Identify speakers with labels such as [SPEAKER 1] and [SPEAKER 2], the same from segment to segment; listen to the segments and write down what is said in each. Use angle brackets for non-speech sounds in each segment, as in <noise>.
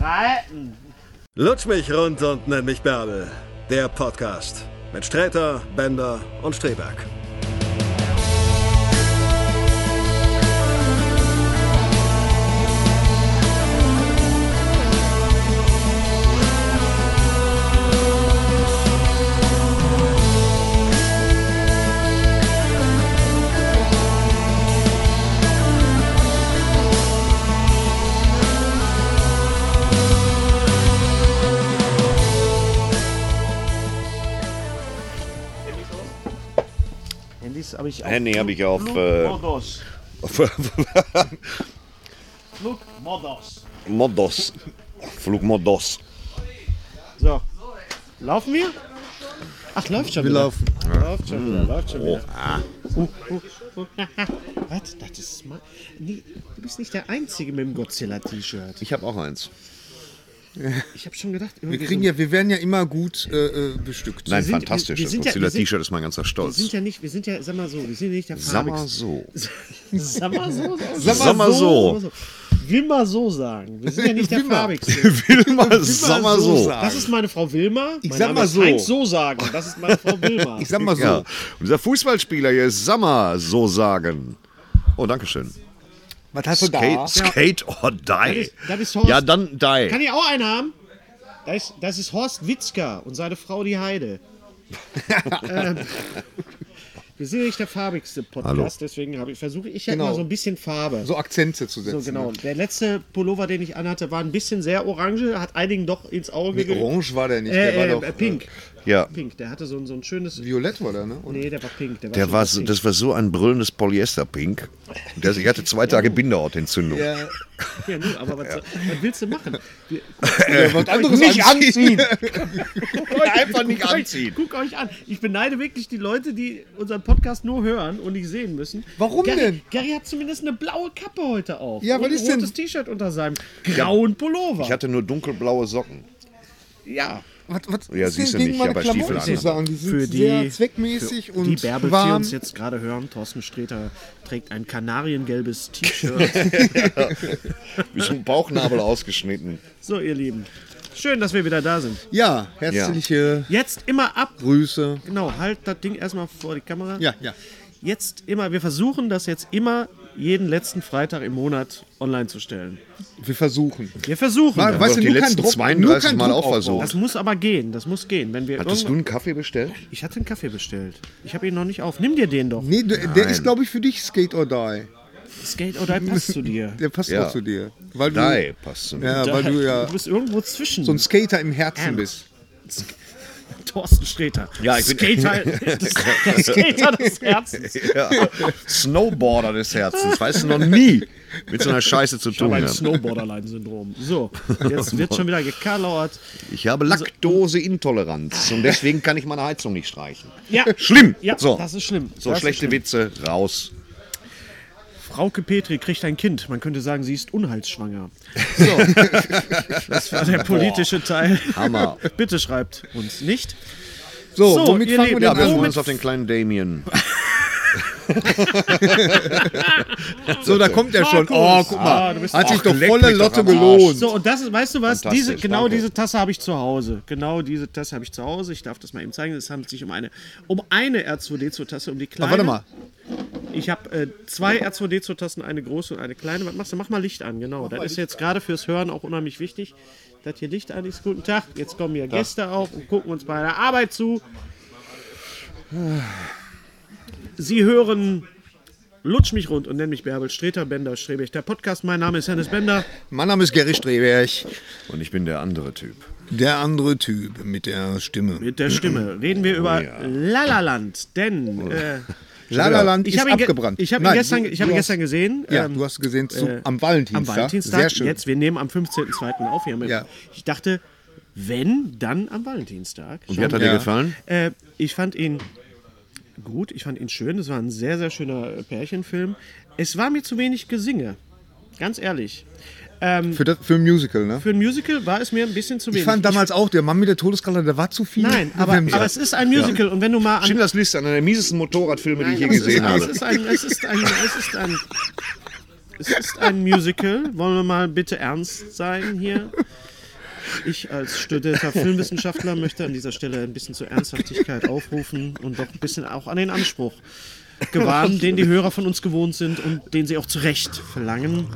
[SPEAKER 1] Reiten.
[SPEAKER 2] Lutsch mich rund und nenn mich Bärbel. Der Podcast mit Sträter, Bender und Streberg.
[SPEAKER 1] Handys habe ich auf.
[SPEAKER 3] Handy habe ich auf, äh,
[SPEAKER 1] Flugmodus. Flugmodus.
[SPEAKER 3] <laughs> Moddos. Flugmoddos.
[SPEAKER 1] So. Laufen wir? Ach, läuft schon wir wieder.
[SPEAKER 4] laufen.
[SPEAKER 1] Läuft schon
[SPEAKER 3] Hm.
[SPEAKER 1] wieder, läuft schon
[SPEAKER 3] Oh,
[SPEAKER 1] wieder.
[SPEAKER 3] ah.
[SPEAKER 1] Uh, uh, uh. <laughs> Was? Das ist smart. Nee, du bist nicht der Einzige mit dem Godzilla-T-Shirt.
[SPEAKER 3] Ich habe auch eins.
[SPEAKER 1] Ich habe schon gedacht,
[SPEAKER 4] Wir,
[SPEAKER 1] irgendwie
[SPEAKER 4] kriegen
[SPEAKER 1] so,
[SPEAKER 4] ja, wir werden ja immer gut äh, äh, bestückt.
[SPEAKER 3] Nein,
[SPEAKER 1] sind-
[SPEAKER 3] fantastisch.
[SPEAKER 1] wir- wir
[SPEAKER 3] Das
[SPEAKER 1] sind ja- wir sind-
[SPEAKER 3] Godzilla-T-Shirt ist mein ganzer
[SPEAKER 1] wir
[SPEAKER 3] Stolz.
[SPEAKER 1] sind ja nicht, wir sind ja, sag mal so, wir sind ja nicht der
[SPEAKER 3] Sag mal
[SPEAKER 1] farbigste.
[SPEAKER 3] so. <laughs>
[SPEAKER 1] Sag mal so. sagen.
[SPEAKER 3] Sag mal so.
[SPEAKER 1] Sag mal so. Wilma so sagen. Wir sind ja nicht der
[SPEAKER 4] Wilma.
[SPEAKER 1] farbigste.
[SPEAKER 3] Wilma, sag mal
[SPEAKER 4] so
[SPEAKER 3] so.
[SPEAKER 4] sagen.
[SPEAKER 1] Das ist meine Frau Wilma. Ich mein
[SPEAKER 4] sag
[SPEAKER 1] Name
[SPEAKER 4] mal
[SPEAKER 1] ist
[SPEAKER 4] so.
[SPEAKER 1] Heinz so sagen. Das ist
[SPEAKER 4] <laughs>
[SPEAKER 1] meine Frau Wilma.
[SPEAKER 4] Ich sag mal so.
[SPEAKER 3] Ja. Und dieser Fußballspieler hier ist Sammer so sagen. Oh, danke schön.
[SPEAKER 4] Was hast du
[SPEAKER 3] Skate, skate or die.
[SPEAKER 1] ist- das ist Horst.
[SPEAKER 3] Ja, dann
[SPEAKER 1] Kann
[SPEAKER 3] die.
[SPEAKER 1] ich auch einen haben? Das ist, das ist Horst Witzka und seine Frau
[SPEAKER 4] <laughs>
[SPEAKER 1] die Heide. ähm, wir sind ja nicht der farbigste Podcast,
[SPEAKER 3] Hallo.
[SPEAKER 1] deswegen habe ich, versuche ich ja
[SPEAKER 4] Genau.
[SPEAKER 1] immer so ein bisschen Farbe.
[SPEAKER 4] So Akzente zu
[SPEAKER 1] So,
[SPEAKER 4] setzen. ne?
[SPEAKER 1] genau. Der letzte Pullover, den ich anhatte, war ein bisschen sehr orange, hat einigen doch ins Auge
[SPEAKER 4] Nee,
[SPEAKER 1] ge-
[SPEAKER 4] Orange war der nicht,
[SPEAKER 1] Äh,
[SPEAKER 4] der war
[SPEAKER 1] äh,
[SPEAKER 4] doch
[SPEAKER 1] äh, pink.
[SPEAKER 3] Ja.
[SPEAKER 1] Pink, der hatte so ein, so ein schönes.
[SPEAKER 4] Äh, violett war der, ne? Und
[SPEAKER 1] Nee, der war pink. Der war,
[SPEAKER 3] Der
[SPEAKER 1] schon
[SPEAKER 3] war,
[SPEAKER 1] ganz
[SPEAKER 3] so-
[SPEAKER 1] pink.
[SPEAKER 3] das war so ein brüllendes Polyesterpink. Der ich hatte zwei Tage Bindeortentzündung.
[SPEAKER 4] der,
[SPEAKER 1] Ja, nun, aber was, was willst du machen? Wir,
[SPEAKER 4] der was anderes
[SPEAKER 3] nicht
[SPEAKER 4] anziehen.
[SPEAKER 3] <laughs> Einfach nicht
[SPEAKER 1] guckt
[SPEAKER 3] anziehen.
[SPEAKER 1] Euch, guckt euch an. Ich beneide wirklich die Leute, die unseren Podcast nur hören und nicht sehen müssen.
[SPEAKER 4] Warum
[SPEAKER 1] Gary,
[SPEAKER 4] denn?
[SPEAKER 1] Gary hat zumindest eine blaue Kappe heute auf.
[SPEAKER 4] Ja,
[SPEAKER 1] und
[SPEAKER 4] was
[SPEAKER 1] ein
[SPEAKER 4] ist denn-
[SPEAKER 1] rotes T-Shirt unter seinem grauen Pullover.
[SPEAKER 3] Ich hatte nur dunkelblaue Socken.
[SPEAKER 1] ja.
[SPEAKER 4] Was, was
[SPEAKER 3] Ja,
[SPEAKER 4] ist
[SPEAKER 3] siehst du
[SPEAKER 4] denn gegen
[SPEAKER 3] nicht,
[SPEAKER 4] meine
[SPEAKER 3] aber
[SPEAKER 4] Klamotten
[SPEAKER 3] Stiefel
[SPEAKER 4] zu
[SPEAKER 3] an.
[SPEAKER 4] sagen? Die sind
[SPEAKER 1] ne? Für
[SPEAKER 4] sehr
[SPEAKER 1] die-
[SPEAKER 4] zweckmäßig und
[SPEAKER 1] Die Bärbels, die
[SPEAKER 4] warm.
[SPEAKER 1] uns jetzt gerade hören, Thorsten Sträter trägt ein kanariengelbes T-Shirt.
[SPEAKER 4] <laughs>
[SPEAKER 3] Wie so ein <laughs> Bauchnabel ausgeschnitten.
[SPEAKER 1] so, ihr Lieben. Schön, dass wir wieder da sind.
[SPEAKER 4] ja, herzliche
[SPEAKER 1] Jetzt immer ab.
[SPEAKER 4] Grüße.
[SPEAKER 1] Genau, halt das Ding erstmal vor die Kamera.
[SPEAKER 4] Ja, ja.
[SPEAKER 1] Jetzt immer, wir versuchen das jetzt immer jeden letzten Freitag im Monat online zu stellen.
[SPEAKER 4] Wir versuchen.
[SPEAKER 1] Wir versuchen
[SPEAKER 4] Mal-
[SPEAKER 1] das.
[SPEAKER 4] weißt
[SPEAKER 3] doch
[SPEAKER 4] du,
[SPEAKER 3] die
[SPEAKER 4] nur kein
[SPEAKER 3] letzten
[SPEAKER 4] Druck-
[SPEAKER 3] 32
[SPEAKER 4] nur kein
[SPEAKER 3] Mal
[SPEAKER 4] Druck
[SPEAKER 3] auch versucht.
[SPEAKER 1] Das muss aber gehen, das muss gehen. Wenn wir
[SPEAKER 3] Hattest du Hm.
[SPEAKER 1] irgendwann-
[SPEAKER 3] einen Kaffee bestellt?
[SPEAKER 1] ich hatte einen Kaffee bestellt. Ich habe ihn noch nicht auf. Nimm dir den doch.
[SPEAKER 4] Nee, der, der ist, glaube ich, für dich Skate or Die.
[SPEAKER 1] Skate oder passt zu
[SPEAKER 4] <laughs>
[SPEAKER 1] dir.
[SPEAKER 4] Der passt
[SPEAKER 3] Ja.
[SPEAKER 4] auch zu dir. Weil du,
[SPEAKER 3] Nein, passt zu mir.
[SPEAKER 4] Ja, weil du ja
[SPEAKER 1] Du bist irgendwo zwischen.
[SPEAKER 4] so ein Skater im Herzen
[SPEAKER 1] Ernst.
[SPEAKER 4] bist.
[SPEAKER 1] Thorsten Sträter.
[SPEAKER 3] Ja, ich bin- <laughs>
[SPEAKER 1] Skater, das, der Skater des Herzens.
[SPEAKER 3] Ja. Snowboarder des Herzens, weißt du noch nie mit so einer Scheiße zu
[SPEAKER 1] Ja,
[SPEAKER 3] tun
[SPEAKER 1] mein
[SPEAKER 3] haben.
[SPEAKER 1] Snowboarderlein-Syndrom. So,
[SPEAKER 3] <laughs>
[SPEAKER 1] jetzt wird schon wieder gekalauert.
[SPEAKER 3] Ich habe Laktoseintoleranz und deswegen kann ich meine Heizung nicht streichen.
[SPEAKER 1] Ja,
[SPEAKER 3] Also- Schlimm.
[SPEAKER 1] ja
[SPEAKER 3] so,
[SPEAKER 1] das ist schlimm.
[SPEAKER 3] so
[SPEAKER 1] das
[SPEAKER 3] schlechte Witze raus.
[SPEAKER 1] Frauke Petri kriegt ein Kind. Man könnte sagen, sie ist unheilsschwanger. So, das war der politische Teil.
[SPEAKER 3] Hammer.
[SPEAKER 1] Bitte schreibt uns nicht.
[SPEAKER 5] So,
[SPEAKER 1] So,
[SPEAKER 5] womit
[SPEAKER 1] ihr
[SPEAKER 5] fangen
[SPEAKER 1] Lieben,
[SPEAKER 5] wir denn
[SPEAKER 3] Ja, wir
[SPEAKER 5] an?
[SPEAKER 3] freuen
[SPEAKER 1] womit-
[SPEAKER 3] uns auf den kleinen Damien.
[SPEAKER 5] So, da kommt er schon. Oh,
[SPEAKER 1] Markus.
[SPEAKER 5] guck mal.
[SPEAKER 1] Ah, du bist-
[SPEAKER 5] Hat sich
[SPEAKER 3] Ach,
[SPEAKER 5] doch
[SPEAKER 3] leck
[SPEAKER 5] volle
[SPEAKER 3] mich doch
[SPEAKER 5] Lotte
[SPEAKER 3] am Arsch.
[SPEAKER 5] gelohnt.
[SPEAKER 1] So, und das ist, weißt du was?
[SPEAKER 3] Fantastisch,
[SPEAKER 1] Diese, genau
[SPEAKER 3] danke.
[SPEAKER 1] diese Tasse habe ich zu Hause. Genau diese Tasse habe ich zu Hause. Ich darf das mal eben zeigen. Es handelt sich um eine, um eine R2D2-Tasse, um die
[SPEAKER 5] Ach,
[SPEAKER 1] kleine.
[SPEAKER 5] warte mal.
[SPEAKER 1] Ich habe äh, zwei R2D2-Tassen, eine große und eine kleine. Was machst du? Mach mal Licht an, genau. das ist jetzt gerade fürs Hören auch unheimlich wichtig, dass hier Licht an ist. Guten Tag. Jetzt kommen hier Gäste auch und gucken uns bei der Arbeit zu. Sie hören Lutsch mich rund und nenn mich Bärbel Streter, Bender Strebig. Der Podcast, mein Name ist Hennes Bender.
[SPEAKER 5] Mein Name ist Gary Streberg.
[SPEAKER 3] Und ich bin der andere Typ.
[SPEAKER 5] Der andere Typ mit der Stimme.
[SPEAKER 1] Mit der Stimme. Reden wir
[SPEAKER 3] Oh
[SPEAKER 1] über Lalaland, denn äh,
[SPEAKER 5] Lalaland
[SPEAKER 1] ich
[SPEAKER 5] ist
[SPEAKER 1] habe ihn, ge
[SPEAKER 5] abgebrannt.
[SPEAKER 1] ich hab ihn,
[SPEAKER 5] Nein,
[SPEAKER 1] gestern,
[SPEAKER 5] du-
[SPEAKER 1] ich hab
[SPEAKER 5] du
[SPEAKER 1] ihn
[SPEAKER 5] hast-
[SPEAKER 1] gestern gesehen.
[SPEAKER 5] Ja,
[SPEAKER 1] ähm,
[SPEAKER 5] du hast gesehen, zum,
[SPEAKER 1] äh,
[SPEAKER 5] am Valentinstag.
[SPEAKER 1] am Valentinstag.
[SPEAKER 5] Sehr schön.
[SPEAKER 1] Jetzt, wir nehmen am 15.02. auf. Wir haben
[SPEAKER 5] Ja.
[SPEAKER 1] Ich dachte, wenn, dann am Valentinstag.
[SPEAKER 3] Und wie hat er
[SPEAKER 5] Ja.
[SPEAKER 3] dir gefallen?
[SPEAKER 1] Äh, ich fand ihn gut, ich fand ihn schön. Es war ein sehr, sehr schöner äh, Pärchenfilm. Es war mir zu wenig Gesinge. Ganz ehrlich.
[SPEAKER 5] Für, das, für ein Musical, ne?
[SPEAKER 1] Für ein Musical war es mir ein bisschen zu wenig.
[SPEAKER 5] Ich fand damals auch, der Mann mit der Todeskralle, der war zu viel.
[SPEAKER 1] Nein, aber,
[SPEAKER 5] Wenn-
[SPEAKER 1] aber es ist ein Musical. Und wenn du mal an
[SPEAKER 3] Schindlers Liste, einer der miesesten Motorradfilme, die ich je
[SPEAKER 1] Nein,
[SPEAKER 3] gesehen
[SPEAKER 1] aber
[SPEAKER 3] habe.
[SPEAKER 1] es ist, habe. Es ist ein, es ist ein, es ist ein, es ist ein Musical. Wollen wir mal bitte ernst sein hier? Ich als studierter Filmwissenschaftler möchte an dieser Stelle ein bisschen zur Ernsthaftigkeit aufrufen und doch ein bisschen auch an den Anspruch gewahren, den die Hörer von uns gewohnt sind und den sie auch zu Recht verlangen.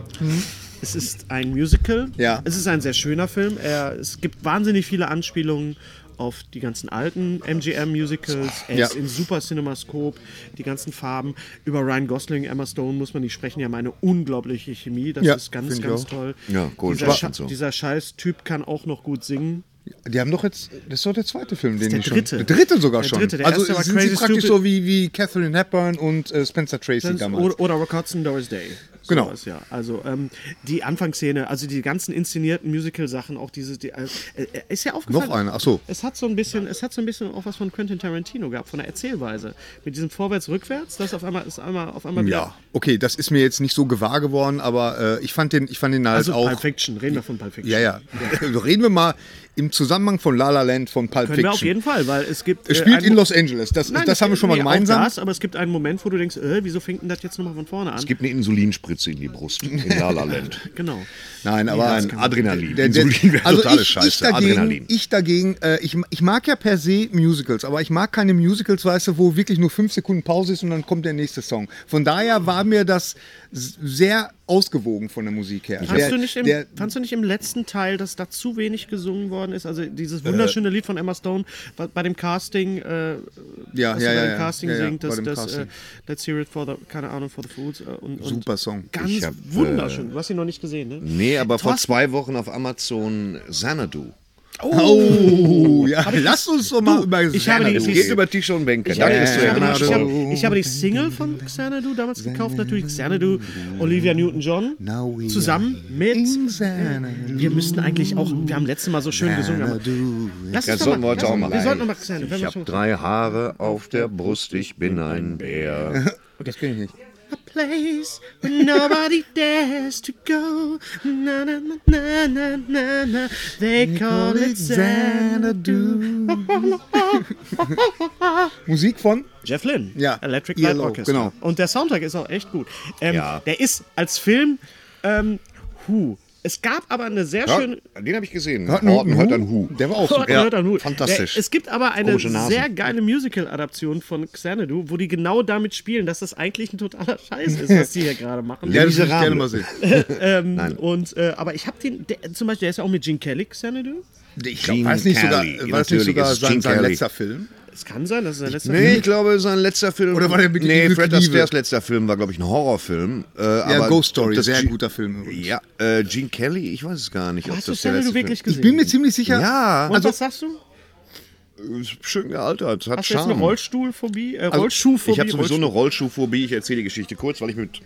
[SPEAKER 1] Es ist ein Musical.
[SPEAKER 5] Hm. Ja.
[SPEAKER 1] Es ist ein sehr schöner Film. Er, es gibt wahnsinnig viele Anspielungen auf die ganzen alten MGM-Musicals. Er
[SPEAKER 5] Ja.
[SPEAKER 1] ist in super Cinemascope, die ganzen Farben. Über Ryan Gosling, Emma Stone muss man nicht sprechen. Die haben eine unglaubliche Chemie. Das
[SPEAKER 5] Ja,
[SPEAKER 1] ist ganz,
[SPEAKER 5] find ich
[SPEAKER 1] ganz
[SPEAKER 5] auch.
[SPEAKER 1] toll.
[SPEAKER 3] Ja, Gold-
[SPEAKER 1] dieser,
[SPEAKER 3] Schwarz
[SPEAKER 1] Scha
[SPEAKER 3] und so.
[SPEAKER 1] dieser scheiß Typ kann auch noch gut singen.
[SPEAKER 5] Die haben doch jetzt, das ist doch der zweite Film, den
[SPEAKER 1] der
[SPEAKER 5] die
[SPEAKER 1] dritte.
[SPEAKER 5] schon. Der dritte sogar
[SPEAKER 1] Der
[SPEAKER 5] schon.
[SPEAKER 1] dritte, der
[SPEAKER 5] also
[SPEAKER 1] erste war
[SPEAKER 5] sind sie
[SPEAKER 1] Crazy
[SPEAKER 5] praktisch
[SPEAKER 1] Stupid.
[SPEAKER 5] so wie, wie Catherine Hepburn und äh, Spencer Tracy damals.
[SPEAKER 1] Oder, oder Rock Hudson, Doris Day. So
[SPEAKER 5] Genau.
[SPEAKER 1] Was, ja. Also ähm, die Anfangsszene, also die ganzen inszenierten Musical-Sachen, auch diese, die, äh, äh, ist ja aufgefallen.
[SPEAKER 5] Noch einer, ach so.
[SPEAKER 1] Es hat so ein bisschen, es hat so ein bisschen auch was von Quentin Tarantino gehabt, von der Erzählweise. Mit diesem Vorwärts-Rückwärts, das auf einmal ist einmal auf einmal
[SPEAKER 5] Ja, okay, das ist mir jetzt nicht so gewahr geworden, aber äh, ich fand den, ich fand den halt
[SPEAKER 1] Also
[SPEAKER 5] auch.
[SPEAKER 1] Pulp Fiction, reden wir von Pulp Fiction.
[SPEAKER 5] Ja, ja. Also Reden wir mal im Zusammenhang von La La Land von Pulp
[SPEAKER 1] Können
[SPEAKER 5] Fiction.
[SPEAKER 1] wir auf jeden Fall, weil es gibt.
[SPEAKER 5] Es
[SPEAKER 1] äh,
[SPEAKER 5] spielt
[SPEAKER 1] einen
[SPEAKER 5] in
[SPEAKER 1] Mo-
[SPEAKER 5] Los Angeles. Das,
[SPEAKER 1] Nein, äh,
[SPEAKER 5] das haben wir schon mal
[SPEAKER 1] nee, auch
[SPEAKER 5] gemeinsam.
[SPEAKER 1] Das, aber es gibt einen Moment, wo du denkst, äh, wieso fängt denn das jetzt nochmal von vorne an?
[SPEAKER 3] Es gibt eine Insulinspritze in die Brust
[SPEAKER 5] <laughs>
[SPEAKER 3] in La La Land.
[SPEAKER 1] genau.
[SPEAKER 5] Nein, aber
[SPEAKER 3] Nein, Adrenalin.
[SPEAKER 5] Der, der,
[SPEAKER 3] Insulin wäre
[SPEAKER 5] also
[SPEAKER 3] totale
[SPEAKER 5] ich, ich
[SPEAKER 3] Scheiße.
[SPEAKER 5] dagegen,
[SPEAKER 3] Adrenalin.
[SPEAKER 5] Ich dagegen, äh, ich, ich mag ja per se Musicals, aber ich mag keine Musicals, weißt du, wo wirklich nur fünf Sekunden Pause ist und dann kommt der nächste Song. Von daher war mir das s- sehr ausgewogen von der Musik her.
[SPEAKER 1] Fandst,
[SPEAKER 5] Der-
[SPEAKER 1] du nicht im,
[SPEAKER 5] der,
[SPEAKER 1] fandst du nicht im letzten Teil, dass da zu wenig gesungen worden ist? Also dieses wunderschöne Lied von Emma Stone wa- bei dem Casting, äh,
[SPEAKER 5] Äh, ja,
[SPEAKER 1] was
[SPEAKER 5] ja,
[SPEAKER 1] sie bei
[SPEAKER 5] ja,
[SPEAKER 1] dem
[SPEAKER 5] ja,
[SPEAKER 1] Casting
[SPEAKER 5] ja, ja,
[SPEAKER 1] singt,
[SPEAKER 5] bei
[SPEAKER 1] das,
[SPEAKER 5] dem
[SPEAKER 1] das äh,
[SPEAKER 5] Casting.
[SPEAKER 1] Let's Hear It for the, keine Ahnung, for the Fools. Äh, und,
[SPEAKER 5] Super
[SPEAKER 1] und
[SPEAKER 5] Song. äh,
[SPEAKER 1] Ganz
[SPEAKER 3] Ich hab,
[SPEAKER 1] wunderschön. du hast ihn noch nicht gesehen, ne?
[SPEAKER 3] Nee, aber vor
[SPEAKER 1] Thorsten-
[SPEAKER 3] zwei Wochen auf Amazon Xanadu.
[SPEAKER 5] Oh, ja. Lass uns doch mal über
[SPEAKER 1] ich habe die-
[SPEAKER 5] Xanadu
[SPEAKER 1] Es
[SPEAKER 3] Es
[SPEAKER 5] reden.
[SPEAKER 3] geht über Tische und Bänke.
[SPEAKER 1] Ich habe,
[SPEAKER 3] Danke,
[SPEAKER 1] ich,
[SPEAKER 3] Sven.
[SPEAKER 1] habe,
[SPEAKER 5] genau.
[SPEAKER 1] ich,
[SPEAKER 3] Xanadu.
[SPEAKER 1] habe, ich habe die Single von Xanadu damals gekauft, natürlich Xanadu, Olivia Newton-John,
[SPEAKER 5] Now we
[SPEAKER 1] zusammen mit... äh,
[SPEAKER 5] Xanadu.
[SPEAKER 1] Wir müssten eigentlich auch, wir haben letztes Mal so schön gesungen, aber lass
[SPEAKER 3] Das
[SPEAKER 1] uns doch
[SPEAKER 3] sollten wir
[SPEAKER 1] mal,
[SPEAKER 3] heute
[SPEAKER 1] lass,
[SPEAKER 3] auch
[SPEAKER 1] uns-
[SPEAKER 3] mal.
[SPEAKER 1] wir sollten noch mal Xanadu, wenn
[SPEAKER 3] Ich
[SPEAKER 1] wir schon
[SPEAKER 3] habe drei Haare auf der Brust, ich bin ein Bär.
[SPEAKER 5] Das kenne ich nicht.
[SPEAKER 1] A place where nobody dares to go. Na, na, na, na, na, na, na. They, call, it Xanadu.
[SPEAKER 5] Musik von?
[SPEAKER 1] <laughs> Jeff Lynne,
[SPEAKER 5] Ja,
[SPEAKER 1] Electric Light
[SPEAKER 5] Yellow,
[SPEAKER 1] Orchestra.
[SPEAKER 5] genau.
[SPEAKER 1] Und der Soundtrack ist auch echt gut. Ähm,
[SPEAKER 3] Ja.
[SPEAKER 1] Der ist als Film, ähm, hu. Es gab aber eine sehr
[SPEAKER 3] Ja,
[SPEAKER 1] schöne...
[SPEAKER 3] den habe ich gesehen.
[SPEAKER 5] Hört einen
[SPEAKER 3] Horton
[SPEAKER 5] Hu?
[SPEAKER 3] hört ein Hu.
[SPEAKER 5] Der war auch
[SPEAKER 1] Hört
[SPEAKER 5] super.
[SPEAKER 1] man, hört man, hu.
[SPEAKER 3] fantastisch.
[SPEAKER 1] Der, es gibt aber eine
[SPEAKER 3] Komische Nasen.
[SPEAKER 1] sehr geile Musical-Adaption von Xanadu, wo die genau damit spielen, dass das eigentlich ein totaler Scheiß ist, was die hier gerade machen.
[SPEAKER 5] Ja, das würde
[SPEAKER 3] Miserable.
[SPEAKER 5] ich gerne mal sehen.
[SPEAKER 1] Ähm, und, äh, aber ich habe den, der, zum Beispiel, der ist ja auch mit Gene Kelly, Xanadu.
[SPEAKER 5] Ich
[SPEAKER 3] Gene
[SPEAKER 5] weiß nicht sogar,
[SPEAKER 3] Kelly.
[SPEAKER 5] weiß nicht
[SPEAKER 3] Natürlich
[SPEAKER 5] sogar
[SPEAKER 3] ist es
[SPEAKER 5] sein,
[SPEAKER 3] Gene
[SPEAKER 5] sein
[SPEAKER 3] Kelly.
[SPEAKER 5] letzter Film.
[SPEAKER 1] Es kann sein, dass es der letzte
[SPEAKER 3] Nee, ich glaube, sein letzter Film.
[SPEAKER 5] Oder war der mit
[SPEAKER 3] Nee,
[SPEAKER 5] Ingrid
[SPEAKER 3] Fred
[SPEAKER 5] Knieve?
[SPEAKER 3] Astaires letzter Film war, glaube ich, ein Horrorfilm. Äh,
[SPEAKER 5] Ja,
[SPEAKER 3] aber
[SPEAKER 5] Ghost Story,
[SPEAKER 3] das
[SPEAKER 5] sehr
[SPEAKER 3] Ge-
[SPEAKER 5] guter Film. übrigens.
[SPEAKER 3] Ja, äh, Gene Kelly, ich weiß es gar nicht, ob
[SPEAKER 1] Hast du
[SPEAKER 3] das der letzte
[SPEAKER 1] Xanadu wirklich
[SPEAKER 5] Ich
[SPEAKER 1] gesehen?
[SPEAKER 5] bin mir ziemlich sicher.
[SPEAKER 3] Ja.
[SPEAKER 1] und
[SPEAKER 5] also
[SPEAKER 1] was sagst du?
[SPEAKER 3] Film ist. Schön gealtert, hat
[SPEAKER 1] Hast du jetzt eine
[SPEAKER 3] Charme. Also,
[SPEAKER 1] Rollstuhlphobie? Äh, Rollschuhphobie?
[SPEAKER 3] ich habe sowieso
[SPEAKER 1] Rollstuhl-
[SPEAKER 3] eine Rollschuhphobie. Ich erzähle die Geschichte kurz, weil ich mit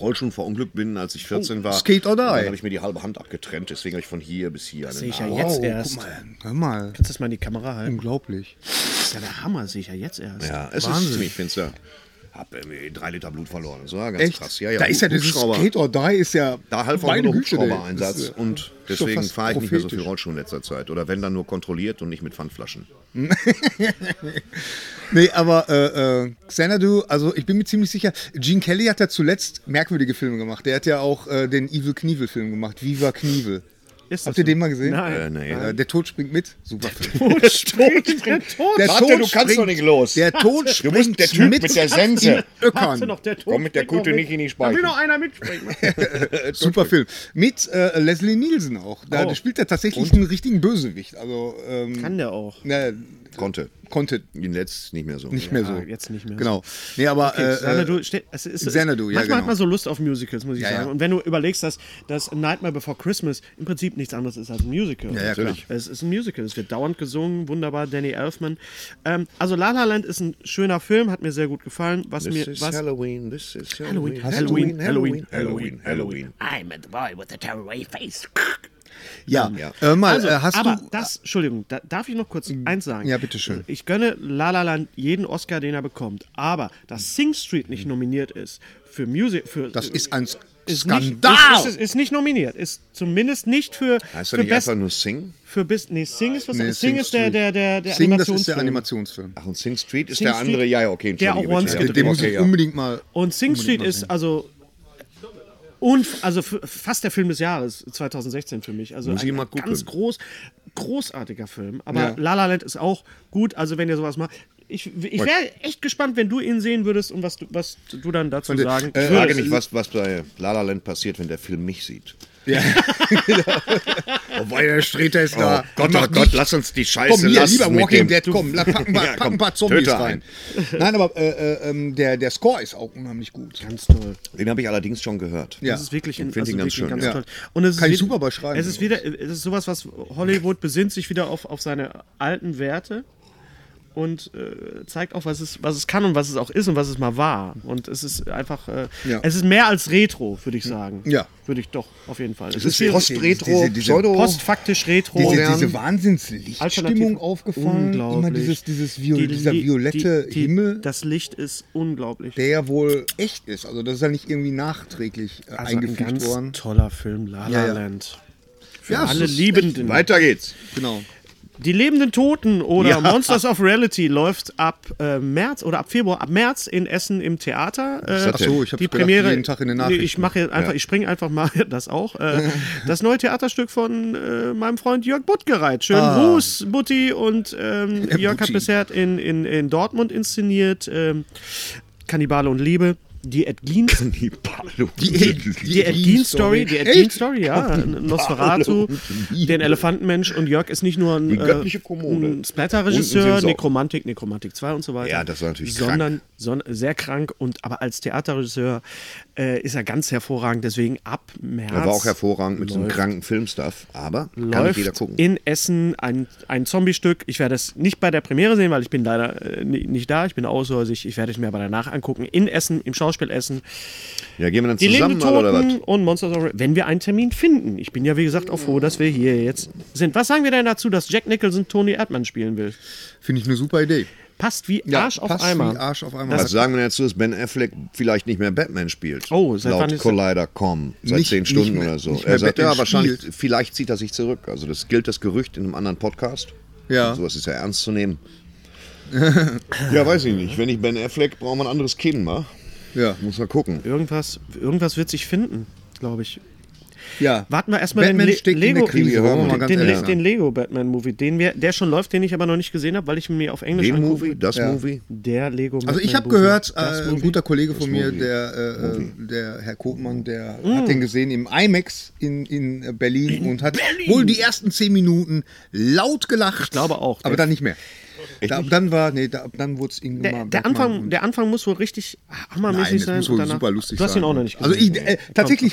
[SPEAKER 3] Rollschuhen verunglückt bin, als ich 14 war.
[SPEAKER 5] Oh, Skate or
[SPEAKER 3] Und
[SPEAKER 5] die.
[SPEAKER 3] Dann habe ich mir die halbe Hand abgetrennt, deswegen habe ich von hier bis hier
[SPEAKER 1] Sehe
[SPEAKER 3] einen
[SPEAKER 1] ich ja
[SPEAKER 3] Arm.
[SPEAKER 1] jetzt
[SPEAKER 5] guck
[SPEAKER 1] erst.
[SPEAKER 5] mal, hör mal.
[SPEAKER 1] Kannst du das mal in die Kamera halten?
[SPEAKER 5] Unglaublich.
[SPEAKER 1] Das ist ja der Hammer, sehe ich ja jetzt erst.
[SPEAKER 3] Ja, es ist ziemlich finster. Hab irgendwie drei Liter Blut verloren. und So, ja, ganz
[SPEAKER 5] Echt?
[SPEAKER 3] krass. Ja, ja,
[SPEAKER 5] da ist ja dieses
[SPEAKER 3] Hubschrauber.
[SPEAKER 5] Skate or Die ist ja
[SPEAKER 3] Da half auch
[SPEAKER 5] meine
[SPEAKER 3] nur noch
[SPEAKER 5] Güte, ey. Das
[SPEAKER 3] Hubschrauber-Einsatz
[SPEAKER 5] ist, äh,
[SPEAKER 3] und
[SPEAKER 5] ist schon
[SPEAKER 3] deswegen
[SPEAKER 5] fast
[SPEAKER 3] fahre ich nicht mehr so viel
[SPEAKER 5] prophetisch.
[SPEAKER 3] Rollschuh in letzter Zeit. Oder wenn dann nur kontrolliert und nicht mit Pfandflaschen.
[SPEAKER 5] Nee, aber äh, äh, Xanadu, also ich bin mir ziemlich sicher, Gene Kelly hat ja zuletzt merkwürdige Filme gemacht. Der hat ja auch äh, den Evil Knievel Film gemacht, Viva Knievel.
[SPEAKER 1] Ist das
[SPEAKER 5] Habt ihr
[SPEAKER 1] so?
[SPEAKER 5] den mal gesehen?
[SPEAKER 3] Äh,
[SPEAKER 1] Nein.
[SPEAKER 3] nee.
[SPEAKER 5] Äh, der Tod springt mit. Super Film.
[SPEAKER 1] <laughs> Der Tod.
[SPEAKER 5] Der
[SPEAKER 3] Warte,
[SPEAKER 5] Tod
[SPEAKER 3] du kannst doch nicht los.
[SPEAKER 5] Der Tod springt
[SPEAKER 3] musst- der Typ
[SPEAKER 5] mit,
[SPEAKER 3] mit der Sense.
[SPEAKER 5] in Öckern.
[SPEAKER 1] Warte noch, der Tod
[SPEAKER 3] Komm mit der
[SPEAKER 1] springt noch
[SPEAKER 3] Gute nicht in die
[SPEAKER 1] Da
[SPEAKER 3] Speichen.
[SPEAKER 1] will noch einer mitspringen.
[SPEAKER 5] Super Film. Mit äh, Leslie Nielsen auch. Da
[SPEAKER 1] Oh.
[SPEAKER 5] spielt er tatsächlich einen richtigen Bösewicht. Also, ähm,
[SPEAKER 1] Kann der auch.
[SPEAKER 5] na,
[SPEAKER 3] Konnte.
[SPEAKER 5] konnte
[SPEAKER 3] Jetzt nicht mehr so.
[SPEAKER 5] nicht mehr so.
[SPEAKER 1] Ah, jetzt nicht mehr.
[SPEAKER 5] Genau. Nee, aber
[SPEAKER 1] Okay,
[SPEAKER 5] äh,
[SPEAKER 1] Xanadu, steht, es ist,
[SPEAKER 5] Xanadu, ja,
[SPEAKER 1] manchmal
[SPEAKER 5] genau.
[SPEAKER 1] hat man so Lust auf Musicals, muss ich
[SPEAKER 5] Ja,
[SPEAKER 1] sagen.
[SPEAKER 5] ja.
[SPEAKER 1] Und wenn du überlegst, dass, dass Nightmare Before Christmas im Prinzip nichts anderes ist als ein Musical.
[SPEAKER 5] Ja, ja, klar.
[SPEAKER 1] Natürlich. Es ist ein Musical. Es wird dauernd gesungen, wunderbar, Danny Elfman. Ähm, also La La Land ist ein schöner Film, hat mir sehr gut gefallen. Was mir, was,
[SPEAKER 3] Halloween, this is
[SPEAKER 1] Halloween, Halloween,
[SPEAKER 3] Halloween,
[SPEAKER 1] Halloween,
[SPEAKER 3] Halloween, Halloween, Halloween.
[SPEAKER 6] I'm the boy with the tearaway face.
[SPEAKER 5] ja, Äh, mal,
[SPEAKER 1] also,
[SPEAKER 5] äh, hast
[SPEAKER 1] aber
[SPEAKER 5] du
[SPEAKER 1] das, Entschuldigung, da, darf ich noch kurz eins sagen?
[SPEAKER 5] ja, bitteschön.
[SPEAKER 1] Ich gönne La La Land jeden Oscar, den er bekommt. Aber, dass Sing Street nicht nominiert ist für Music, für
[SPEAKER 5] Das ist ein Sk-
[SPEAKER 1] ist
[SPEAKER 5] Skandal.
[SPEAKER 1] Nicht, ist, ist, ist nicht nominiert. Ist zumindest nicht für.
[SPEAKER 3] Heißt
[SPEAKER 1] für
[SPEAKER 3] er nicht
[SPEAKER 1] Best-
[SPEAKER 3] einfach nur Sing?
[SPEAKER 1] Für Best, nee, Sing ist was.
[SPEAKER 5] Nee,
[SPEAKER 1] Sing,
[SPEAKER 5] Sing
[SPEAKER 1] ist der,
[SPEAKER 5] Street.
[SPEAKER 1] der, der, der
[SPEAKER 5] Sing, das ist
[SPEAKER 1] Animationsfilm.
[SPEAKER 5] der Animationsfilm.
[SPEAKER 3] Ach, und Sing Street ist
[SPEAKER 1] Sing
[SPEAKER 3] der
[SPEAKER 1] Street,
[SPEAKER 3] andere, ja, ja, okay,
[SPEAKER 1] der auch
[SPEAKER 3] entschuldige
[SPEAKER 1] Once
[SPEAKER 3] bitte.
[SPEAKER 1] gedreht
[SPEAKER 3] ja.
[SPEAKER 5] Den muss
[SPEAKER 3] okay,
[SPEAKER 5] ich
[SPEAKER 3] ja.
[SPEAKER 5] unbedingt mal.
[SPEAKER 1] Und Sing Street ist also. Und also f- fast der Film des Jahres 2016 für mich. Also
[SPEAKER 3] Muss ich
[SPEAKER 1] ein
[SPEAKER 3] mal gucken.
[SPEAKER 1] ganz groß, großartiger Film. Aber
[SPEAKER 5] Ja.
[SPEAKER 1] La La Land ist auch gut. Also wenn ihr sowas macht, ich, ich wäre echt gespannt, wenn du ihn sehen würdest und was du, was du dann dazu sagen
[SPEAKER 5] äh,
[SPEAKER 3] Ich frage
[SPEAKER 1] würdest.
[SPEAKER 3] mich, was, was bei La La Land passiert, wenn der Film mich sieht.
[SPEAKER 5] Ja. oh, weil der Streter ist da.
[SPEAKER 3] Gott,
[SPEAKER 5] Mach
[SPEAKER 3] oh Gott,
[SPEAKER 5] dich-
[SPEAKER 3] lass uns die Scheiße
[SPEAKER 5] Komm hier,
[SPEAKER 3] lassen
[SPEAKER 5] lieber
[SPEAKER 3] mit
[SPEAKER 5] Walking
[SPEAKER 3] dem-
[SPEAKER 1] <laughs>
[SPEAKER 5] Dead, komm, la- packen wir
[SPEAKER 3] Ja,
[SPEAKER 5] packen
[SPEAKER 3] komm,
[SPEAKER 5] ein paar Zombies
[SPEAKER 3] töte
[SPEAKER 5] rein. Nein, aber äh, äh, ähm, der, der Score ist auch unheimlich gut.
[SPEAKER 1] Ganz toll.
[SPEAKER 3] Den habe ich allerdings schon gehört.
[SPEAKER 5] Ja.
[SPEAKER 1] Das ist wirklich ein,
[SPEAKER 3] find
[SPEAKER 1] also
[SPEAKER 3] ihn ganz
[SPEAKER 1] wirklich
[SPEAKER 3] schön,
[SPEAKER 1] ganz
[SPEAKER 5] ja.
[SPEAKER 1] toll. Und es
[SPEAKER 5] Kann
[SPEAKER 1] ist
[SPEAKER 5] ich super bei schreiben,
[SPEAKER 1] Es ist wieder, es ist sowas, was Hollywood besinnt sich wieder auf, auf seine alten Werte und äh, zeigt auch, was es, was es kann und was es auch ist und was es mal war. Und es ist einfach, äh,
[SPEAKER 5] Ja. Hm.
[SPEAKER 1] es ist mehr als Retro, würde ich sagen.
[SPEAKER 5] Ja.
[SPEAKER 1] Würde ich doch, auf jeden Fall. Es
[SPEAKER 3] Das
[SPEAKER 1] ist
[SPEAKER 3] ist
[SPEAKER 1] viel
[SPEAKER 3] Post-Retro,
[SPEAKER 5] diese- diese
[SPEAKER 3] Pseudo...
[SPEAKER 1] postfaktisch Retro.
[SPEAKER 5] Diese,
[SPEAKER 1] modern.
[SPEAKER 5] diese Wahnsinnslichtstimmung
[SPEAKER 1] Alternativ-
[SPEAKER 5] aufgefallen, immer
[SPEAKER 1] Unglaublich.
[SPEAKER 5] dieses, dieses Vio
[SPEAKER 1] Die-
[SPEAKER 5] dieser
[SPEAKER 1] die-
[SPEAKER 5] violette
[SPEAKER 1] die- die-
[SPEAKER 5] Himmel,
[SPEAKER 1] Das Licht ist unglaublich.
[SPEAKER 5] der ja wohl echt ist. Also das ist ja nicht irgendwie nachträglich äh,
[SPEAKER 1] also ein
[SPEAKER 5] eingefügt
[SPEAKER 1] ganz
[SPEAKER 5] worden.
[SPEAKER 1] toller Film, La La
[SPEAKER 5] Ja, ja.
[SPEAKER 1] Land.
[SPEAKER 5] Ja, es
[SPEAKER 1] Alle
[SPEAKER 5] ist-
[SPEAKER 1] Liebenden.
[SPEAKER 3] Weiter geht's. <laughs>
[SPEAKER 5] Genau.
[SPEAKER 1] Die lebenden Toten oder Monsters of Reality läuft ab äh, März oder ab Februar, ab März in Essen im Theater. Äh,
[SPEAKER 5] Ach so, ich habe
[SPEAKER 1] die Premiere
[SPEAKER 5] jeden Tag in den
[SPEAKER 1] Nee,
[SPEAKER 5] Nachrichten.
[SPEAKER 1] Ich mache jetzt einfach, ich springe einfach mal <laughs> das auch.
[SPEAKER 5] <laughs>
[SPEAKER 1] Äh, das neue Theaterstück von äh, meinem Freund Jörg Buttgereit. Schönen Gruß, Butti und
[SPEAKER 5] <laughs>
[SPEAKER 1] ähm, Jörg hat
[SPEAKER 5] Ah. Butti.
[SPEAKER 1] bisher in, in, in Dortmund inszeniert. Ähm, Kannibale und Liebe. Die Ed Gein
[SPEAKER 3] <laughs>
[SPEAKER 1] die Ed Gein Story, die Ed Gein Story, ja, Nosferatu, den Elefantenmensch und Jörg ist nicht nur ein, äh,
[SPEAKER 3] Die göttliche Kommode.
[SPEAKER 1] ein
[SPEAKER 3] Unten
[SPEAKER 1] Splatter-Regisseur,
[SPEAKER 3] sind sie auch.
[SPEAKER 1] Nekromantik, Nekromantik 2 und so weiter.
[SPEAKER 3] Ja, das war natürlich
[SPEAKER 1] sondern, sondern sehr krank und aber als Theaterregisseur äh, ist er ganz hervorragend, deswegen ab März.
[SPEAKER 3] Er war auch hervorragend mit so einem
[SPEAKER 1] läuft-
[SPEAKER 3] kranken Filmstuff, aber kann
[SPEAKER 1] läuft
[SPEAKER 3] nicht jeder gucken.
[SPEAKER 1] in Essen ein, ein Zombie-Stück. Ich werde es nicht bei der Premiere sehen, weil ich bin leider äh, ni- nicht da. Ich bin aushäusig. Ich werde es mir aber danach angucken. In Essen, im Schauspiel Essen.
[SPEAKER 3] Ja, gehen wir dann
[SPEAKER 1] Die
[SPEAKER 3] zusammen
[SPEAKER 1] lebenden
[SPEAKER 3] mal oder was?
[SPEAKER 1] Toten und Monsters of Ra- wenn wir einen Termin finden. Ich bin ja, wie gesagt, auch froh, dass wir hier jetzt sind. Was sagen wir denn dazu, dass Jack Nicholson Tony Erdmann spielen will?
[SPEAKER 5] Finde ich eine super Idee.
[SPEAKER 1] Passt wie
[SPEAKER 5] Ja,
[SPEAKER 1] Arsch auf
[SPEAKER 5] passt wie
[SPEAKER 1] Eimer. Also,
[SPEAKER 5] Arsch auf Eimer.
[SPEAKER 3] Was Also sagen wir dazu, dass Ben Affleck vielleicht nicht mehr Batman spielt?
[SPEAKER 1] Oh, seit wann
[SPEAKER 3] Laut
[SPEAKER 1] ist-
[SPEAKER 3] Collider.com. Seit
[SPEAKER 5] Nicht-
[SPEAKER 3] zehn Stunden
[SPEAKER 5] nicht mehr-
[SPEAKER 3] oder so.
[SPEAKER 5] nicht mehr
[SPEAKER 3] Er sagt,
[SPEAKER 5] Batman
[SPEAKER 3] ja, wahrscheinlich,
[SPEAKER 5] spielt.
[SPEAKER 3] vielleicht zieht er sich zurück. Also das gilt das Gerücht in einem anderen Podcast.
[SPEAKER 5] Ja.
[SPEAKER 3] Und sowas ist ja ernst zu nehmen. <laughs> ja, weiß ich nicht. Wenn ich Ben Affleck, braucht man ein anderes Kinn, ma?
[SPEAKER 5] Ja.
[SPEAKER 3] Muss mal gucken.
[SPEAKER 1] Irgendwas, irgendwas wird sich finden, glaube ich.
[SPEAKER 5] ja.
[SPEAKER 1] Warten wir erstmal den
[SPEAKER 5] Batman
[SPEAKER 1] Le
[SPEAKER 5] steckt in
[SPEAKER 1] Lego
[SPEAKER 5] der Krise, wollen wir mal ganz
[SPEAKER 1] den,
[SPEAKER 5] ehrlich
[SPEAKER 1] Le
[SPEAKER 5] sein.
[SPEAKER 1] den Lego Batman Movie, den wir, der schon läuft, den ich aber noch nicht gesehen habe, weil ich ihn mir auf Englisch
[SPEAKER 3] Den
[SPEAKER 1] angucke.
[SPEAKER 3] Movie, das
[SPEAKER 5] Ja.
[SPEAKER 3] Movie.
[SPEAKER 1] Der Lego
[SPEAKER 5] Also ich habe
[SPEAKER 1] Batman
[SPEAKER 5] gehört,
[SPEAKER 1] Movie.
[SPEAKER 5] äh,
[SPEAKER 1] Das
[SPEAKER 5] ein
[SPEAKER 1] Movie?
[SPEAKER 5] guter Kollege von mir,
[SPEAKER 3] Movie.
[SPEAKER 5] der, äh, äh, der Herr Kopmann, der
[SPEAKER 1] Mm.
[SPEAKER 5] hat den gesehen im IMAX in, in äh, Berlin und hat wohl die ersten zehn Minuten laut gelacht. Ich
[SPEAKER 1] glaube auch.
[SPEAKER 5] Aber
[SPEAKER 1] Der-
[SPEAKER 5] dann nicht mehr. Da, ab dann war, nee, da, ab dann wurde es ihm
[SPEAKER 1] Der, der, Anfang, der Anfang muss wohl richtig hammermäßig
[SPEAKER 5] Nein, das
[SPEAKER 1] sein.
[SPEAKER 5] muss
[SPEAKER 1] und
[SPEAKER 5] wohl
[SPEAKER 1] danach-
[SPEAKER 5] super lustig
[SPEAKER 1] du hast
[SPEAKER 5] sein.
[SPEAKER 1] ihn auch noch nicht gesehen.
[SPEAKER 5] Also ich, äh, tatsächlich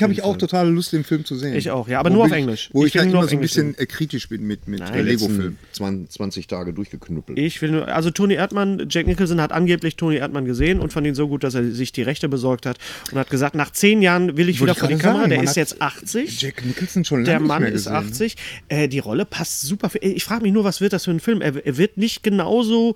[SPEAKER 1] Kommt auf
[SPEAKER 5] habe
[SPEAKER 1] jeden
[SPEAKER 5] ich auch
[SPEAKER 1] Fall.
[SPEAKER 5] totale Lust, den Film zu sehen.
[SPEAKER 1] Ich auch, ja, aber
[SPEAKER 5] Wo
[SPEAKER 1] nur auf
[SPEAKER 5] bin ich-
[SPEAKER 1] Englisch.
[SPEAKER 5] Wo
[SPEAKER 1] Ich
[SPEAKER 5] ich,
[SPEAKER 1] will
[SPEAKER 5] halt
[SPEAKER 1] nur
[SPEAKER 5] immer
[SPEAKER 1] auf
[SPEAKER 5] so ein
[SPEAKER 1] Englisch
[SPEAKER 5] bisschen
[SPEAKER 1] sehen.
[SPEAKER 5] äh, kritisch bin mit, mit
[SPEAKER 1] Nein.
[SPEAKER 5] äh, Lego-Filmen.
[SPEAKER 3] Film 20 Tage durchgeknüppelt.
[SPEAKER 1] Ich will nur, also Tony Erdmann, Jack Nicholson hat angeblich Tony Erdmann gesehen und fand ihn so gut, dass er sich die Rechte besorgt hat und hat gesagt, nach zehn Jahren will ich wieder
[SPEAKER 5] Wollte ich
[SPEAKER 1] vor die
[SPEAKER 5] gerade sagen,
[SPEAKER 1] Kamera. Der
[SPEAKER 5] man
[SPEAKER 1] ist
[SPEAKER 5] hat
[SPEAKER 1] jetzt 80.
[SPEAKER 5] Jack Nicholson schon lange
[SPEAKER 1] der Mann
[SPEAKER 5] nicht mehr
[SPEAKER 1] ist
[SPEAKER 5] gesehen.
[SPEAKER 1] 80. Äh, die Rolle passt super. Ich frage mich nur, was wird das für ein Film? Er, er wird nicht genauso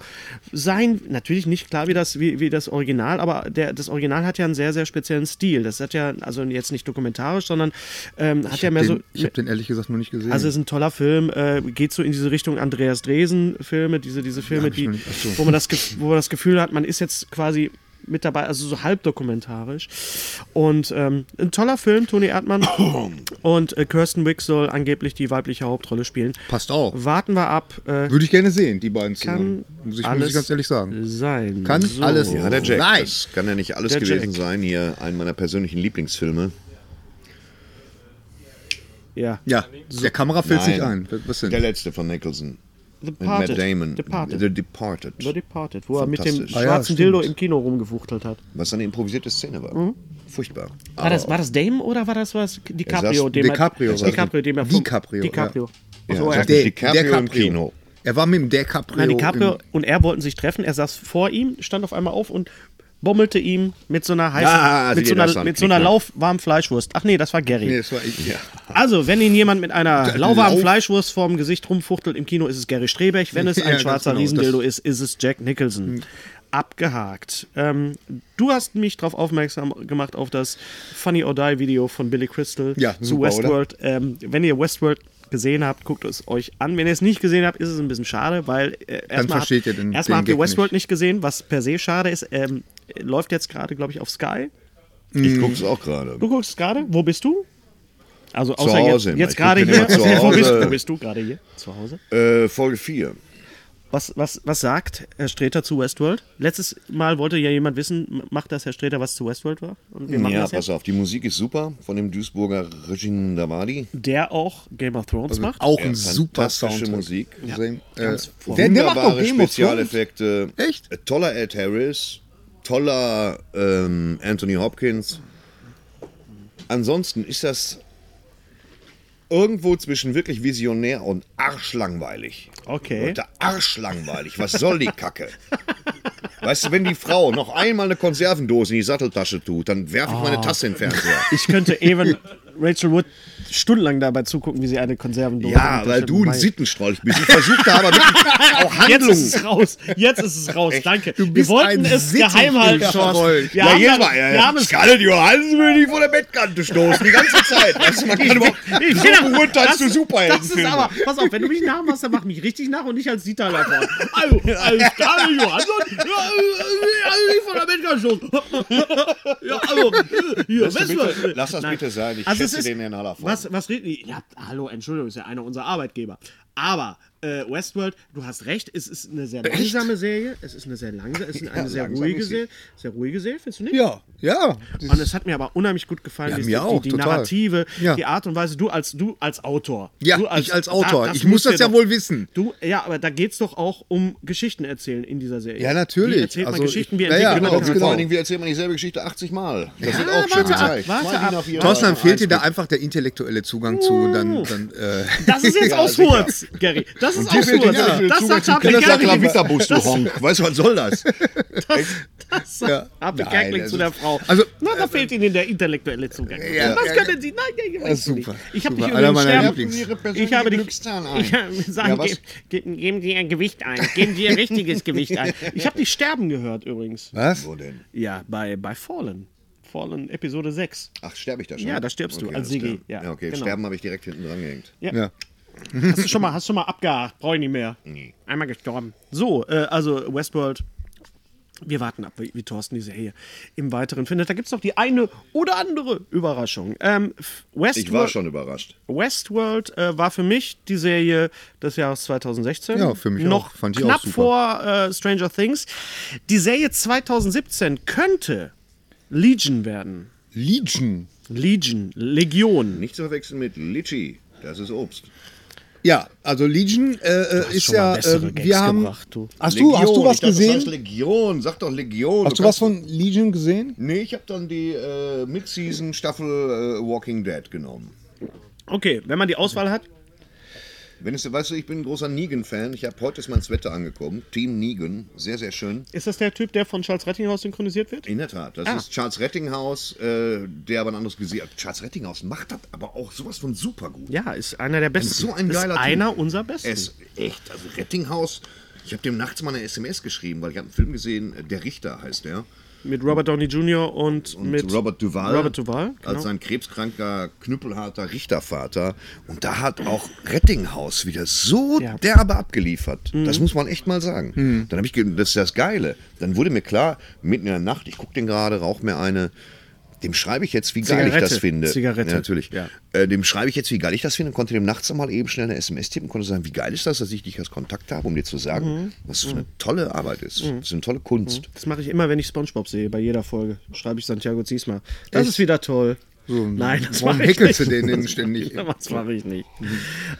[SPEAKER 1] sein. Natürlich nicht klar wie das, wie, wie das Original, aber der, das Original hat ja einen sehr, sehr speziellen Stil. Das hat ja, also jetzt nicht dokumentarisch, sondern ähm, hat ja mehr
[SPEAKER 5] den,
[SPEAKER 1] so.
[SPEAKER 5] ich habe den ehrlich gesagt noch nicht gesehen.
[SPEAKER 1] Also ist ein toller Film, äh, geht so in diese Richtung Andreas Dresen Filme, diese, diese Filme, die, wo, man das, Ge- wo man das Gefühl hat, man ist jetzt quasi mit dabei, also so halbdokumentarisch. Und ähm, ein toller Film, Toni
[SPEAKER 5] <coughs>
[SPEAKER 1] Erdmann. Und äh, Kirsten Wick soll angeblich die weibliche Hauptrolle spielen.
[SPEAKER 5] Passt auch.
[SPEAKER 1] Warten wir ab. Äh,
[SPEAKER 5] Würde ich gerne sehen, die beiden zusammen.
[SPEAKER 1] kann
[SPEAKER 5] Muss ich,
[SPEAKER 1] alles
[SPEAKER 5] muss ich ganz ehrlich sagen.
[SPEAKER 1] sein.
[SPEAKER 5] Kann
[SPEAKER 1] so.
[SPEAKER 5] alles
[SPEAKER 3] Ja, der Jack.
[SPEAKER 5] Nein.
[SPEAKER 3] Das kann ja nicht alles
[SPEAKER 1] Der
[SPEAKER 3] gewesen
[SPEAKER 1] Jack.
[SPEAKER 3] sein. Hier einen meiner persönlichen Lieblingsfilme.
[SPEAKER 1] Ja.
[SPEAKER 5] Ja, der Kamera fällt sich
[SPEAKER 3] Nein.
[SPEAKER 5] ein. Was denn?
[SPEAKER 3] Der letzte von Nicholson.
[SPEAKER 1] The
[SPEAKER 3] Mit Matt Damon.
[SPEAKER 1] Departed.
[SPEAKER 3] The Departed.
[SPEAKER 1] The Departed, wo er mit dem
[SPEAKER 3] Fantastisch. Ah
[SPEAKER 5] ja,
[SPEAKER 1] schwarzen
[SPEAKER 5] stimmt.
[SPEAKER 1] Dildo im Kino rumgefuchtelt hat.
[SPEAKER 3] Was eine improvisierte Szene war.
[SPEAKER 5] Mhm.
[SPEAKER 3] Furchtbar.
[SPEAKER 1] War das, war das Damon oder war das was?
[SPEAKER 3] Er
[SPEAKER 1] DiCaprio,
[SPEAKER 3] saß-
[SPEAKER 1] dem er-
[SPEAKER 5] DiCaprio, was?
[SPEAKER 1] DiCaprio, dem er vom-
[SPEAKER 5] DiCaprio, ja.
[SPEAKER 1] DiCaprio.
[SPEAKER 3] ja,
[SPEAKER 1] So, er-
[SPEAKER 3] sagt
[SPEAKER 5] äh, Der-
[SPEAKER 3] DiCaprio
[SPEAKER 5] der
[SPEAKER 3] im
[SPEAKER 5] Caprio.
[SPEAKER 3] Kino.
[SPEAKER 5] Er war mit dem DiCaprio.
[SPEAKER 1] Nein, DiCaprio
[SPEAKER 5] im-
[SPEAKER 1] und er wollten sich treffen. Er saß vor ihm, stand auf einmal auf und bommelte ihm mit so einer heißen,
[SPEAKER 3] Ah,
[SPEAKER 1] mit,
[SPEAKER 3] sieh
[SPEAKER 1] so
[SPEAKER 3] dir das
[SPEAKER 1] einer,
[SPEAKER 3] an,
[SPEAKER 1] mit so einer
[SPEAKER 3] Knicknack.
[SPEAKER 1] lauwarmen Fleischwurst. Ach nee, das war Gary.
[SPEAKER 5] Nee, das war ich. Ja.
[SPEAKER 1] Also, wenn Ihnen jemand mit einer lauwarmen
[SPEAKER 5] Lauf-
[SPEAKER 1] Fleischwurst vorm Gesicht rumfuchtelt im Kino, ist es Gary Strebech.
[SPEAKER 5] <laughs>
[SPEAKER 1] Wenn es
[SPEAKER 5] Ja,
[SPEAKER 1] ein
[SPEAKER 5] ganz
[SPEAKER 1] schwarzer
[SPEAKER 5] genau, Hm.
[SPEAKER 1] Riesendildo ist, ist es Jack Nicholson. Abgehakt. Ähm, du hast mich darauf aufmerksam gemacht auf das Funny or Die Video von Billy Crystal
[SPEAKER 5] Ja,
[SPEAKER 1] zu
[SPEAKER 5] super, oder?
[SPEAKER 1] Westworld. Ähm, wenn ihr Westworld gesehen habt, guckt es euch an. Wenn ihr es nicht gesehen habt, ist es ein bisschen schade, weil äh, erstmal habt,
[SPEAKER 5] versteht ihr den-
[SPEAKER 1] erstmal
[SPEAKER 5] den
[SPEAKER 1] habt ihr
[SPEAKER 5] Gag
[SPEAKER 1] Westworld nicht. gesehen, was per se schade ist. Ähm, läuft jetzt gerade, glaube ich, auf Sky.
[SPEAKER 5] Mhm.
[SPEAKER 3] Ich guck's auch gerade.
[SPEAKER 1] Du guckst gerade, wo bist du? Also außer
[SPEAKER 3] Hause
[SPEAKER 1] jetzt,
[SPEAKER 3] immer.
[SPEAKER 1] jetzt
[SPEAKER 3] Ich
[SPEAKER 1] gerade
[SPEAKER 3] bin
[SPEAKER 1] hier.
[SPEAKER 3] immer zu
[SPEAKER 1] <laughs> Wo bist,
[SPEAKER 3] Hause.
[SPEAKER 1] wo bist du gerade hier? Zu Hause.
[SPEAKER 3] Äh, Folge 4.
[SPEAKER 1] Was, was, was sagt Herr Streter zu Westworld? Letztes Mal wollte ja jemand wissen, m- macht das Herr Streter, was zu Westworld war? Und wir machen
[SPEAKER 3] Ja,
[SPEAKER 1] das jetzt.
[SPEAKER 3] pass auf. Die Musik ist super von dem Duisburger Regine Davadi.
[SPEAKER 1] Der auch Game of Thrones macht.
[SPEAKER 5] Auch ein
[SPEAKER 3] Ja,
[SPEAKER 5] super
[SPEAKER 3] fantastische
[SPEAKER 5] Sound.
[SPEAKER 3] Musik.
[SPEAKER 5] Same, äh,
[SPEAKER 1] ganz vor-
[SPEAKER 5] der, der macht auch ne?
[SPEAKER 3] Wunderbare
[SPEAKER 5] Game of Thrones.
[SPEAKER 3] Spezialeffekte.
[SPEAKER 5] Echt?
[SPEAKER 3] Äh, Toller Ed Harris. Toller ähm, Anthony Hopkins. Ansonsten ist das irgendwo zwischen wirklich visionär und arschlangweilig.
[SPEAKER 1] Okay.
[SPEAKER 3] Leute, arschlangweilig. Was soll die Kacke? Weißt du, wenn die Frau noch einmal eine Konservendose in die Satteltasche tut, dann werfe ich meine Tasse in den Fernseher.
[SPEAKER 1] Ah. Ich könnte eben Rachel Wood stundenlang dabei zugucken, wie sie eine Konservendose
[SPEAKER 3] Ja,
[SPEAKER 1] mit der
[SPEAKER 3] weil du ein
[SPEAKER 1] Scheibe-
[SPEAKER 3] Sittenstrolch bist. Ich versuchte
[SPEAKER 1] <laughs>
[SPEAKER 3] aber wirklich auch
[SPEAKER 1] Jetzt
[SPEAKER 3] Handlungen.
[SPEAKER 1] ist es raus. Jetzt ist es raus. Danke. wir
[SPEAKER 5] bist
[SPEAKER 1] wollten
[SPEAKER 5] ein
[SPEAKER 1] es
[SPEAKER 5] Sittenfisch,
[SPEAKER 1] geheim halten,
[SPEAKER 5] Herr
[SPEAKER 1] Schorst.
[SPEAKER 5] Roll.
[SPEAKER 1] Wir,
[SPEAKER 3] ja,
[SPEAKER 1] haben
[SPEAKER 3] jedes
[SPEAKER 1] dann-
[SPEAKER 3] Mal.
[SPEAKER 1] <laughs>
[SPEAKER 3] Ja,
[SPEAKER 1] wir
[SPEAKER 3] ja.
[SPEAKER 1] haben es
[SPEAKER 3] Scarlett Johansen will die von der Bettkante stoßen, die ganze
[SPEAKER 1] <laughs>
[SPEAKER 3] Zeit. Weißt du, man kann überhaupt
[SPEAKER 1] Ich
[SPEAKER 3] so beurteilst du
[SPEAKER 1] Das ist
[SPEAKER 3] Superheldenfilme.
[SPEAKER 1] aber, pass auf, wenn du mich nachmachst, dann mach mich richtig nach und nicht als Dieter davon.
[SPEAKER 3] <laughs>
[SPEAKER 1] Also, als Karl Johansson, ja, äh, also nicht von der Menschheitsstoß. Ja, also, äh, hier,
[SPEAKER 3] Lass das
[SPEAKER 1] wissen wir-
[SPEAKER 3] bitte- lass das
[SPEAKER 1] Nein. Also,
[SPEAKER 3] bitte sein, ich
[SPEAKER 1] es
[SPEAKER 3] schätze den Herrn Haller vor.
[SPEAKER 1] Was, was reden die? Ja, hallo, Entschuldigung, ist ja einer unserer Arbeitgeber. Aber äh, Westworld, du hast recht, es ist eine sehr langsame Serie, es ist eine sehr langsame, es ist eine sehr
[SPEAKER 3] langsam
[SPEAKER 1] ruhige
[SPEAKER 3] ist sie.
[SPEAKER 1] Serie, sehr ruhige Serie, findest du nicht?
[SPEAKER 5] Ja, ja.
[SPEAKER 1] Und es hat mir aber unheimlich gut gefallen,
[SPEAKER 5] Ja,
[SPEAKER 1] die,
[SPEAKER 5] mir auch,
[SPEAKER 1] die, die
[SPEAKER 5] total.
[SPEAKER 1] Narrative,
[SPEAKER 5] Ja.
[SPEAKER 1] die Art und Weise, du als du als Autor.
[SPEAKER 5] Ja,
[SPEAKER 1] du
[SPEAKER 5] ich als Autor. Ich muss
[SPEAKER 1] musst
[SPEAKER 5] das
[SPEAKER 1] dir
[SPEAKER 5] ja
[SPEAKER 1] doch-
[SPEAKER 5] wohl wissen.
[SPEAKER 1] Du, ja, aber da geht's doch auch um Geschichten erzählen in dieser Serie.
[SPEAKER 5] Ja, natürlich.
[SPEAKER 1] Wie erzählt
[SPEAKER 5] Also
[SPEAKER 1] man
[SPEAKER 5] ich-
[SPEAKER 1] Geschichten, wie
[SPEAKER 5] Ja, ja,
[SPEAKER 1] entwickelt man
[SPEAKER 3] Genau,
[SPEAKER 5] Ganz genau.
[SPEAKER 3] Vor allen Dingen, wir erzählen mal dieselbe Geschichte 80 Mal. Das wird auch schön
[SPEAKER 1] warte ab,
[SPEAKER 3] gezeigt.
[SPEAKER 1] warte
[SPEAKER 3] Martin
[SPEAKER 1] ab.
[SPEAKER 3] auf jeden
[SPEAKER 5] Thorsten, dann
[SPEAKER 3] Fall.
[SPEAKER 5] fehlt dir da einfach der intellektuelle Zugang zu. Dann, dann, äh,
[SPEAKER 1] Uh. Das ist
[SPEAKER 5] <laughs>
[SPEAKER 1] jetzt
[SPEAKER 3] Ja,
[SPEAKER 1] aus
[SPEAKER 3] sicher.
[SPEAKER 1] Furz, Gary. Das ist aus
[SPEAKER 3] Fehlt dir
[SPEAKER 1] Furz.
[SPEAKER 3] der
[SPEAKER 1] Das
[SPEAKER 3] Zugang
[SPEAKER 1] sagt
[SPEAKER 3] zum
[SPEAKER 1] Habeck Kerkeling.
[SPEAKER 3] Kinderslawitterbus, du Honk. Weißt du, was soll das?
[SPEAKER 1] Das
[SPEAKER 5] Ja.
[SPEAKER 1] sagt Habeck
[SPEAKER 5] Nein,
[SPEAKER 1] Kerkeling
[SPEAKER 5] also-
[SPEAKER 1] zu der Frau.
[SPEAKER 5] also-
[SPEAKER 1] Na, da fehlt Ihnen der intellektuelle Zugang.
[SPEAKER 5] Ja,
[SPEAKER 1] das
[SPEAKER 5] ja,
[SPEAKER 1] können Sie. Nein, nein, nein.
[SPEAKER 5] super,
[SPEAKER 1] Ich habe
[SPEAKER 5] super.
[SPEAKER 1] dich
[SPEAKER 5] Einer
[SPEAKER 1] übrigens
[SPEAKER 5] meiner
[SPEAKER 1] sterben.
[SPEAKER 5] Lieblings-
[SPEAKER 1] Ich habe dich.
[SPEAKER 3] Glückszahlen
[SPEAKER 1] Ich habe sagen,
[SPEAKER 3] Ja, was?
[SPEAKER 1] ge, ge, geben Sie ein Gewicht ein. Geben Sie Ihr richtiges Gewicht ein. Ich habe dich sterben gehört übrigens.
[SPEAKER 5] was?
[SPEAKER 3] Wo denn?
[SPEAKER 1] Ja, bei, bei Fallen. Fallen Episode 6.
[SPEAKER 3] Ach, sterbe ich da schon?
[SPEAKER 1] Ja, da stirbst du, als
[SPEAKER 3] alles klar.
[SPEAKER 1] Sigi. Ja,
[SPEAKER 3] Ja, okay,
[SPEAKER 1] genau.
[SPEAKER 3] sterben habe ich direkt hinten dran gehängt.
[SPEAKER 5] Ja.
[SPEAKER 1] Hast du schon mal, hast du schon mal abgehakt? Brauche ich nicht mehr. Einmal gestorben. So, äh, also Westworld. Wir warten ab, wie, wie Thorsten die Serie im Weiteren findet. Da gibt es noch die eine oder andere Überraschung. Ähm, F-
[SPEAKER 3] Ich war
[SPEAKER 1] Westworld,
[SPEAKER 3] schon überrascht.
[SPEAKER 1] Westworld äh, war für mich die Serie des Jahres 2016.
[SPEAKER 5] Ja, für mich
[SPEAKER 1] noch
[SPEAKER 5] auch. Fand ich
[SPEAKER 1] knapp
[SPEAKER 5] auch super.
[SPEAKER 1] vor äh, Stranger Things. Die Serie 2017 könnte Legion werden.
[SPEAKER 5] Legion.
[SPEAKER 1] Legion, Legion.
[SPEAKER 3] Nicht zu verwechseln mit Litchi. Das ist Obst.
[SPEAKER 5] Ja, also Legion äh, äh, ist
[SPEAKER 1] schon mal
[SPEAKER 5] ja.
[SPEAKER 1] bessere
[SPEAKER 5] Äh,
[SPEAKER 1] Gags
[SPEAKER 5] wir haben.
[SPEAKER 1] gebracht, du.
[SPEAKER 5] Hast, du, hast du was
[SPEAKER 3] ich dachte, Das heißt
[SPEAKER 5] gesehen?
[SPEAKER 3] Legion. Sag doch Legion.
[SPEAKER 5] Hast du was
[SPEAKER 3] kannst-
[SPEAKER 5] von Legion gesehen?
[SPEAKER 3] Nee, ich habe dann die äh, Mid-Season-Staffel äh, Walking Dead genommen.
[SPEAKER 1] Okay, wenn man die Auswahl hat,
[SPEAKER 3] Wenn es, weißt du, ich bin ein großer Negan-Fan. Ich habe heute ist mein Wetter angekommen. Team Negan. Sehr, sehr schön.
[SPEAKER 1] ist das der Typ, der von Charles Rettinghaus synchronisiert wird?
[SPEAKER 3] In der Tat. Das
[SPEAKER 1] Ah.
[SPEAKER 3] ist Charles Rettinghaus, äh, der aber ein anderes Gesicht hat. Charles Rettinghaus macht das aber auch sowas von super gut.
[SPEAKER 1] Ja, ist einer der besten.
[SPEAKER 3] So ein geiler
[SPEAKER 1] ist
[SPEAKER 3] Typ.
[SPEAKER 1] einer unserer besten.
[SPEAKER 3] Es echt, also Rettinghaus Ich habe dem nachts mal eine SMS geschrieben, weil ich habe einen Film gesehen, äh, Der Richter heißt der.
[SPEAKER 1] Mit Robert Downey Jr. und,
[SPEAKER 3] Und
[SPEAKER 1] mit
[SPEAKER 3] Robert Duval,
[SPEAKER 1] Robert Duvall, genau.
[SPEAKER 3] als sein krebskranker, knüppelharter Richtervater. Und da hat auch Rettinghaus wieder so
[SPEAKER 1] Ja. Mhm.
[SPEAKER 3] derbe abgeliefert. Das muss man echt mal sagen. Dann habe ich, ge- das ist das Geile. Dann wurde mir klar, mitten in der Nacht, ich gucke den gerade, rauche mir eine. Dem schreibe ich jetzt, wie geil ich das
[SPEAKER 1] Zigarette.
[SPEAKER 3] finde.
[SPEAKER 1] Zigarette.
[SPEAKER 3] Ja, natürlich.
[SPEAKER 1] Ja.
[SPEAKER 3] Äh, dem schreibe ich jetzt, wie geil ich das finde. Und konnte dem nachts mal eben schnell eine SMS tippen. Konnte sagen, wie geil ist das, dass ich dich als Kontakt habe, um dir zu sagen,
[SPEAKER 1] Mhm.
[SPEAKER 3] dass das eine tolle Arbeit ist. Das ist eine tolle Kunst.
[SPEAKER 1] Das mache ich immer, wenn ich Spongebob sehe, bei jeder Folge. Schreibe ich Santiago Ziesma. Das ist wieder toll. Nein, das
[SPEAKER 5] Warum
[SPEAKER 1] mache ich
[SPEAKER 5] häckelst du
[SPEAKER 1] nicht.
[SPEAKER 5] den denn ständig?
[SPEAKER 1] <laughs> Das mache ich nicht.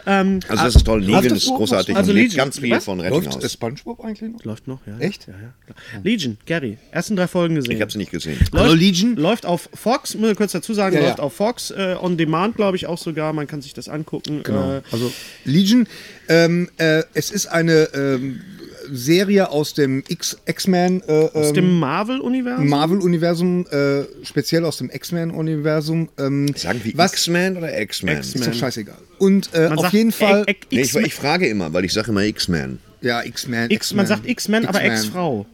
[SPEAKER 3] Also das ist toll. Legion
[SPEAKER 5] das
[SPEAKER 3] ist
[SPEAKER 5] überhaupt
[SPEAKER 3] großartig.
[SPEAKER 1] noch? Also
[SPEAKER 3] und lebt
[SPEAKER 1] Legion-
[SPEAKER 3] ganz viel
[SPEAKER 1] was?
[SPEAKER 3] von
[SPEAKER 5] Läuft äh,
[SPEAKER 3] Rettinghaus.
[SPEAKER 5] Spongebob eigentlich noch?
[SPEAKER 1] Läuft noch, ja.
[SPEAKER 5] Echt?
[SPEAKER 1] Ja, ja, klar. Legion, Gary. Ersten drei Folgen gesehen.
[SPEAKER 3] Ich habe sie nicht gesehen.
[SPEAKER 1] Läuft,
[SPEAKER 5] Hallo, Legion.
[SPEAKER 1] Läuft auf Fox, muss ich kurz dazu sagen,
[SPEAKER 5] Ja, ja.
[SPEAKER 1] läuft auf Fox. Äh, on Demand, glaube ich, auch sogar. Man kann sich das angucken. Äh,
[SPEAKER 5] Also Legion, ähm, äh, es ist eine ähm, Serie aus dem X- X-Men, äh,
[SPEAKER 1] aus
[SPEAKER 5] ähm,
[SPEAKER 1] dem Marvel-Universum.
[SPEAKER 5] Marvel-Universum, äh, speziell aus dem X-Men-Universum. Ähm,
[SPEAKER 3] Sagen wir
[SPEAKER 5] was
[SPEAKER 3] X-Men oder X-Men?
[SPEAKER 5] ist doch scheißegal. Und äh,
[SPEAKER 1] Man
[SPEAKER 5] auf
[SPEAKER 1] sagt
[SPEAKER 5] jeden
[SPEAKER 1] Ex-
[SPEAKER 5] Fall,
[SPEAKER 1] Ex-
[SPEAKER 3] Nee, ich,
[SPEAKER 1] X-Men.
[SPEAKER 3] ich frage immer, weil ich sage immer X-Men.
[SPEAKER 5] ja X-Men.
[SPEAKER 1] X, man sagt X-Men, aber
[SPEAKER 5] X-Men.
[SPEAKER 1] Ex-Frau.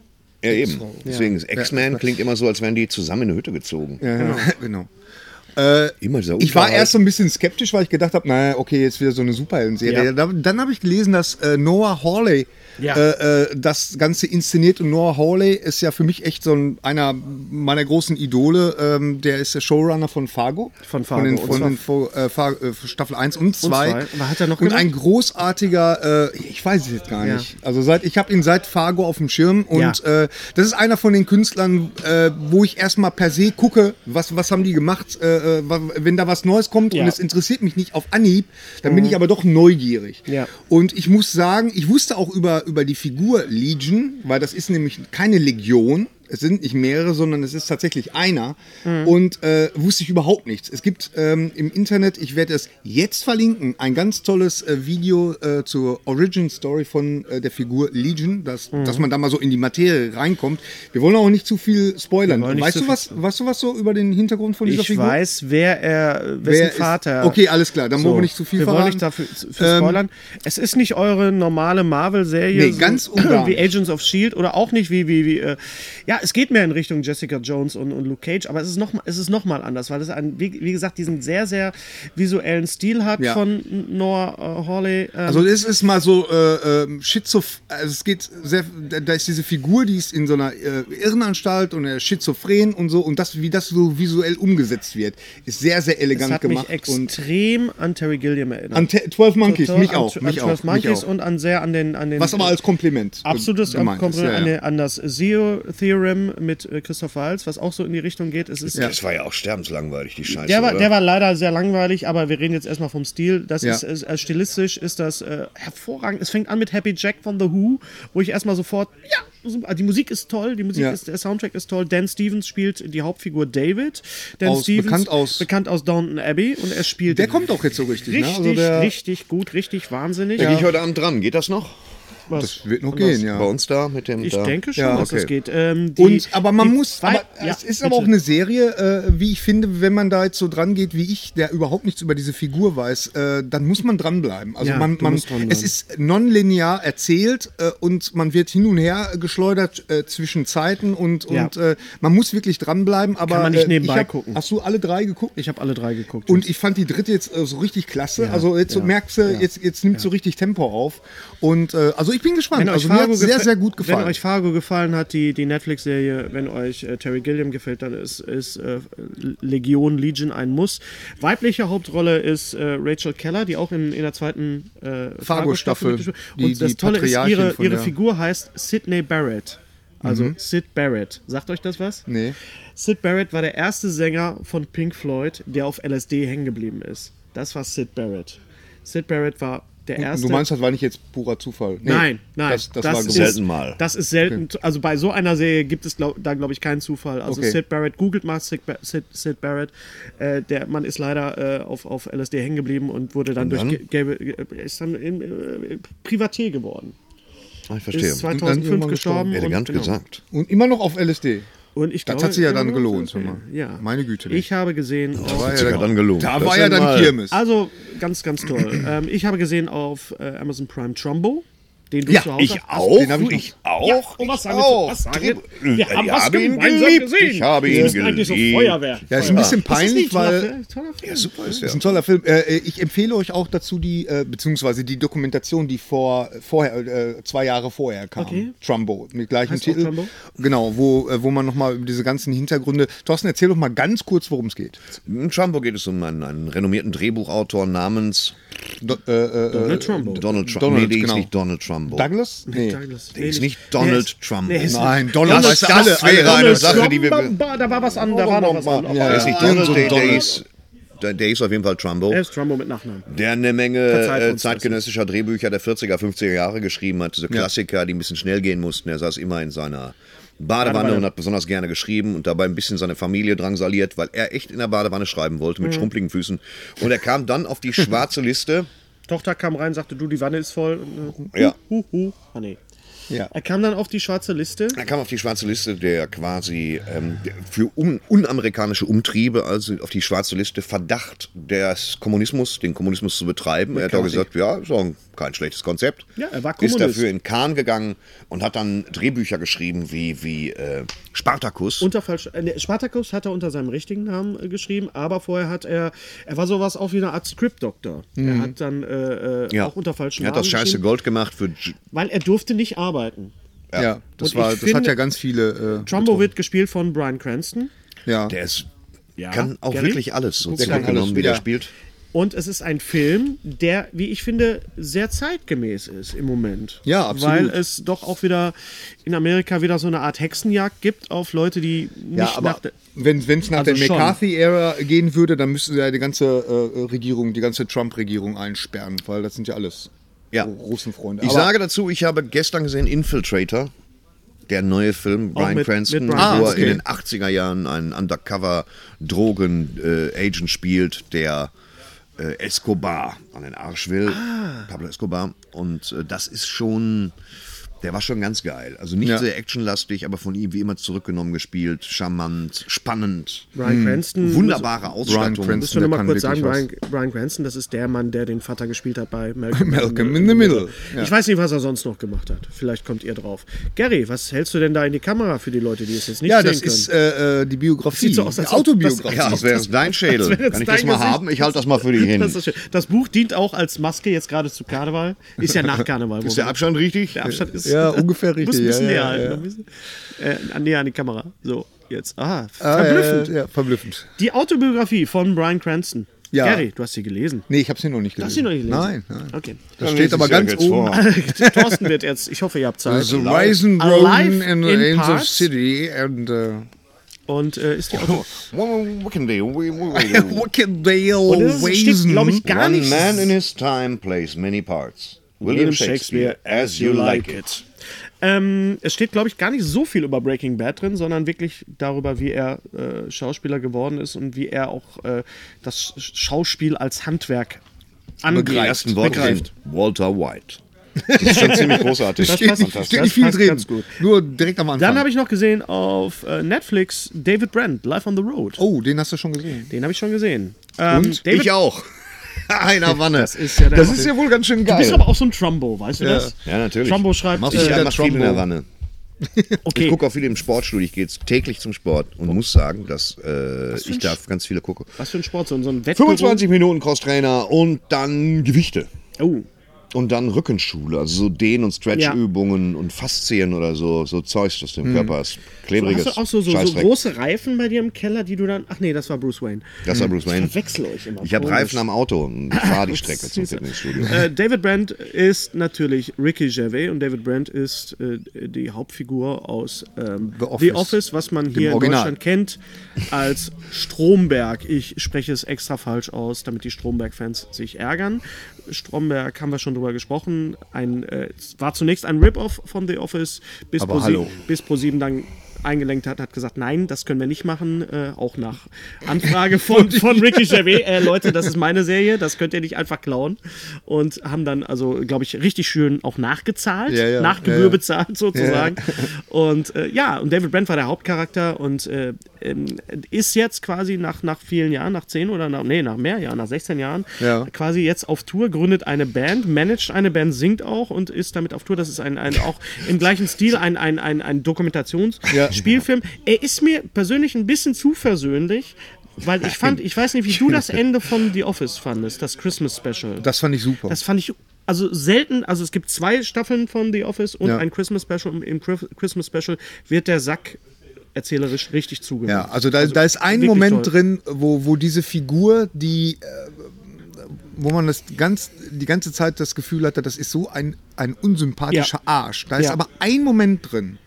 [SPEAKER 3] Ja, eben. Deswegen ist X-Men klingt immer so, als wären die zusammen in eine Hütte gezogen.
[SPEAKER 5] Ja, <laughs> genau. genau.
[SPEAKER 3] Immer dieser
[SPEAKER 5] Ich war
[SPEAKER 3] Unterhalt.
[SPEAKER 5] erst so ein bisschen skeptisch, weil ich gedacht habe, naja, okay, jetzt wieder so eine Superhelden-Serie.
[SPEAKER 1] Ja.
[SPEAKER 5] Da- Dann habe ich gelesen, dass äh, Noah Hawley
[SPEAKER 1] Ja.
[SPEAKER 5] äh, äh, das Ganze inszeniert. Und Noah Hawley ist ja für mich echt so ein, einer meiner großen Idole. Ähm, der ist der Showrunner von Fargo.
[SPEAKER 1] Von Fargo.
[SPEAKER 5] Von, den,
[SPEAKER 1] Und
[SPEAKER 5] von
[SPEAKER 1] zwar-
[SPEAKER 5] den Fo- äh, Far- äh, Staffel 1 und 2.
[SPEAKER 1] zwei. Genau. Was hat er noch
[SPEAKER 5] Und
[SPEAKER 1] gemacht?
[SPEAKER 5] ein
[SPEAKER 4] Ah,
[SPEAKER 5] großartiger, äh, ich weiß es jetzt gar
[SPEAKER 1] Ja.
[SPEAKER 5] nicht. Also seit ich habe ihn seit Fargo auf dem Schirm. Und
[SPEAKER 1] Ja.
[SPEAKER 5] äh, das ist einer von den Künstlern, äh, wo ich erstmal per se gucke, was, was haben die gemacht, äh, äh, wa- wenn da was Neues kommt
[SPEAKER 1] Ja. Mhm.
[SPEAKER 5] und es interessiert mich nicht auf Anhieb, dann bin ich aber doch neugierig.
[SPEAKER 1] Ja.
[SPEAKER 5] Und ich muss sagen, ich wusste auch über, über die Figur Legion, weil das ist nämlich keine Legion. Es sind nicht mehrere, sondern es ist tatsächlich einer. Und äh, wusste ich überhaupt nichts. Es gibt ähm, im Internet, ich werde es jetzt verlinken, ein ganz tolles äh, Video äh, zur Origin Story von äh, der Figur Legion, dass,
[SPEAKER 1] Mhm.
[SPEAKER 5] dass man da mal so in die Materie reinkommt. Wir wollen auch nicht zu viel spoilern.
[SPEAKER 1] Wir wollen nicht
[SPEAKER 5] Weißt
[SPEAKER 1] zu
[SPEAKER 5] du
[SPEAKER 1] viel
[SPEAKER 5] was, weißt du was so über den Hintergrund von dieser
[SPEAKER 1] Ich
[SPEAKER 5] Figur?
[SPEAKER 1] weiß, wer er,
[SPEAKER 5] Wer
[SPEAKER 1] wessen
[SPEAKER 5] ist-
[SPEAKER 1] Vater.
[SPEAKER 5] Okay, alles klar, dann wollen wir nicht zu viel
[SPEAKER 1] wir
[SPEAKER 5] verraten. Ähm,
[SPEAKER 1] wollen nicht dafür für spoilern. es ist nicht eure normale Marvel-Serie.
[SPEAKER 5] Nee,
[SPEAKER 1] <clears throat>
[SPEAKER 5] ganz und gar
[SPEAKER 1] Wie
[SPEAKER 5] nicht.
[SPEAKER 1] Agents of S.H.I.E.L.D. E oder auch nicht wie, wie, wie, äh, ja, es geht mehr in Richtung Jessica Jones und, und Luke Cage, aber es ist nochmal, es ist noch mal anders, weil es ein, wie, wie gesagt, diesen sehr, sehr visuellen Stil hat
[SPEAKER 5] Ja.
[SPEAKER 1] von Noah äh, Hawley. ähm,
[SPEAKER 5] Also es ist mal so äh, ähm, schizof also es geht sehr da da ist diese Figur, die ist in so einer äh, Irrenanstalt und er ist schizophren und so und das wie das so visuell umgesetzt wird, ist sehr sehr
[SPEAKER 1] es
[SPEAKER 5] elegant
[SPEAKER 1] hat mich
[SPEAKER 5] gemacht und
[SPEAKER 1] extrem an Terry Gilliam erinnert.
[SPEAKER 5] an Te- 12 Monkeys,
[SPEAKER 1] Total
[SPEAKER 5] mich
[SPEAKER 1] an-
[SPEAKER 5] auch,
[SPEAKER 1] an
[SPEAKER 5] mich
[SPEAKER 1] 12
[SPEAKER 5] auch, mich
[SPEAKER 1] Monkeys
[SPEAKER 5] auch.
[SPEAKER 1] und an sehr an den an den
[SPEAKER 5] Was aber als Kompliment. äh,
[SPEAKER 1] Absolutes
[SPEAKER 5] gemeint ist,
[SPEAKER 1] Kompliment an,
[SPEAKER 5] ja,
[SPEAKER 1] den-
[SPEAKER 5] ja.
[SPEAKER 1] an das Zero Theorem mit äh, Christoph Walz, was auch so in die Richtung geht. Es ist
[SPEAKER 3] Das war ja auch sterbenslangweilig, die Scheiße.
[SPEAKER 1] der war,
[SPEAKER 3] oder?
[SPEAKER 1] der war leider sehr langweilig, aber wir reden jetzt erstmal vom Stil. Das
[SPEAKER 5] Ja.
[SPEAKER 1] ist, ist äh, stilistisch ist das äh, hervorragend. Es fängt an mit Happy Jack von The Who, wo ich erstmal sofort ja, super, die Musik ist toll, die Musik
[SPEAKER 5] Ja.
[SPEAKER 1] ist der Soundtrack ist toll. Dan Stevens spielt die Hauptfigur David. Dan
[SPEAKER 5] Aus-
[SPEAKER 1] Stevens
[SPEAKER 5] bekannt aus-
[SPEAKER 1] bekannt aus Downton Abbey und er spielt
[SPEAKER 5] Der kommt auch jetzt so richtig,
[SPEAKER 1] richtig,
[SPEAKER 5] ne? Also der,
[SPEAKER 1] richtig gut, richtig wahnsinnig.
[SPEAKER 3] Da gehe ich heute Abend dran. Geht das noch?
[SPEAKER 1] Was?
[SPEAKER 5] das wird noch
[SPEAKER 1] Anders.
[SPEAKER 5] gehen,
[SPEAKER 3] Bei
[SPEAKER 5] ja.
[SPEAKER 3] uns da mit dem.
[SPEAKER 1] Ich
[SPEAKER 3] da?
[SPEAKER 1] denke schon,
[SPEAKER 5] Ja,
[SPEAKER 1] dass das
[SPEAKER 3] okay.
[SPEAKER 1] geht. Ähm, die,
[SPEAKER 5] Und, aber man
[SPEAKER 1] die
[SPEAKER 5] muss,
[SPEAKER 1] zwei-
[SPEAKER 5] aber
[SPEAKER 1] ja,
[SPEAKER 5] es ist
[SPEAKER 1] bitte.
[SPEAKER 5] aber auch eine Serie, äh, wie ich finde, wenn man da jetzt so dran geht wie ich, der überhaupt nichts über diese Figur weiß, äh, dann muss man dranbleiben. Also
[SPEAKER 1] Ja,
[SPEAKER 5] man,
[SPEAKER 1] du
[SPEAKER 5] man
[SPEAKER 1] musst dranbleiben.
[SPEAKER 5] es ist nonlinear erzählt äh, und man wird hin und her geschleudert äh, zwischen Zeiten und,
[SPEAKER 1] Ja.
[SPEAKER 5] und äh, man muss wirklich dranbleiben. Aber
[SPEAKER 1] man nicht
[SPEAKER 5] äh,
[SPEAKER 1] nebenbei
[SPEAKER 5] ich hab,
[SPEAKER 1] gucken.
[SPEAKER 5] Hast du alle drei geguckt?
[SPEAKER 1] Ich habe alle drei geguckt.
[SPEAKER 5] Und ich fand die dritte jetzt äh, so richtig klasse. also jetzt so
[SPEAKER 1] ja,
[SPEAKER 5] merkst du, jetzt, jetzt nimmt so richtig Tempo auf. Und äh, also ich bin gespannt.
[SPEAKER 1] wenn euch
[SPEAKER 5] Also mir
[SPEAKER 1] Fargo
[SPEAKER 5] hat sehr,
[SPEAKER 1] gefä-
[SPEAKER 5] sehr gut
[SPEAKER 1] Wenn
[SPEAKER 5] gefallen.
[SPEAKER 1] euch Fargo gefallen hat, die, die Netflix-Serie, wenn euch äh, Terry Gilliam gefällt, dann ist, ist äh, Legion, Legion ein Muss. Weibliche Hauptrolle ist äh, Rachel Keller, die auch in, in der zweiten äh,
[SPEAKER 5] Fargo-Staffel,
[SPEAKER 1] mitgespielt-
[SPEAKER 5] die-
[SPEAKER 1] Und
[SPEAKER 5] die
[SPEAKER 1] das Tolle ist,
[SPEAKER 5] Patriarchin
[SPEAKER 1] ihre,
[SPEAKER 5] von
[SPEAKER 1] ihre
[SPEAKER 5] der- Mhm.
[SPEAKER 1] Figur heißt Sidney Barrett. Also Sid Barrett. Sagt euch das was?
[SPEAKER 5] Nee.
[SPEAKER 1] Sid Barrett war der erste Sänger von Pink Floyd, der auf LSD hängen geblieben ist. Das war Sid Barrett. Sid Barrett war der erste.
[SPEAKER 5] Du meinst, das war nicht jetzt purer Zufall. Nee,
[SPEAKER 1] nein, nein,
[SPEAKER 5] Das, das, war
[SPEAKER 1] ist,
[SPEAKER 5] gewollt.
[SPEAKER 3] Selten mal.
[SPEAKER 1] Das ist selten. Also bei so einer Serie gibt es glaub, da glaube ich keinen Zufall. Also
[SPEAKER 5] Okay.
[SPEAKER 1] Sid Barrett, googelt mal Sid, Ba- Sid, Sid Barrett. Äh, der Mann ist leider äh, auf, auf LSD hängen geblieben und wurde dann, durch Ge- gelbe, äh, ist dann in, äh, Privatier geworden.
[SPEAKER 3] Ah, ich verstehe.
[SPEAKER 1] Ist 2005 gestorben.
[SPEAKER 5] irgendwann gestorben.
[SPEAKER 1] und-
[SPEAKER 3] Elegant
[SPEAKER 1] genau.
[SPEAKER 3] gesagt.
[SPEAKER 5] Und immer noch auf LSD.
[SPEAKER 1] Und ich
[SPEAKER 5] Das
[SPEAKER 1] glaube,
[SPEAKER 5] hat sich ja dann
[SPEAKER 1] genau,
[SPEAKER 5] gelohnt,
[SPEAKER 1] okay.
[SPEAKER 5] hör mal.
[SPEAKER 1] Ja.
[SPEAKER 5] Meine Güte,
[SPEAKER 1] Ich habe gesehen. auf-
[SPEAKER 3] Hat sich ja dann gelohnt.
[SPEAKER 5] Da
[SPEAKER 3] Das
[SPEAKER 5] war ja dann
[SPEAKER 3] einmal. <clears throat>
[SPEAKER 5] Kirmes.
[SPEAKER 1] Also ganz, ganz toll. ähm, ich habe gesehen auf äh, Amazon Prime Trumbo. den du
[SPEAKER 5] Ja,
[SPEAKER 1] zu Hause
[SPEAKER 3] Ich
[SPEAKER 1] hast?
[SPEAKER 3] auch,
[SPEAKER 5] den hab ich noch.
[SPEAKER 3] ich
[SPEAKER 1] Ja,
[SPEAKER 3] auch,
[SPEAKER 1] und was
[SPEAKER 3] ich
[SPEAKER 1] sagen wir
[SPEAKER 3] auch.
[SPEAKER 1] Was sagen
[SPEAKER 3] Drib-
[SPEAKER 1] wir? Wir haben
[SPEAKER 3] ich
[SPEAKER 1] was
[SPEAKER 3] habe ihn
[SPEAKER 1] gemeinsam
[SPEAKER 3] geliebt,
[SPEAKER 1] gesehen.
[SPEAKER 3] ich habe
[SPEAKER 1] Wir
[SPEAKER 3] ihn
[SPEAKER 1] sind eigentlich so
[SPEAKER 3] geliebt.
[SPEAKER 1] Feuerwehr.
[SPEAKER 5] Ja, ist ein
[SPEAKER 1] Feuerwehr.
[SPEAKER 5] bisschen peinlich,
[SPEAKER 1] das ist nicht ein toller
[SPEAKER 5] weil-
[SPEAKER 1] Film? Toller Film.
[SPEAKER 3] Ja, super ist
[SPEAKER 5] Ist
[SPEAKER 3] der.
[SPEAKER 5] ein toller Film. Äh, ich empfehle euch auch dazu die, äh, beziehungsweise die Dokumentation, die vor, vorher, äh, zwei Jahre vorher kam.
[SPEAKER 3] Äh,
[SPEAKER 1] Okay.
[SPEAKER 5] Trumbo, mit gleichem
[SPEAKER 1] Heißt auch
[SPEAKER 5] Titel.
[SPEAKER 1] Trumbo?
[SPEAKER 5] Genau, wo, äh, wo man nochmal über diese ganzen Hintergründe. Thorsten, erzähl doch mal ganz kurz, worum es geht.
[SPEAKER 3] In Trumbo geht es um einen, einen renommierten Drehbuchautor namens
[SPEAKER 5] Do, äh, äh,
[SPEAKER 1] Donald Trumbo.
[SPEAKER 3] Donald Trump.
[SPEAKER 5] Donald,
[SPEAKER 3] nee, der
[SPEAKER 5] genau.
[SPEAKER 3] ist nicht Donald Trumbo.
[SPEAKER 5] Douglas? Nee.
[SPEAKER 1] Douglas.
[SPEAKER 3] Der ist
[SPEAKER 1] Nee,
[SPEAKER 3] nicht
[SPEAKER 1] der
[SPEAKER 3] Donald
[SPEAKER 1] ist-
[SPEAKER 3] Trump.
[SPEAKER 1] der ist-
[SPEAKER 5] Nein, Donald
[SPEAKER 3] das,
[SPEAKER 5] weißt du
[SPEAKER 3] das
[SPEAKER 5] alle.
[SPEAKER 3] wäre
[SPEAKER 5] alle
[SPEAKER 3] eine
[SPEAKER 5] Donald
[SPEAKER 3] Sache, die wir. Oh,
[SPEAKER 1] Ba- Da war was an, da war noch was an.
[SPEAKER 3] Der ist nicht
[SPEAKER 5] Ja,
[SPEAKER 3] Donald,
[SPEAKER 5] so ein
[SPEAKER 3] der, der,
[SPEAKER 5] Donald.
[SPEAKER 3] ist, der, der ist auf jeden Fall Trumbo.
[SPEAKER 1] Er ist Trumbo mit Nachnamen.
[SPEAKER 3] der eine Menge
[SPEAKER 1] Verzeiht
[SPEAKER 3] äh,
[SPEAKER 1] uns das.
[SPEAKER 3] zeitgenössischer Drehbücher der 40er, 50er Jahre geschrieben hat. Diese Klassiker, die ein bisschen schnell gehen mussten. Er saß immer in seiner Badewanne
[SPEAKER 1] Badewanne.
[SPEAKER 3] und hat besonders gerne geschrieben und dabei ein bisschen seine Familie drangsaliert, weil er echt in der Badewanne schreiben wollte
[SPEAKER 1] Mhm.
[SPEAKER 3] mit schrumpeligen Füßen. Und er kam dann auf die
[SPEAKER 1] <laughs>
[SPEAKER 3] schwarze Liste.
[SPEAKER 1] Tochter kam rein, sagte, du, die Wanne ist voll. Und, äh,
[SPEAKER 3] Ja.
[SPEAKER 1] Hu, hu, hu. Ah, nee.
[SPEAKER 5] Ja.
[SPEAKER 1] Er kam dann auf die schwarze Liste.
[SPEAKER 3] Er kam auf die schwarze Liste der quasi ähm, der- für un unamerikanische Umtriebe, also auf die schwarze Liste Verdacht des Kommunismus, den Kommunismus zu betreiben. Er hat auch gesagt, ja, ist auch kein schlechtes Konzept.
[SPEAKER 1] Ja, er war
[SPEAKER 3] Ist
[SPEAKER 1] Kommunist.
[SPEAKER 3] dafür in Kahn gegangen und hat dann Drehbücher geschrieben wie, wie äh, Spartacus.
[SPEAKER 1] Unter falsch, äh, nee, Spartacus hat er unter seinem richtigen Namen äh, geschrieben, aber vorher hat er, er war sowas auch wie eine Art Script-Doktor. Er hat dann äh, äh,
[SPEAKER 3] Mhm. ja.
[SPEAKER 1] auch unter falschen
[SPEAKER 3] Er
[SPEAKER 1] Namen
[SPEAKER 3] hat das scheiße
[SPEAKER 1] geschrieben,
[SPEAKER 3] Gold gemacht für J-
[SPEAKER 1] weil er durfte nicht arbeiten.
[SPEAKER 5] Ja, das,
[SPEAKER 1] Und
[SPEAKER 5] war,
[SPEAKER 1] ich
[SPEAKER 5] das hat
[SPEAKER 1] finde-
[SPEAKER 5] ja ganz viele. Äh,
[SPEAKER 1] Trumbo wird gespielt von Brian Cranston.
[SPEAKER 5] ja.
[SPEAKER 3] der ist
[SPEAKER 1] Ja,
[SPEAKER 3] kann auch
[SPEAKER 1] Gary?
[SPEAKER 3] wirklich alles so
[SPEAKER 5] Der kann
[SPEAKER 3] zurückgenommen,
[SPEAKER 5] alles,
[SPEAKER 3] wie der
[SPEAKER 5] ja.
[SPEAKER 3] spielt.
[SPEAKER 1] Und es ist ein Film, der, wie ich finde, sehr zeitgemäß ist im Moment.
[SPEAKER 5] Ja, absolut.
[SPEAKER 1] Weil es doch auch wieder in Amerika wieder so eine Art Hexenjagd gibt auf Leute, die nicht
[SPEAKER 5] Ja, aber
[SPEAKER 1] nach der-
[SPEAKER 5] wenn es nach
[SPEAKER 1] Also
[SPEAKER 5] der
[SPEAKER 1] schon.
[SPEAKER 5] McCarthy-Ära gehen würde, dann müssten sie ja die ganze äh, Regierung, die ganze Trump-Regierung einsperren, weil das sind ja alles
[SPEAKER 3] Ja.
[SPEAKER 5] Ru- Russenfreunde.
[SPEAKER 3] Ich
[SPEAKER 5] Aber-
[SPEAKER 3] sage dazu, ich habe gestern gesehen Infiltrator, der neue Film, Brian
[SPEAKER 1] mit-
[SPEAKER 3] Cranston,
[SPEAKER 1] mit Bryan
[SPEAKER 3] wo er
[SPEAKER 5] Cranston.
[SPEAKER 3] in den 80er Jahren einen Undercover-Drogen-Agent spielt, der äh, Escobar an den Arsch will,
[SPEAKER 1] Ah.
[SPEAKER 3] Pablo Escobar. Und äh, das ist schon... Der war schon ganz geil. Also nicht
[SPEAKER 5] Ja.
[SPEAKER 3] sehr actionlastig, aber von ihm wie immer zurückgenommen gespielt, charmant, spannend,
[SPEAKER 1] Brian Cranston.
[SPEAKER 3] wunderbare
[SPEAKER 5] Bryan
[SPEAKER 3] Ausstattung.
[SPEAKER 5] Cranston,
[SPEAKER 1] Müssen
[SPEAKER 5] der
[SPEAKER 1] wir mal
[SPEAKER 5] kann
[SPEAKER 1] kurz sagen,
[SPEAKER 5] wirklich
[SPEAKER 1] Brian,
[SPEAKER 5] was.
[SPEAKER 1] Brian Cranston, das ist der Mann, der den Vater gespielt hat bei Malcolm,
[SPEAKER 5] Malcolm in the Middle. Ja.
[SPEAKER 1] Ich weiß nicht, was er sonst noch gemacht hat. Vielleicht kommt ihr drauf. Gary, was hältst du denn da in die Kamera für die Leute, die es jetzt nicht
[SPEAKER 5] Ja,
[SPEAKER 1] sehen
[SPEAKER 5] das
[SPEAKER 1] können?
[SPEAKER 5] ist
[SPEAKER 1] <laughs>
[SPEAKER 5] äh, äh, die Biografie,
[SPEAKER 1] Sieht so aus, als
[SPEAKER 5] die
[SPEAKER 1] ob
[SPEAKER 5] Autobiografie.
[SPEAKER 3] Ja, das wäre jetzt dein Schädel.
[SPEAKER 1] wär jetzt
[SPEAKER 3] Kann ich
[SPEAKER 1] dein
[SPEAKER 3] das mal
[SPEAKER 1] Gesicht.
[SPEAKER 3] haben? Ich halte das mal für dich
[SPEAKER 1] <laughs>
[SPEAKER 3] hin.
[SPEAKER 1] das, ist schön. das Buch dient auch als Maske jetzt gerade zu Karneval. Ist ja
[SPEAKER 5] <laughs>
[SPEAKER 1] nach Karneval.
[SPEAKER 3] Ist der Abstand richtig?
[SPEAKER 1] Der Abstand <laughs> ist.
[SPEAKER 5] Ja, ungefähr
[SPEAKER 1] Muss ein
[SPEAKER 5] richtig,
[SPEAKER 1] bisschen
[SPEAKER 5] ja,
[SPEAKER 1] näher
[SPEAKER 5] ja,
[SPEAKER 1] halten.
[SPEAKER 5] ja.
[SPEAKER 1] Ein bisschen, äh, näher an die Kamera. So, jetzt. Ah,
[SPEAKER 5] Ah,
[SPEAKER 1] verblüffend.
[SPEAKER 5] Ja, ja, verblüffend.
[SPEAKER 1] Die Autobiografie von Brian Cranston.
[SPEAKER 5] Ja.
[SPEAKER 1] Gary, du hast sie gelesen.
[SPEAKER 5] Nee, ich habe sie noch nicht gelesen.
[SPEAKER 1] Hast du sie noch nicht gelesen?
[SPEAKER 5] Nein, nein.
[SPEAKER 1] Okay.
[SPEAKER 5] Das
[SPEAKER 3] Dann
[SPEAKER 5] steht
[SPEAKER 3] lese
[SPEAKER 5] aber
[SPEAKER 3] ich ja
[SPEAKER 5] ganz
[SPEAKER 3] jetzt
[SPEAKER 5] oben.
[SPEAKER 3] vor.
[SPEAKER 1] Thorsten wird jetzt, ich hoffe, ihr habt Zeit.
[SPEAKER 5] The Rise and
[SPEAKER 1] Alive
[SPEAKER 5] Roden and
[SPEAKER 1] in
[SPEAKER 5] Angels
[SPEAKER 1] Parts.
[SPEAKER 5] City and uh,
[SPEAKER 1] Und äh,
[SPEAKER 3] <laughs>
[SPEAKER 1] ist die Auto.
[SPEAKER 5] <laughs> Wickendale
[SPEAKER 1] Und das ist- steht, glaube ich, gar
[SPEAKER 3] One
[SPEAKER 1] nicht.
[SPEAKER 3] man in his time plays many parts. William Shakespeare, as you like it.
[SPEAKER 1] Ähm, es steht, glaube ich, gar nicht so viel über Breaking Bad drin, sondern wirklich darüber, wie er äh, Schauspieler geworden ist und wie er auch äh, das Sch- Schauspiel als Handwerk
[SPEAKER 3] Die
[SPEAKER 1] angreift.
[SPEAKER 3] ersten Worte
[SPEAKER 1] begreift.
[SPEAKER 3] sind Walter White. Das ist schon ziemlich großartig.
[SPEAKER 1] Das
[SPEAKER 5] Steht
[SPEAKER 1] passt-
[SPEAKER 5] nicht, steht
[SPEAKER 1] das
[SPEAKER 5] nicht viel
[SPEAKER 1] passt
[SPEAKER 5] drin.
[SPEAKER 1] ganz gut.
[SPEAKER 5] Nur direkt am Anfang.
[SPEAKER 1] Dann habe ich noch gesehen auf äh, Netflix David Brent, Live on the Road.
[SPEAKER 5] oh, den hast du schon gesehen.
[SPEAKER 1] Den habe ich schon gesehen. Ähm, David,
[SPEAKER 3] ich auch. <laughs> Einer Wanne. Das
[SPEAKER 1] ist ja der
[SPEAKER 3] das
[SPEAKER 1] Wahnsinn.
[SPEAKER 3] ist ja wohl ganz
[SPEAKER 1] Du
[SPEAKER 3] schön
[SPEAKER 1] bist
[SPEAKER 3] geil.
[SPEAKER 1] aber auch so ein Trumbo, weißt du das?
[SPEAKER 3] Ja, natürlich.
[SPEAKER 1] Trumbo schreibt,
[SPEAKER 3] Mach
[SPEAKER 1] äh,
[SPEAKER 3] ich ja
[SPEAKER 5] der
[SPEAKER 3] mach viel in
[SPEAKER 5] Trumbo.
[SPEAKER 3] der Wanne. Ich
[SPEAKER 1] Okay,
[SPEAKER 3] gucke auch viel im Sportstudio. Ich gehe jetzt täglich zum Sport und muss sagen, dass äh, ich da ganz viele gucke.
[SPEAKER 1] was für ein Sport, so ein, so ein Wettbewerb.
[SPEAKER 3] 25 Minuten Crosstrainer und dann Gewichte.
[SPEAKER 1] Oh,
[SPEAKER 3] Und dann Rückenschule, also so Dehn- und Stretchübungen und Faszien oder so, so Zeugs, das dem Körper ist. Klebriges.
[SPEAKER 1] hast du auch Hm. so, so, so
[SPEAKER 3] Scheißdreck.
[SPEAKER 1] große Reifen bei dir im Keller, die du dann... Ach nee, das war Bruce Wayne.
[SPEAKER 3] Das war Bruce Wayne.
[SPEAKER 1] Ich verwechsel euch immer.
[SPEAKER 3] Hm.
[SPEAKER 1] Oh,
[SPEAKER 3] Ich habe
[SPEAKER 1] Komisch.
[SPEAKER 3] Reifen am Auto und
[SPEAKER 1] <laughs>
[SPEAKER 3] fahre die Strecke zum Fitnessstudio.
[SPEAKER 1] Äh, David Brent ist natürlich Ricky Gervais und David Brent ist äh, die Hauptfigur aus ähm, The,
[SPEAKER 5] The
[SPEAKER 1] Office.
[SPEAKER 5] Office.
[SPEAKER 1] was man hier in
[SPEAKER 5] Original.
[SPEAKER 1] Deutschland kennt als Stromberg. Ich spreche es extra falsch aus, damit die Stromberg-Fans sich ärgern. Stromberg haben wir schon drüber gesprochen. Ein, äh, es war zunächst ein Rip-Off von The Office, bis
[SPEAKER 5] Aber
[SPEAKER 1] ProSieben
[SPEAKER 5] hallo.
[SPEAKER 1] bis Pro dann eingelenkt hat, hat gesagt, nein, das können wir nicht machen, äh, auch nach
[SPEAKER 5] <laughs>
[SPEAKER 1] Anfrage von, von Ricky Gervais, äh, Leute, das ist meine Serie, das könnt ihr nicht einfach klauen und haben dann also, glaube ich, richtig schön auch nachgezahlt,
[SPEAKER 5] Ja, ja,
[SPEAKER 1] nach Gebühr <laughs>
[SPEAKER 5] ja, ja.
[SPEAKER 1] bezahlt sozusagen und äh, ja, und David Brent war der Hauptcharakter und äh, ähm, ist jetzt quasi nach, nach vielen Jahren, nach 10 oder nach, nee, nach mehr Jahren, nach 16 Jahren,
[SPEAKER 5] Ja.
[SPEAKER 1] quasi jetzt auf Tour, gründet eine Band, managt eine Band, singt auch und ist damit auf Tour. Das ist ein, ein auch im gleichen Stil ein, ein, ein, ein Dokumentationsspielfilm. Er ist mir persönlich ein bisschen zu versöhnlich. Weil ich fand, ich weiß nicht, wie du
[SPEAKER 5] <laughs>
[SPEAKER 1] das Ende von The Office fandest, das Christmas Special.
[SPEAKER 5] Das fand ich super.
[SPEAKER 1] Das fand ich also selten, also es gibt zwei Staffeln von The Office und
[SPEAKER 5] Ja.
[SPEAKER 1] ein Christmas Special. Und Im Chris- Christmas Special wird der Sack erzählerisch richtig zugemacht.
[SPEAKER 5] ja, also da, da ist ein
[SPEAKER 1] wirklich toll.
[SPEAKER 5] Moment drin, wo, wo diese Figur, die, äh, wo man das ganz, die ganze Zeit das Gefühl hatte, das ist so ein, ein unsympathischer
[SPEAKER 1] Ja.
[SPEAKER 5] Arsch. Da ist
[SPEAKER 1] Ja.
[SPEAKER 5] aber ein Moment drin,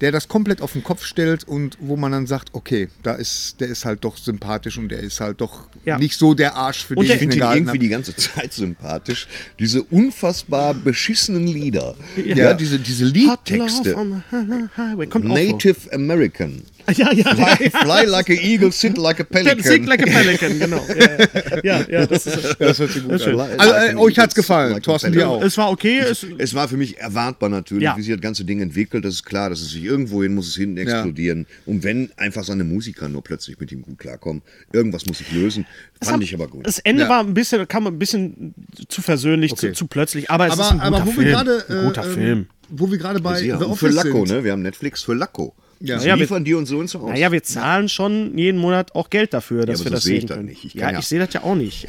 [SPEAKER 5] der das komplett auf den Kopf stellt und wo man dann sagt, okay, da ist, der ist halt doch sympathisch und der ist halt doch
[SPEAKER 1] Ja.
[SPEAKER 5] nicht so der Arsch, für
[SPEAKER 1] Und
[SPEAKER 5] den
[SPEAKER 1] der-
[SPEAKER 3] Ich
[SPEAKER 5] ich ne? ihn
[SPEAKER 3] finde ihn
[SPEAKER 5] gehalten
[SPEAKER 3] irgendwie
[SPEAKER 5] habe.
[SPEAKER 3] die ganze Zeit sympathisch. Diese unfassbar beschissenen Lieder. Ja, diese, diese
[SPEAKER 1] Hot Love
[SPEAKER 3] Liedtexte.
[SPEAKER 1] on the Highway. Kommt auch
[SPEAKER 3] Native American.
[SPEAKER 1] vor. Ja, ja, ja. <laughs>
[SPEAKER 3] Fly, fly like an eagle, sit like a
[SPEAKER 1] Pelican. Sing like
[SPEAKER 3] pelican.
[SPEAKER 1] a Pelican, genau. Ja, ja, ja, ja das ist
[SPEAKER 5] Das hört sich gut
[SPEAKER 1] Das ist schön.
[SPEAKER 5] an. Also, äh, euch hat's gefallen, Thorsten, dir auch.
[SPEAKER 1] Es war okay, es,
[SPEAKER 3] Es war für mich erwartbar natürlich,
[SPEAKER 1] Ja.
[SPEAKER 3] wie sich das ganze Ding entwickelt. Das ist klar, dass es sich irgendwo hin muss, es hinten explodieren. Und wenn einfach seine Musiker nur plötzlich mit ihm gut klarkommen, irgendwas muss ich lösen. Fand ich aber gut.
[SPEAKER 1] das Ende
[SPEAKER 5] Ja.
[SPEAKER 1] war ein bisschen, kam ein bisschen zu versöhnlich, zu, zu plötzlich, aber es ist ein guter
[SPEAKER 5] Aber, aber wo
[SPEAKER 1] Film.
[SPEAKER 5] wir gerade,
[SPEAKER 1] ein guter
[SPEAKER 5] äh,
[SPEAKER 1] Film.
[SPEAKER 5] ähm, wo wir gerade bei
[SPEAKER 3] Sehr.
[SPEAKER 5] The
[SPEAKER 3] Und für
[SPEAKER 5] Office
[SPEAKER 3] Lacko,
[SPEAKER 5] sind,
[SPEAKER 3] ne? Wir haben Netflix für Lacko.
[SPEAKER 5] Ja.
[SPEAKER 3] Das
[SPEAKER 1] Ja, wir-
[SPEAKER 3] liefern die uns so und so aus.
[SPEAKER 1] Naja, wir zahlen schon jeden Monat auch Geld dafür, dass
[SPEAKER 3] aber
[SPEAKER 1] wir
[SPEAKER 3] so
[SPEAKER 1] das
[SPEAKER 3] sehe ich
[SPEAKER 1] sehen
[SPEAKER 3] das
[SPEAKER 1] können.
[SPEAKER 3] nicht. Ich
[SPEAKER 1] ja,
[SPEAKER 3] kann ja-
[SPEAKER 1] ich sehe das ja auch nicht.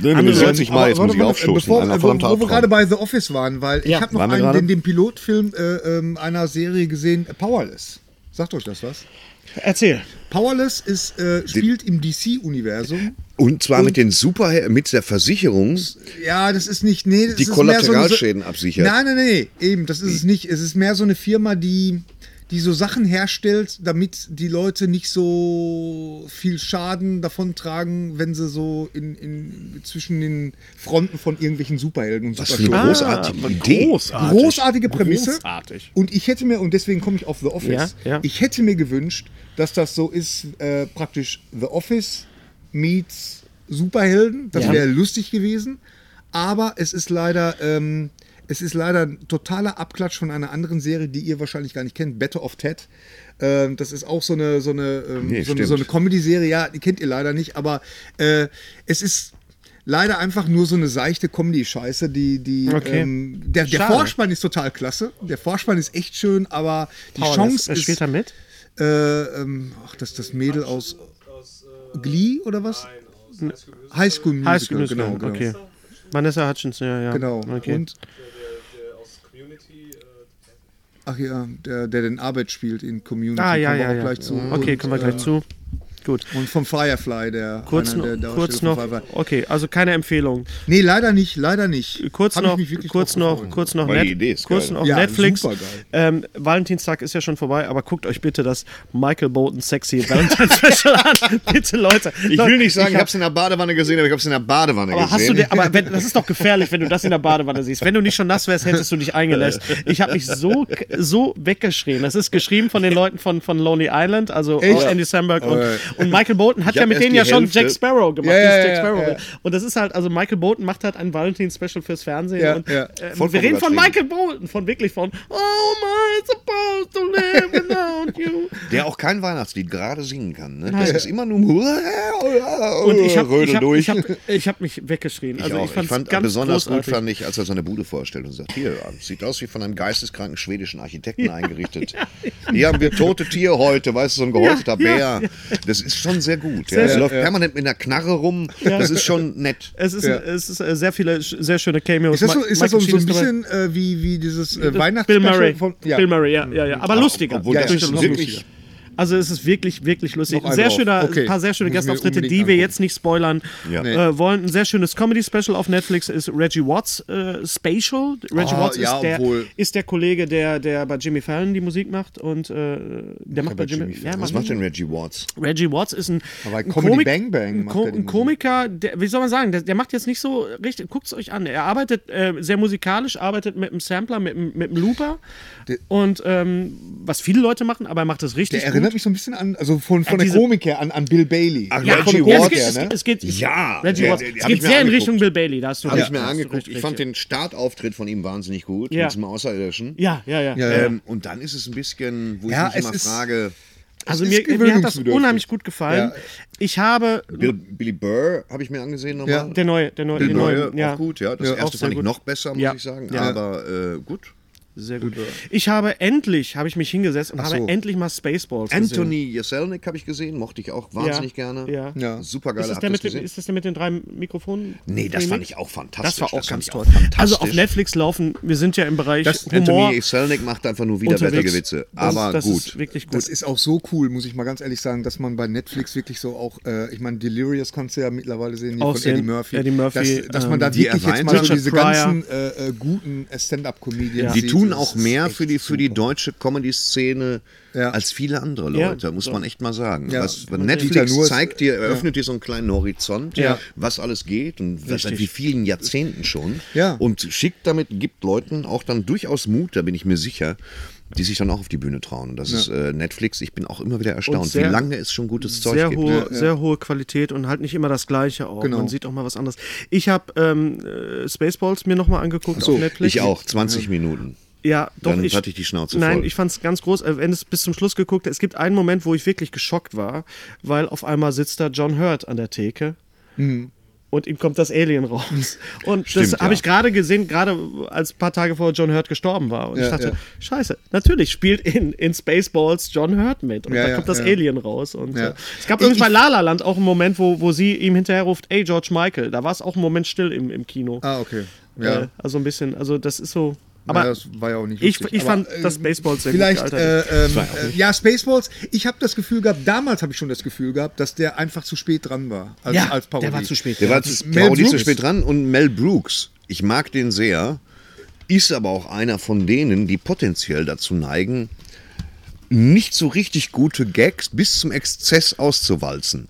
[SPEAKER 3] Nehmen
[SPEAKER 1] Andere Leute-
[SPEAKER 3] 70 Mal, jetzt
[SPEAKER 5] Äh, Aber
[SPEAKER 3] muss ich
[SPEAKER 5] warte mal,
[SPEAKER 3] aufstoßen.
[SPEAKER 5] Bevor,
[SPEAKER 3] Einer
[SPEAKER 5] äh,
[SPEAKER 3] verdammt
[SPEAKER 5] wo, wo wir
[SPEAKER 3] Albtraum.
[SPEAKER 5] gerade bei The Office waren, weil
[SPEAKER 1] Ja.
[SPEAKER 5] ich habe noch
[SPEAKER 3] Waren wir
[SPEAKER 5] einen,
[SPEAKER 3] gerade?
[SPEAKER 5] den, den Pilotfilm äh, ähm, einer Serie gesehen, äh, Powerless. Sagt euch das was?
[SPEAKER 1] Erzähl.
[SPEAKER 5] Powerless ist, äh, spielt im DC-Universum.
[SPEAKER 3] Und zwar mit den Super mit der Versicherung.
[SPEAKER 5] Ja, das ist nicht. Nee, das
[SPEAKER 3] Die
[SPEAKER 5] ist mehr
[SPEAKER 3] Kollateralschäden
[SPEAKER 5] so eine,
[SPEAKER 3] absichert.
[SPEAKER 5] Nein, nein, nein, nee, eben, das ist es nicht. Es ist mehr so eine Firma, die, die so Sachen herstellt, damit die Leute nicht so viel Schaden davontragen, wenn sie so in, in, zwischen den Fronten von irgendwelchen Superhelden und
[SPEAKER 3] Was für eine
[SPEAKER 5] Superschurken-
[SPEAKER 3] großartige Idee.
[SPEAKER 1] Ah, Großartig.
[SPEAKER 5] Großartige Prämisse.
[SPEAKER 1] Großartig.
[SPEAKER 5] Und ich hätte mir, und deswegen komme ich auf The Office,
[SPEAKER 1] Ja, ja.
[SPEAKER 5] ich hätte mir gewünscht, dass das so ist, äh, praktisch The Office meets Superhelden. Das
[SPEAKER 1] Ja.
[SPEAKER 5] wäre lustig gewesen. Aber es ist leider, ähm, es ist leider ein totaler Abklatsch von einer anderen Serie, die ihr wahrscheinlich gar nicht kennt, Better of Ted. Ähm, das ist auch so eine, so eine, ähm,
[SPEAKER 3] Nee,
[SPEAKER 5] so eine, so eine
[SPEAKER 3] stimmt.
[SPEAKER 5] Comedy-Serie, ja, die kennt ihr leider nicht, aber äh, es ist leider einfach nur so eine seichte Comedy-Scheiße, die, die
[SPEAKER 1] Okay.
[SPEAKER 5] ähm, der, der
[SPEAKER 1] Schade.
[SPEAKER 5] Vorspann ist total klasse. Der Vorspann ist echt schön, aber die
[SPEAKER 1] Powerless.
[SPEAKER 5] Chance
[SPEAKER 1] Äh,
[SPEAKER 5] ist.
[SPEAKER 1] Spielt er mit?
[SPEAKER 5] Äh, ähm, ach, das ist das Mädel aus Glee oder was? High School Musical.
[SPEAKER 1] High School Musical,
[SPEAKER 5] genau, genau.
[SPEAKER 1] okay. Vanessa Hutchinson, ja, ja.
[SPEAKER 5] Genau.
[SPEAKER 1] Okay.
[SPEAKER 5] Und Ach ja, der, der den Arbeit spielt in Community.
[SPEAKER 1] ah, ja,
[SPEAKER 5] kommen wir
[SPEAKER 1] ja,
[SPEAKER 5] auch
[SPEAKER 1] ja.
[SPEAKER 5] gleich zu.
[SPEAKER 1] Okay,
[SPEAKER 5] Und,
[SPEAKER 1] kommen wir
[SPEAKER 5] äh,
[SPEAKER 1] gleich zu. Gut.
[SPEAKER 5] Und vom Firefly, der
[SPEAKER 1] Kurz,
[SPEAKER 5] einer der
[SPEAKER 1] noch,
[SPEAKER 5] Darsteller
[SPEAKER 1] kurz
[SPEAKER 5] von
[SPEAKER 1] noch,
[SPEAKER 5] Firefly.
[SPEAKER 1] okay, also keine Empfehlung.
[SPEAKER 5] Nee, leider nicht, leider nicht.
[SPEAKER 1] Kurz
[SPEAKER 5] Hab ich
[SPEAKER 1] noch,
[SPEAKER 5] mich wirklich
[SPEAKER 1] kurz
[SPEAKER 5] drauf
[SPEAKER 1] noch,
[SPEAKER 5] gefreut.
[SPEAKER 1] kurz noch,
[SPEAKER 3] Weil die
[SPEAKER 1] Net,
[SPEAKER 3] Idee ist
[SPEAKER 1] kurz
[SPEAKER 3] geil.
[SPEAKER 1] noch
[SPEAKER 5] Ja,
[SPEAKER 1] Netflix.
[SPEAKER 5] supergeil.
[SPEAKER 1] Ähm, Valentinstag ist ja schon vorbei, aber guckt euch bitte das Michael Bolton sexy Valentine Special an. <laughs> Bitte Leute.
[SPEAKER 3] Ich
[SPEAKER 1] Leute,
[SPEAKER 3] will nicht sagen, ich
[SPEAKER 1] hab-
[SPEAKER 3] habe es in der Badewanne gesehen, aber ich habe es in der Badewanne
[SPEAKER 1] Aber
[SPEAKER 3] gesehen.
[SPEAKER 1] hast du dir, aber wenn, das ist doch gefährlich, wenn du das in der Badewanne siehst. Wenn du nicht schon nass wärst, hättest du dich eingelässt. Ich habe mich so, so weggeschrien. Das ist geschrieben von den Leuten von, von Lonely Island, also
[SPEAKER 5] Echt?
[SPEAKER 1] Andy Samberg und,
[SPEAKER 5] Äh.
[SPEAKER 1] und Michael Bolton hat
[SPEAKER 3] Ich
[SPEAKER 1] ja
[SPEAKER 3] hab
[SPEAKER 1] mit
[SPEAKER 3] erst
[SPEAKER 1] denen
[SPEAKER 3] die
[SPEAKER 1] ja schon
[SPEAKER 3] Hälfte.
[SPEAKER 1] Jack Sparrow gemacht.
[SPEAKER 5] Ja, ja,
[SPEAKER 1] dieses Jack
[SPEAKER 5] ja,
[SPEAKER 1] Sparrow.
[SPEAKER 5] ja.
[SPEAKER 1] Und das ist halt, also Michael Bolton macht halt ein Valentins-Special fürs Fernsehen.
[SPEAKER 5] Ja,
[SPEAKER 1] und,
[SPEAKER 5] ja.
[SPEAKER 1] Äh,
[SPEAKER 3] Vollkommen
[SPEAKER 1] wir reden von Michael
[SPEAKER 3] übertrieben.
[SPEAKER 1] Bolton, von wirklich von Oh my supposed to live without you.
[SPEAKER 3] der auch kein Weihnachtslied gerade singen kann. Ne? Das ist immer nur <laughs> und
[SPEAKER 1] Und ich habe ich
[SPEAKER 3] Oh, Rödel
[SPEAKER 1] hab,
[SPEAKER 3] durch.
[SPEAKER 1] ich hab, ich hab mich weggeschrien.
[SPEAKER 3] Ich
[SPEAKER 1] also
[SPEAKER 3] auch.
[SPEAKER 1] ich, fand's
[SPEAKER 3] fand
[SPEAKER 1] ganz
[SPEAKER 3] besonders
[SPEAKER 1] großartig.
[SPEAKER 3] gut fand ich, als er seine Bude vorstellt und sagt, hier, sieht aus wie von einem geisteskranken
[SPEAKER 1] <laughs>
[SPEAKER 3] schwedischen Architekten eingerichtet. Hier haben wir tote Tiere heute, weißt du, so ein gehäuteter
[SPEAKER 1] Ja,
[SPEAKER 3] Bär.
[SPEAKER 1] ja,
[SPEAKER 3] Das ist schon sehr gut.
[SPEAKER 1] Sehr
[SPEAKER 3] ja. Er
[SPEAKER 1] schön.
[SPEAKER 3] läuft permanent mit einer Knarre rum. Das ist schon nett.
[SPEAKER 1] Es ist,
[SPEAKER 5] Ja.
[SPEAKER 1] es ist äh, sehr viele, sch- sehr schöne Cameos.
[SPEAKER 5] Ist das so, ist das so,
[SPEAKER 1] Michael
[SPEAKER 5] so
[SPEAKER 1] Sheen
[SPEAKER 5] ein
[SPEAKER 1] dabei.
[SPEAKER 5] bisschen äh, wie, wie dieses äh, Weihnachts
[SPEAKER 1] Bill Murray.
[SPEAKER 5] von ja.
[SPEAKER 1] Bill Murray, ja, ja, ja. Aber lustiger.
[SPEAKER 3] Obwohl
[SPEAKER 5] Ja,
[SPEAKER 3] das
[SPEAKER 5] ja,
[SPEAKER 3] ist
[SPEAKER 5] noch
[SPEAKER 3] wirklich
[SPEAKER 5] lustiger.
[SPEAKER 1] Also es ist wirklich, wirklich lustig. Ein
[SPEAKER 5] Noch einen
[SPEAKER 1] sehr
[SPEAKER 5] drauf.
[SPEAKER 1] schöner,
[SPEAKER 5] Okay.
[SPEAKER 1] ein paar sehr schöne
[SPEAKER 5] Muss ich mir
[SPEAKER 1] Gastauftritte, die
[SPEAKER 5] unbedingt
[SPEAKER 1] wir
[SPEAKER 5] angucken.
[SPEAKER 1] jetzt nicht spoilern
[SPEAKER 3] Ja.
[SPEAKER 1] äh, wollen. Ein sehr schönes Comedy-Special auf Netflix ist Reggie Watts äh, Spatial. Reggie
[SPEAKER 5] Ah,
[SPEAKER 1] Watts
[SPEAKER 5] ja,
[SPEAKER 1] ist, der,
[SPEAKER 5] obwohl-
[SPEAKER 1] ist der Kollege, der, der bei Jimmy Fallon die Musik macht und äh, der macht bei Jimmy, ja,
[SPEAKER 3] Was macht denn Reggie Watts?
[SPEAKER 1] Reggie Watts ist ein,
[SPEAKER 5] Aber bei
[SPEAKER 1] ein
[SPEAKER 5] Comedy Bang Bang
[SPEAKER 1] ein,
[SPEAKER 5] macht
[SPEAKER 1] Ko
[SPEAKER 5] er die
[SPEAKER 1] ein
[SPEAKER 5] Musik.
[SPEAKER 1] Komiker, der, wie soll man sagen, der, der macht jetzt nicht so richtig, guckt's euch an. Er arbeitet äh, sehr musikalisch, arbeitet mit einem Sampler, mit einem, mit einem Looper und ähm, was viele Leute machen, aber er macht das richtig
[SPEAKER 5] Der erinnert
[SPEAKER 1] gut.
[SPEAKER 5] mich so ein bisschen an, also von, von der
[SPEAKER 1] diese- Also
[SPEAKER 5] Komik her, an, an Bill Bailey.
[SPEAKER 3] Ach,
[SPEAKER 5] ja,
[SPEAKER 3] Reggie
[SPEAKER 5] von der
[SPEAKER 1] ja, es
[SPEAKER 5] Komik
[SPEAKER 1] geht,
[SPEAKER 3] Watts,
[SPEAKER 5] her,
[SPEAKER 1] es,
[SPEAKER 5] ne?
[SPEAKER 1] es geht, es,
[SPEAKER 3] Ja,
[SPEAKER 1] Reggie
[SPEAKER 3] der-
[SPEAKER 1] Watts.
[SPEAKER 3] der-
[SPEAKER 1] Es
[SPEAKER 3] hab
[SPEAKER 1] geht
[SPEAKER 3] ich mir
[SPEAKER 1] sehr in
[SPEAKER 3] angeguckt.
[SPEAKER 1] Richtung Bill Bailey, da hast du
[SPEAKER 3] Habe
[SPEAKER 1] recht,
[SPEAKER 3] ich mir
[SPEAKER 1] da hast du
[SPEAKER 3] angeguckt.
[SPEAKER 1] recht,
[SPEAKER 3] Ich fand
[SPEAKER 1] recht,
[SPEAKER 3] den Startauftritt von ihm wahnsinnig gut
[SPEAKER 1] Ja.
[SPEAKER 3] mit diesem Außerirdischen.
[SPEAKER 1] ja. Ähm, Ja, ja, ja.
[SPEAKER 5] Ja, ja.
[SPEAKER 3] Ähm, und dann ist es ein bisschen, wo ich
[SPEAKER 5] Ja,
[SPEAKER 3] mich
[SPEAKER 5] es
[SPEAKER 3] immer
[SPEAKER 5] ist-
[SPEAKER 3] frage,
[SPEAKER 1] Also mir,
[SPEAKER 5] ist
[SPEAKER 1] mir hat das
[SPEAKER 5] gewöhnungsbedürftig.
[SPEAKER 1] unheimlich gut gefallen.
[SPEAKER 5] Ja.
[SPEAKER 1] Ich habe
[SPEAKER 3] Bill, Billy Burr habe ich mir angesehen nochmal.
[SPEAKER 5] Ja.
[SPEAKER 1] der neue, der neue,
[SPEAKER 3] Bill
[SPEAKER 1] den
[SPEAKER 3] Burr,
[SPEAKER 1] neuen, ja,
[SPEAKER 3] auch gut, Genau. ja. Das
[SPEAKER 5] Ja, auch
[SPEAKER 3] erste
[SPEAKER 1] sehr
[SPEAKER 3] fand ich
[SPEAKER 1] gut.
[SPEAKER 3] noch besser, muss
[SPEAKER 1] Ja.
[SPEAKER 3] ich sagen.
[SPEAKER 1] Ja.
[SPEAKER 3] Aber äh, gut.
[SPEAKER 1] sehr gut. Ich habe endlich, habe ich mich hingesetzt und
[SPEAKER 5] Ach
[SPEAKER 1] habe
[SPEAKER 5] so.
[SPEAKER 1] endlich mal Spaceballs gesehen.
[SPEAKER 3] Anthony Jeselnik habe ich gesehen, mochte ich auch wahnsinnig gerne.
[SPEAKER 1] Ja.
[SPEAKER 5] Ja.
[SPEAKER 3] Super geil.
[SPEAKER 1] Ist das, der mit, dem- ist das der mit den drei Mikrofonen?
[SPEAKER 3] nee, das
[SPEAKER 1] Remake?
[SPEAKER 3] fand ich auch fantastisch.
[SPEAKER 1] Das war auch
[SPEAKER 3] fand
[SPEAKER 1] ganz
[SPEAKER 3] ich
[SPEAKER 1] toll.
[SPEAKER 3] fantastisch.
[SPEAKER 1] Also auf Netflix laufen, wir sind ja im Bereich
[SPEAKER 3] Das
[SPEAKER 1] Humor
[SPEAKER 3] Anthony Jeselnik macht einfach nur widerwärtige
[SPEAKER 1] unterwegs.
[SPEAKER 3] Witze.
[SPEAKER 1] Das-
[SPEAKER 3] Aber
[SPEAKER 1] das
[SPEAKER 3] gut.
[SPEAKER 1] Ist wirklich gut.
[SPEAKER 5] Das ist auch so cool, muss ich mal ganz ehrlich sagen, dass man bei Netflix wirklich so auch, äh, ich meine, Delirious kannst du ja mittlerweile sehen, hier
[SPEAKER 1] Auch
[SPEAKER 5] von
[SPEAKER 1] sehen,
[SPEAKER 5] Eddie Murphy.
[SPEAKER 1] Eddie Murphy,
[SPEAKER 5] dass, dass man da
[SPEAKER 1] ähm,
[SPEAKER 3] die
[SPEAKER 5] wirklich jetzt
[SPEAKER 3] erweitert-
[SPEAKER 5] mal so
[SPEAKER 1] Richard
[SPEAKER 5] diese
[SPEAKER 1] Pryor.
[SPEAKER 5] ganzen äh, äh, guten äh, Stand-Up-Comedians
[SPEAKER 3] Die
[SPEAKER 5] sieht.
[SPEAKER 3] tun
[SPEAKER 5] Das
[SPEAKER 3] auch
[SPEAKER 5] ist
[SPEAKER 3] mehr
[SPEAKER 5] echt
[SPEAKER 3] für die, für die deutsche Comedy-Szene
[SPEAKER 5] Ja.
[SPEAKER 3] als viele andere
[SPEAKER 1] Ja,
[SPEAKER 3] Leute, muss
[SPEAKER 1] so.
[SPEAKER 3] man echt mal sagen.
[SPEAKER 5] Ja,
[SPEAKER 3] was,
[SPEAKER 5] kann man Dieter
[SPEAKER 3] Netflix
[SPEAKER 5] Nuhr ist-
[SPEAKER 3] zeigt dir, eröffnet dir so einen kleinen Horizont,
[SPEAKER 1] Ja.
[SPEAKER 3] was alles geht und was, seit wie vielen Jahrzehnten schon.
[SPEAKER 5] Ja.
[SPEAKER 3] Und schickt damit, gibt Leuten auch dann durchaus Mut, da bin ich mir sicher, die sich dann auch auf die Bühne trauen. Und das ist äh, Netflix, ich bin auch immer wieder erstaunt,
[SPEAKER 1] Und sehr-
[SPEAKER 3] wie lange es schon gutes Zeug
[SPEAKER 1] sehr
[SPEAKER 3] gibt. ne?
[SPEAKER 1] hohe, sehr hohe Qualität und halt nicht immer das Gleiche auch.
[SPEAKER 5] Genau.
[SPEAKER 1] Man sieht auch mal was anderes. Ich habe ähm, äh, Spaceballs mir nochmal angeguckt auf Netflix.
[SPEAKER 3] Ich auch, 20 Minuten.
[SPEAKER 1] Ja, doch.
[SPEAKER 3] Dann
[SPEAKER 1] ich,
[SPEAKER 3] hatte ich die Schnauze
[SPEAKER 1] Nein,
[SPEAKER 3] voll.
[SPEAKER 1] ich fand es ganz groß. Äh, Wenn es bis zum Schluss geguckt, es gibt einen Moment, wo ich wirklich geschockt war, weil auf einmal sitzt da John Hurt an der Theke.
[SPEAKER 5] Mhm.
[SPEAKER 1] Und ihm kommt das Alien
[SPEAKER 3] <laughs>
[SPEAKER 1] raus. Und
[SPEAKER 3] Stimmt,
[SPEAKER 1] das habe
[SPEAKER 3] ja.
[SPEAKER 1] ich gerade gesehen, gerade als ein paar Tage vor John Hurt gestorben war. Und
[SPEAKER 5] Ja,
[SPEAKER 1] ich dachte,
[SPEAKER 5] ja.
[SPEAKER 1] scheiße, natürlich spielt in, in Spaceballs John Hurt mit. Und
[SPEAKER 5] Ja,
[SPEAKER 1] da
[SPEAKER 5] ja,
[SPEAKER 1] kommt das
[SPEAKER 5] ja.
[SPEAKER 1] Alien raus. Und
[SPEAKER 5] Ja.
[SPEAKER 1] äh, es gab
[SPEAKER 5] Ich-
[SPEAKER 1] übrigens bei
[SPEAKER 5] ich-
[SPEAKER 1] La La Land auch einen Moment, wo, wo sie ihm hinterher ruft, ey George Michael. Da war es auch ein Moment still im, im Kino.
[SPEAKER 5] Ah, okay. Ja.
[SPEAKER 1] Äh, also ein bisschen, also das ist so.
[SPEAKER 5] Aber
[SPEAKER 1] Aber
[SPEAKER 5] das war ja auch nicht
[SPEAKER 1] ich-
[SPEAKER 5] lustig.
[SPEAKER 1] ich
[SPEAKER 5] aber, äh, ähm,
[SPEAKER 1] fand das Spaceballs sehr gut
[SPEAKER 5] vielleicht,
[SPEAKER 1] gealtert.
[SPEAKER 5] äh, ähm, äh, Ja, Spaceballs, ich habe das Gefühl gehabt, damals habe ich schon das Gefühl gehabt, dass der einfach zu spät dran war. Als,
[SPEAKER 1] Ja,
[SPEAKER 5] als
[SPEAKER 1] der
[SPEAKER 5] Parodie.
[SPEAKER 1] war zu spät
[SPEAKER 3] Der war zu,
[SPEAKER 5] Mel
[SPEAKER 3] Parodie zu
[SPEAKER 5] Brooks.
[SPEAKER 3] spät dran und Mel Brooks, ich mag den sehr, ist aber auch einer von denen, die potenziell dazu neigen, nicht so richtig gute Gags bis zum Exzess auszuwalzen.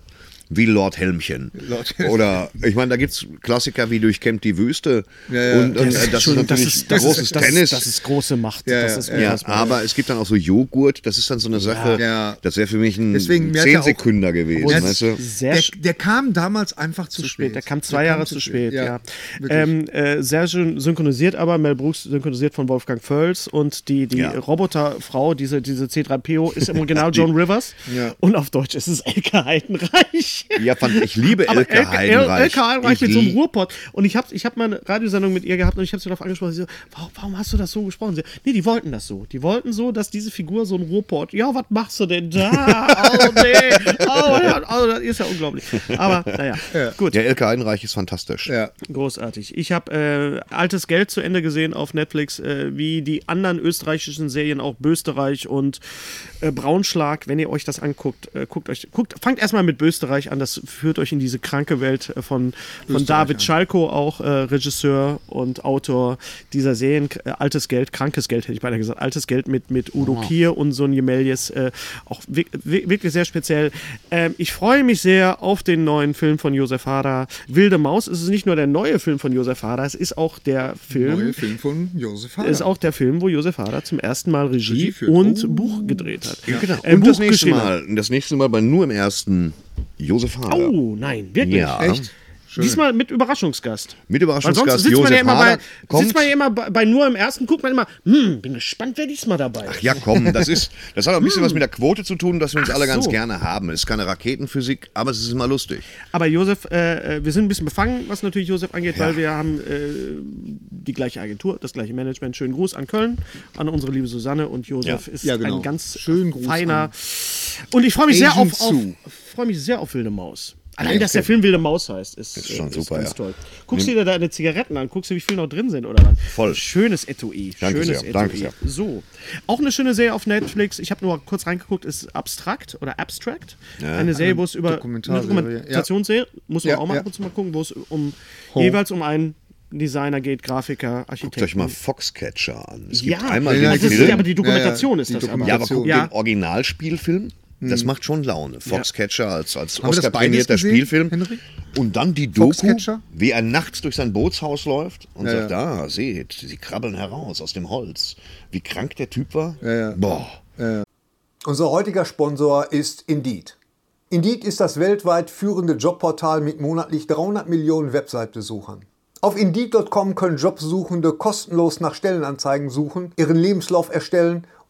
[SPEAKER 3] Wie Lord Helmchen.
[SPEAKER 5] Lord Helmchen.
[SPEAKER 3] Oder, ich meine, da gibt es Klassiker wie Durchkämmt die Wüste. Und, und äh, das ist
[SPEAKER 1] Entschuldigung,
[SPEAKER 3] natürlich großes
[SPEAKER 1] das,
[SPEAKER 3] Tennis.
[SPEAKER 1] Das ist große Macht.
[SPEAKER 5] Ja,
[SPEAKER 1] das
[SPEAKER 5] ja,
[SPEAKER 1] ist
[SPEAKER 5] ja.
[SPEAKER 3] ja,
[SPEAKER 1] unfassbar.
[SPEAKER 3] aber es gibt dann auch so Joghurt, das ist dann so eine Sache,
[SPEAKER 5] Ja.
[SPEAKER 3] das wäre für mich ein
[SPEAKER 5] Deswegen, mir hat ja auch-
[SPEAKER 3] 10 Sekünder gewesen.
[SPEAKER 5] Mir hat-
[SPEAKER 3] Weißt du?
[SPEAKER 1] sehr
[SPEAKER 5] Der,
[SPEAKER 1] sch-
[SPEAKER 5] der kam damals einfach zu, spät.
[SPEAKER 1] spät. Der kam zwei Jahre zu spät. ja.
[SPEAKER 5] wirklich.
[SPEAKER 1] ähm, äh, sehr schön synchronisiert, aber Mel Brooks synchronisiert von Wolfgang Völz und die, die
[SPEAKER 3] Ja.
[SPEAKER 1] Roboterfrau, diese, diese C3PO, ist im Original Joan Rivers
[SPEAKER 5] Ja.
[SPEAKER 1] und auf Deutsch ist es Elke Heidenreich.
[SPEAKER 3] Ja, fand, ich liebe
[SPEAKER 1] Aber
[SPEAKER 3] Elke Heidenreich.
[SPEAKER 1] Elke Heidenreich
[SPEAKER 3] Ich
[SPEAKER 1] mit so einem
[SPEAKER 3] lieb-
[SPEAKER 1] Ruhrpott. Und ich habe ich hab mal eine Radiosendung mit ihr gehabt und ich habe sie darauf angesprochen. Sie so, warum, warum hast du das so gesprochen? Sie, nee, die wollten das so. Die wollten so, dass diese Figur so ein Ruhrpott. Ja, was machst du denn da? Oh, nee. Oh, ja. oh, das ist ja unglaublich. Aber naja, gut.
[SPEAKER 3] Ja, Elke Heidenreich ist fantastisch.
[SPEAKER 5] Ja.
[SPEAKER 1] Großartig. Ich habe äh, Altes Geld zu Ende gesehen auf Netflix, äh, wie die anderen österreichischen Serien auch Bösterreich und äh, Braunschlag. Wenn ihr euch das anguckt, äh, guckt euch, guckt, fangt erstmal mit Bösterreich an. Das führt euch in diese kranke Welt äh, von, von David Schalko, auch äh, Regisseur und Autor dieser Serien. K- Äh, Altes Geld, krankes Geld hätte ich beinahe gesagt. Altes Geld mit, mit Udo Kier und Sonja Meljes. Äh, auch wi- wi- wirklich sehr speziell. Ähm, ich freue mich sehr auf den neuen Film von Josef Hader. Wilde Maus ist es nicht nur der neue Film von Josef Hader, es ist auch der Film.
[SPEAKER 5] Neue Film von Josef Hader.
[SPEAKER 1] Ist auch der Film, wo Josef Hader zum ersten Mal
[SPEAKER 5] Regie
[SPEAKER 1] Regie
[SPEAKER 5] führt.
[SPEAKER 1] und
[SPEAKER 5] Oh.
[SPEAKER 1] Buch gedreht hat.
[SPEAKER 3] Genau.
[SPEAKER 1] Äh,
[SPEAKER 3] und
[SPEAKER 1] Buch
[SPEAKER 3] das nächste
[SPEAKER 1] geschrieben hat.
[SPEAKER 3] Mal, das nächste Mal bei nur im ersten Josef Hader.
[SPEAKER 1] Oh, nein, wirklich.
[SPEAKER 3] ja.
[SPEAKER 5] echt. Schön.
[SPEAKER 1] Diesmal mit Überraschungsgast.
[SPEAKER 3] Mit
[SPEAKER 1] Weil sonst
[SPEAKER 3] Überraschungsgast
[SPEAKER 1] sitzt man, ja
[SPEAKER 3] Josef
[SPEAKER 1] immer bei,
[SPEAKER 3] Hader
[SPEAKER 1] sitzt
[SPEAKER 3] kommt.
[SPEAKER 1] man ja immer bei, bei nur im ersten, guckt man immer, hm, bin gespannt, wer diesmal dabei ist.
[SPEAKER 3] Ja, komm,
[SPEAKER 5] <laughs>
[SPEAKER 3] das ist, das hat auch ein bisschen was mit der Quote zu tun, dass wir uns alle ganz
[SPEAKER 1] so.
[SPEAKER 3] gerne haben. Es ist keine Raketenphysik, aber es ist immer lustig.
[SPEAKER 1] Aber Josef, äh, äh, wir sind ein bisschen befangen, was natürlich Josef angeht, weil wir haben äh, die gleiche Agentur, das gleiche Management. Schönen Gruß an Köln, an unsere liebe Susanne und Josef ist
[SPEAKER 5] Ja, genau.
[SPEAKER 1] ein ganz
[SPEAKER 5] Schönen Gruß
[SPEAKER 1] feiner. Und ich freue mich sehr
[SPEAKER 5] Agent
[SPEAKER 1] auf, auf
[SPEAKER 5] Sue.
[SPEAKER 1] freue mich sehr auf Wilde Maus. Allein,
[SPEAKER 5] Echt?
[SPEAKER 1] dass der Film Wilde Maus heißt, ist, ist
[SPEAKER 3] schon
[SPEAKER 1] ist
[SPEAKER 3] super,
[SPEAKER 1] ganz
[SPEAKER 3] ja.
[SPEAKER 1] toll. Guckst du dir deine Zigaretten an, guckst du, wie viel noch drin sind oder was?
[SPEAKER 3] Voll.
[SPEAKER 1] Schönes Etui.
[SPEAKER 3] Danke
[SPEAKER 1] schönes
[SPEAKER 3] sehr, danke sehr.
[SPEAKER 1] So. Auch eine schöne Serie auf Netflix. Ich habe nur mal kurz reingeguckt, ist Abstract oder Abstract. Eine Serie, wo es über
[SPEAKER 5] Dokumentarserie,
[SPEAKER 1] eine
[SPEAKER 5] ja.
[SPEAKER 1] Dokumentationsserie, muss man
[SPEAKER 5] Ja,
[SPEAKER 1] auch mal
[SPEAKER 5] ja.
[SPEAKER 1] ab und zu mal gucken, wo es um jeweils um einen Designer geht, Grafiker, Architekten.
[SPEAKER 3] Guckt euch mal Foxcatcher an. Es gibt
[SPEAKER 1] ja,
[SPEAKER 3] einmal
[SPEAKER 5] ja,
[SPEAKER 3] den
[SPEAKER 1] das ist,
[SPEAKER 3] Film.
[SPEAKER 1] ja, aber die Dokumentation
[SPEAKER 5] Ja, ja,
[SPEAKER 1] ist
[SPEAKER 5] die
[SPEAKER 1] das
[SPEAKER 3] Ja, aber
[SPEAKER 5] Dokumentation. Hm.
[SPEAKER 3] guck
[SPEAKER 1] Ja.
[SPEAKER 3] den Originalspielfilm. Das macht schon Laune. Foxcatcher als, als
[SPEAKER 5] wir das
[SPEAKER 3] Oscar-prämierter
[SPEAKER 5] beides gesehen,
[SPEAKER 3] Spielfilm.
[SPEAKER 5] Henry?
[SPEAKER 3] Und dann die Doku,
[SPEAKER 5] Foxcatcher?
[SPEAKER 3] wie er nachts durch sein Bootshaus läuft und
[SPEAKER 5] Ja,
[SPEAKER 3] sagt, ah, seht, sie krabbeln heraus aus dem Holz. Wie krank der Typ war. Boah.
[SPEAKER 4] Unser heutiger Sponsor ist Indeed. Indeed ist das weltweit führende Jobportal mit monatlich 300 Millionen Website-Besuchern. Auf Indeed.com können Jobsuchende kostenlos nach Stellenanzeigen suchen, ihren Lebenslauf erstellen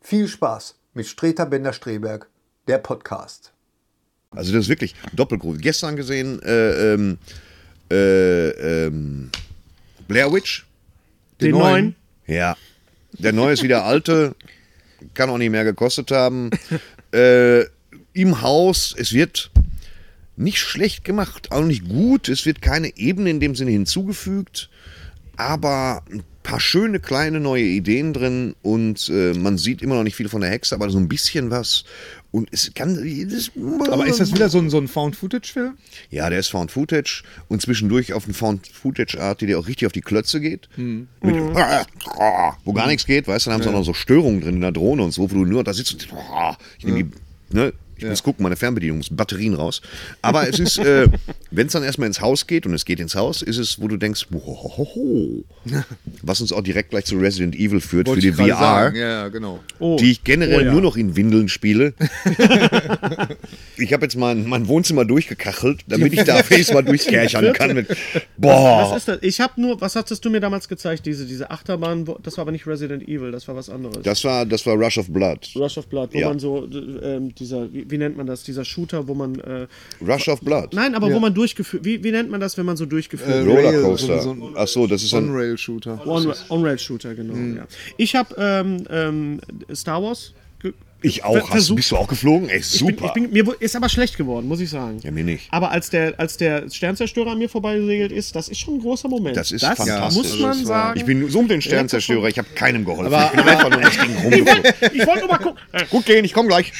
[SPEAKER 4] viel Spaß mit Streter Bender-Streberg, der Podcast.
[SPEAKER 3] Also das ist wirklich Doppelgruf. Gestern gesehen äh, ähm, äh, ähm, Blair Witch.
[SPEAKER 1] Den neuen.
[SPEAKER 3] Ja. Der neue ist wie der alte. Kann auch nicht mehr gekostet
[SPEAKER 5] <laughs>
[SPEAKER 3] haben. Äh, Im Haus, es wird nicht schlecht gemacht, auch nicht gut. Es wird keine Ebene in dem Sinne hinzugefügt, aber ein paar schöne kleine neue Ideen drin und äh, man sieht immer noch nicht viel von der Hexe, aber so ein bisschen was. Und es kann. Das, <laughs>
[SPEAKER 5] Aber ist das wieder so ein, so ein Found-Footage-Film?
[SPEAKER 3] ja, der ist Found Footage und zwischendurch auf eine Found Footage Art, die dir auch richtig auf die Klötze geht.
[SPEAKER 5] Hm.
[SPEAKER 3] Mit, <laughs> wo gar nichts geht, weißt du, dann haben sie auch noch so Störungen drin in der Drohne und so, wo du nur da sitzt und ich nehm die, ne, ich muss gucken, meine Fernbedienung, muss Batterien raus. Aber es ist,
[SPEAKER 5] <laughs>
[SPEAKER 3] äh, wenn es dann erstmal ins Haus geht und es geht ins Haus, ist es, wo du denkst,
[SPEAKER 5] <laughs>
[SPEAKER 3] hohoho, was uns auch direkt gleich zu Resident Evil führt
[SPEAKER 5] Wollte
[SPEAKER 3] für die
[SPEAKER 5] ich gerade
[SPEAKER 3] VR
[SPEAKER 5] sagen. Ja, ja, genau.
[SPEAKER 1] Oh.
[SPEAKER 3] die ich generell
[SPEAKER 1] Oh ja.
[SPEAKER 3] nur noch in Windeln spiele. <laughs> ich habe jetzt mein, mein Wohnzimmer durchgekachelt, damit ich da wenigstens mal durchkärchern kann. Mit,
[SPEAKER 1] Was
[SPEAKER 3] boah,
[SPEAKER 1] ist das? Ich habe nur, was hattest du mir damals gezeigt? Diese, diese Achterbahn, wo, das war aber nicht Resident Evil, das war was anderes.
[SPEAKER 3] das war, das war Rush of Blood.
[SPEAKER 1] Rush of Blood, wo
[SPEAKER 3] Ja.
[SPEAKER 1] man so, d- ähm, dieser, wie, wie nennt man das, dieser Shooter, wo man, äh,
[SPEAKER 3] Rush of Blood.
[SPEAKER 1] nein, aber wo man durchgeführt, wie, wie nennt man das, wenn man so durchgeführt
[SPEAKER 3] Äh,
[SPEAKER 1] wird?
[SPEAKER 5] Rail, so-
[SPEAKER 3] Rollercoaster.
[SPEAKER 5] so ein-
[SPEAKER 3] Ach so, das ist ein.
[SPEAKER 5] On-Rail-Shooter.
[SPEAKER 1] On- On-Rail-Shooter, genau.
[SPEAKER 3] Mhm.
[SPEAKER 1] Ja. Ich habe ähm, ähm, Star Wars. ge-
[SPEAKER 3] Ich auch. Hast,
[SPEAKER 1] versucht-
[SPEAKER 3] bist du auch geflogen? Ey,
[SPEAKER 1] Ich bin,
[SPEAKER 3] super.
[SPEAKER 1] ich bin, Ah, mir wu- ist aber schlecht geworden, muss ich sagen.
[SPEAKER 3] Ja, mir nicht.
[SPEAKER 1] Aber als der, als der Sternzerstörer an mir vorbeigesegelt ist, das ist schon ein großer Moment.
[SPEAKER 3] Das ist fantastisch.
[SPEAKER 1] muss man
[SPEAKER 5] Das war-
[SPEAKER 1] sagen.
[SPEAKER 3] Ich bin so um den Sternzerstörer, ich habe keinem geholfen.
[SPEAKER 5] Aber-
[SPEAKER 3] ich bin einfach nur um das Ding
[SPEAKER 1] <laughs>
[SPEAKER 3] rumgeflogen.
[SPEAKER 1] Ich wollte nur mal gucken. Äh,
[SPEAKER 3] Gut gehen, ich komme gleich.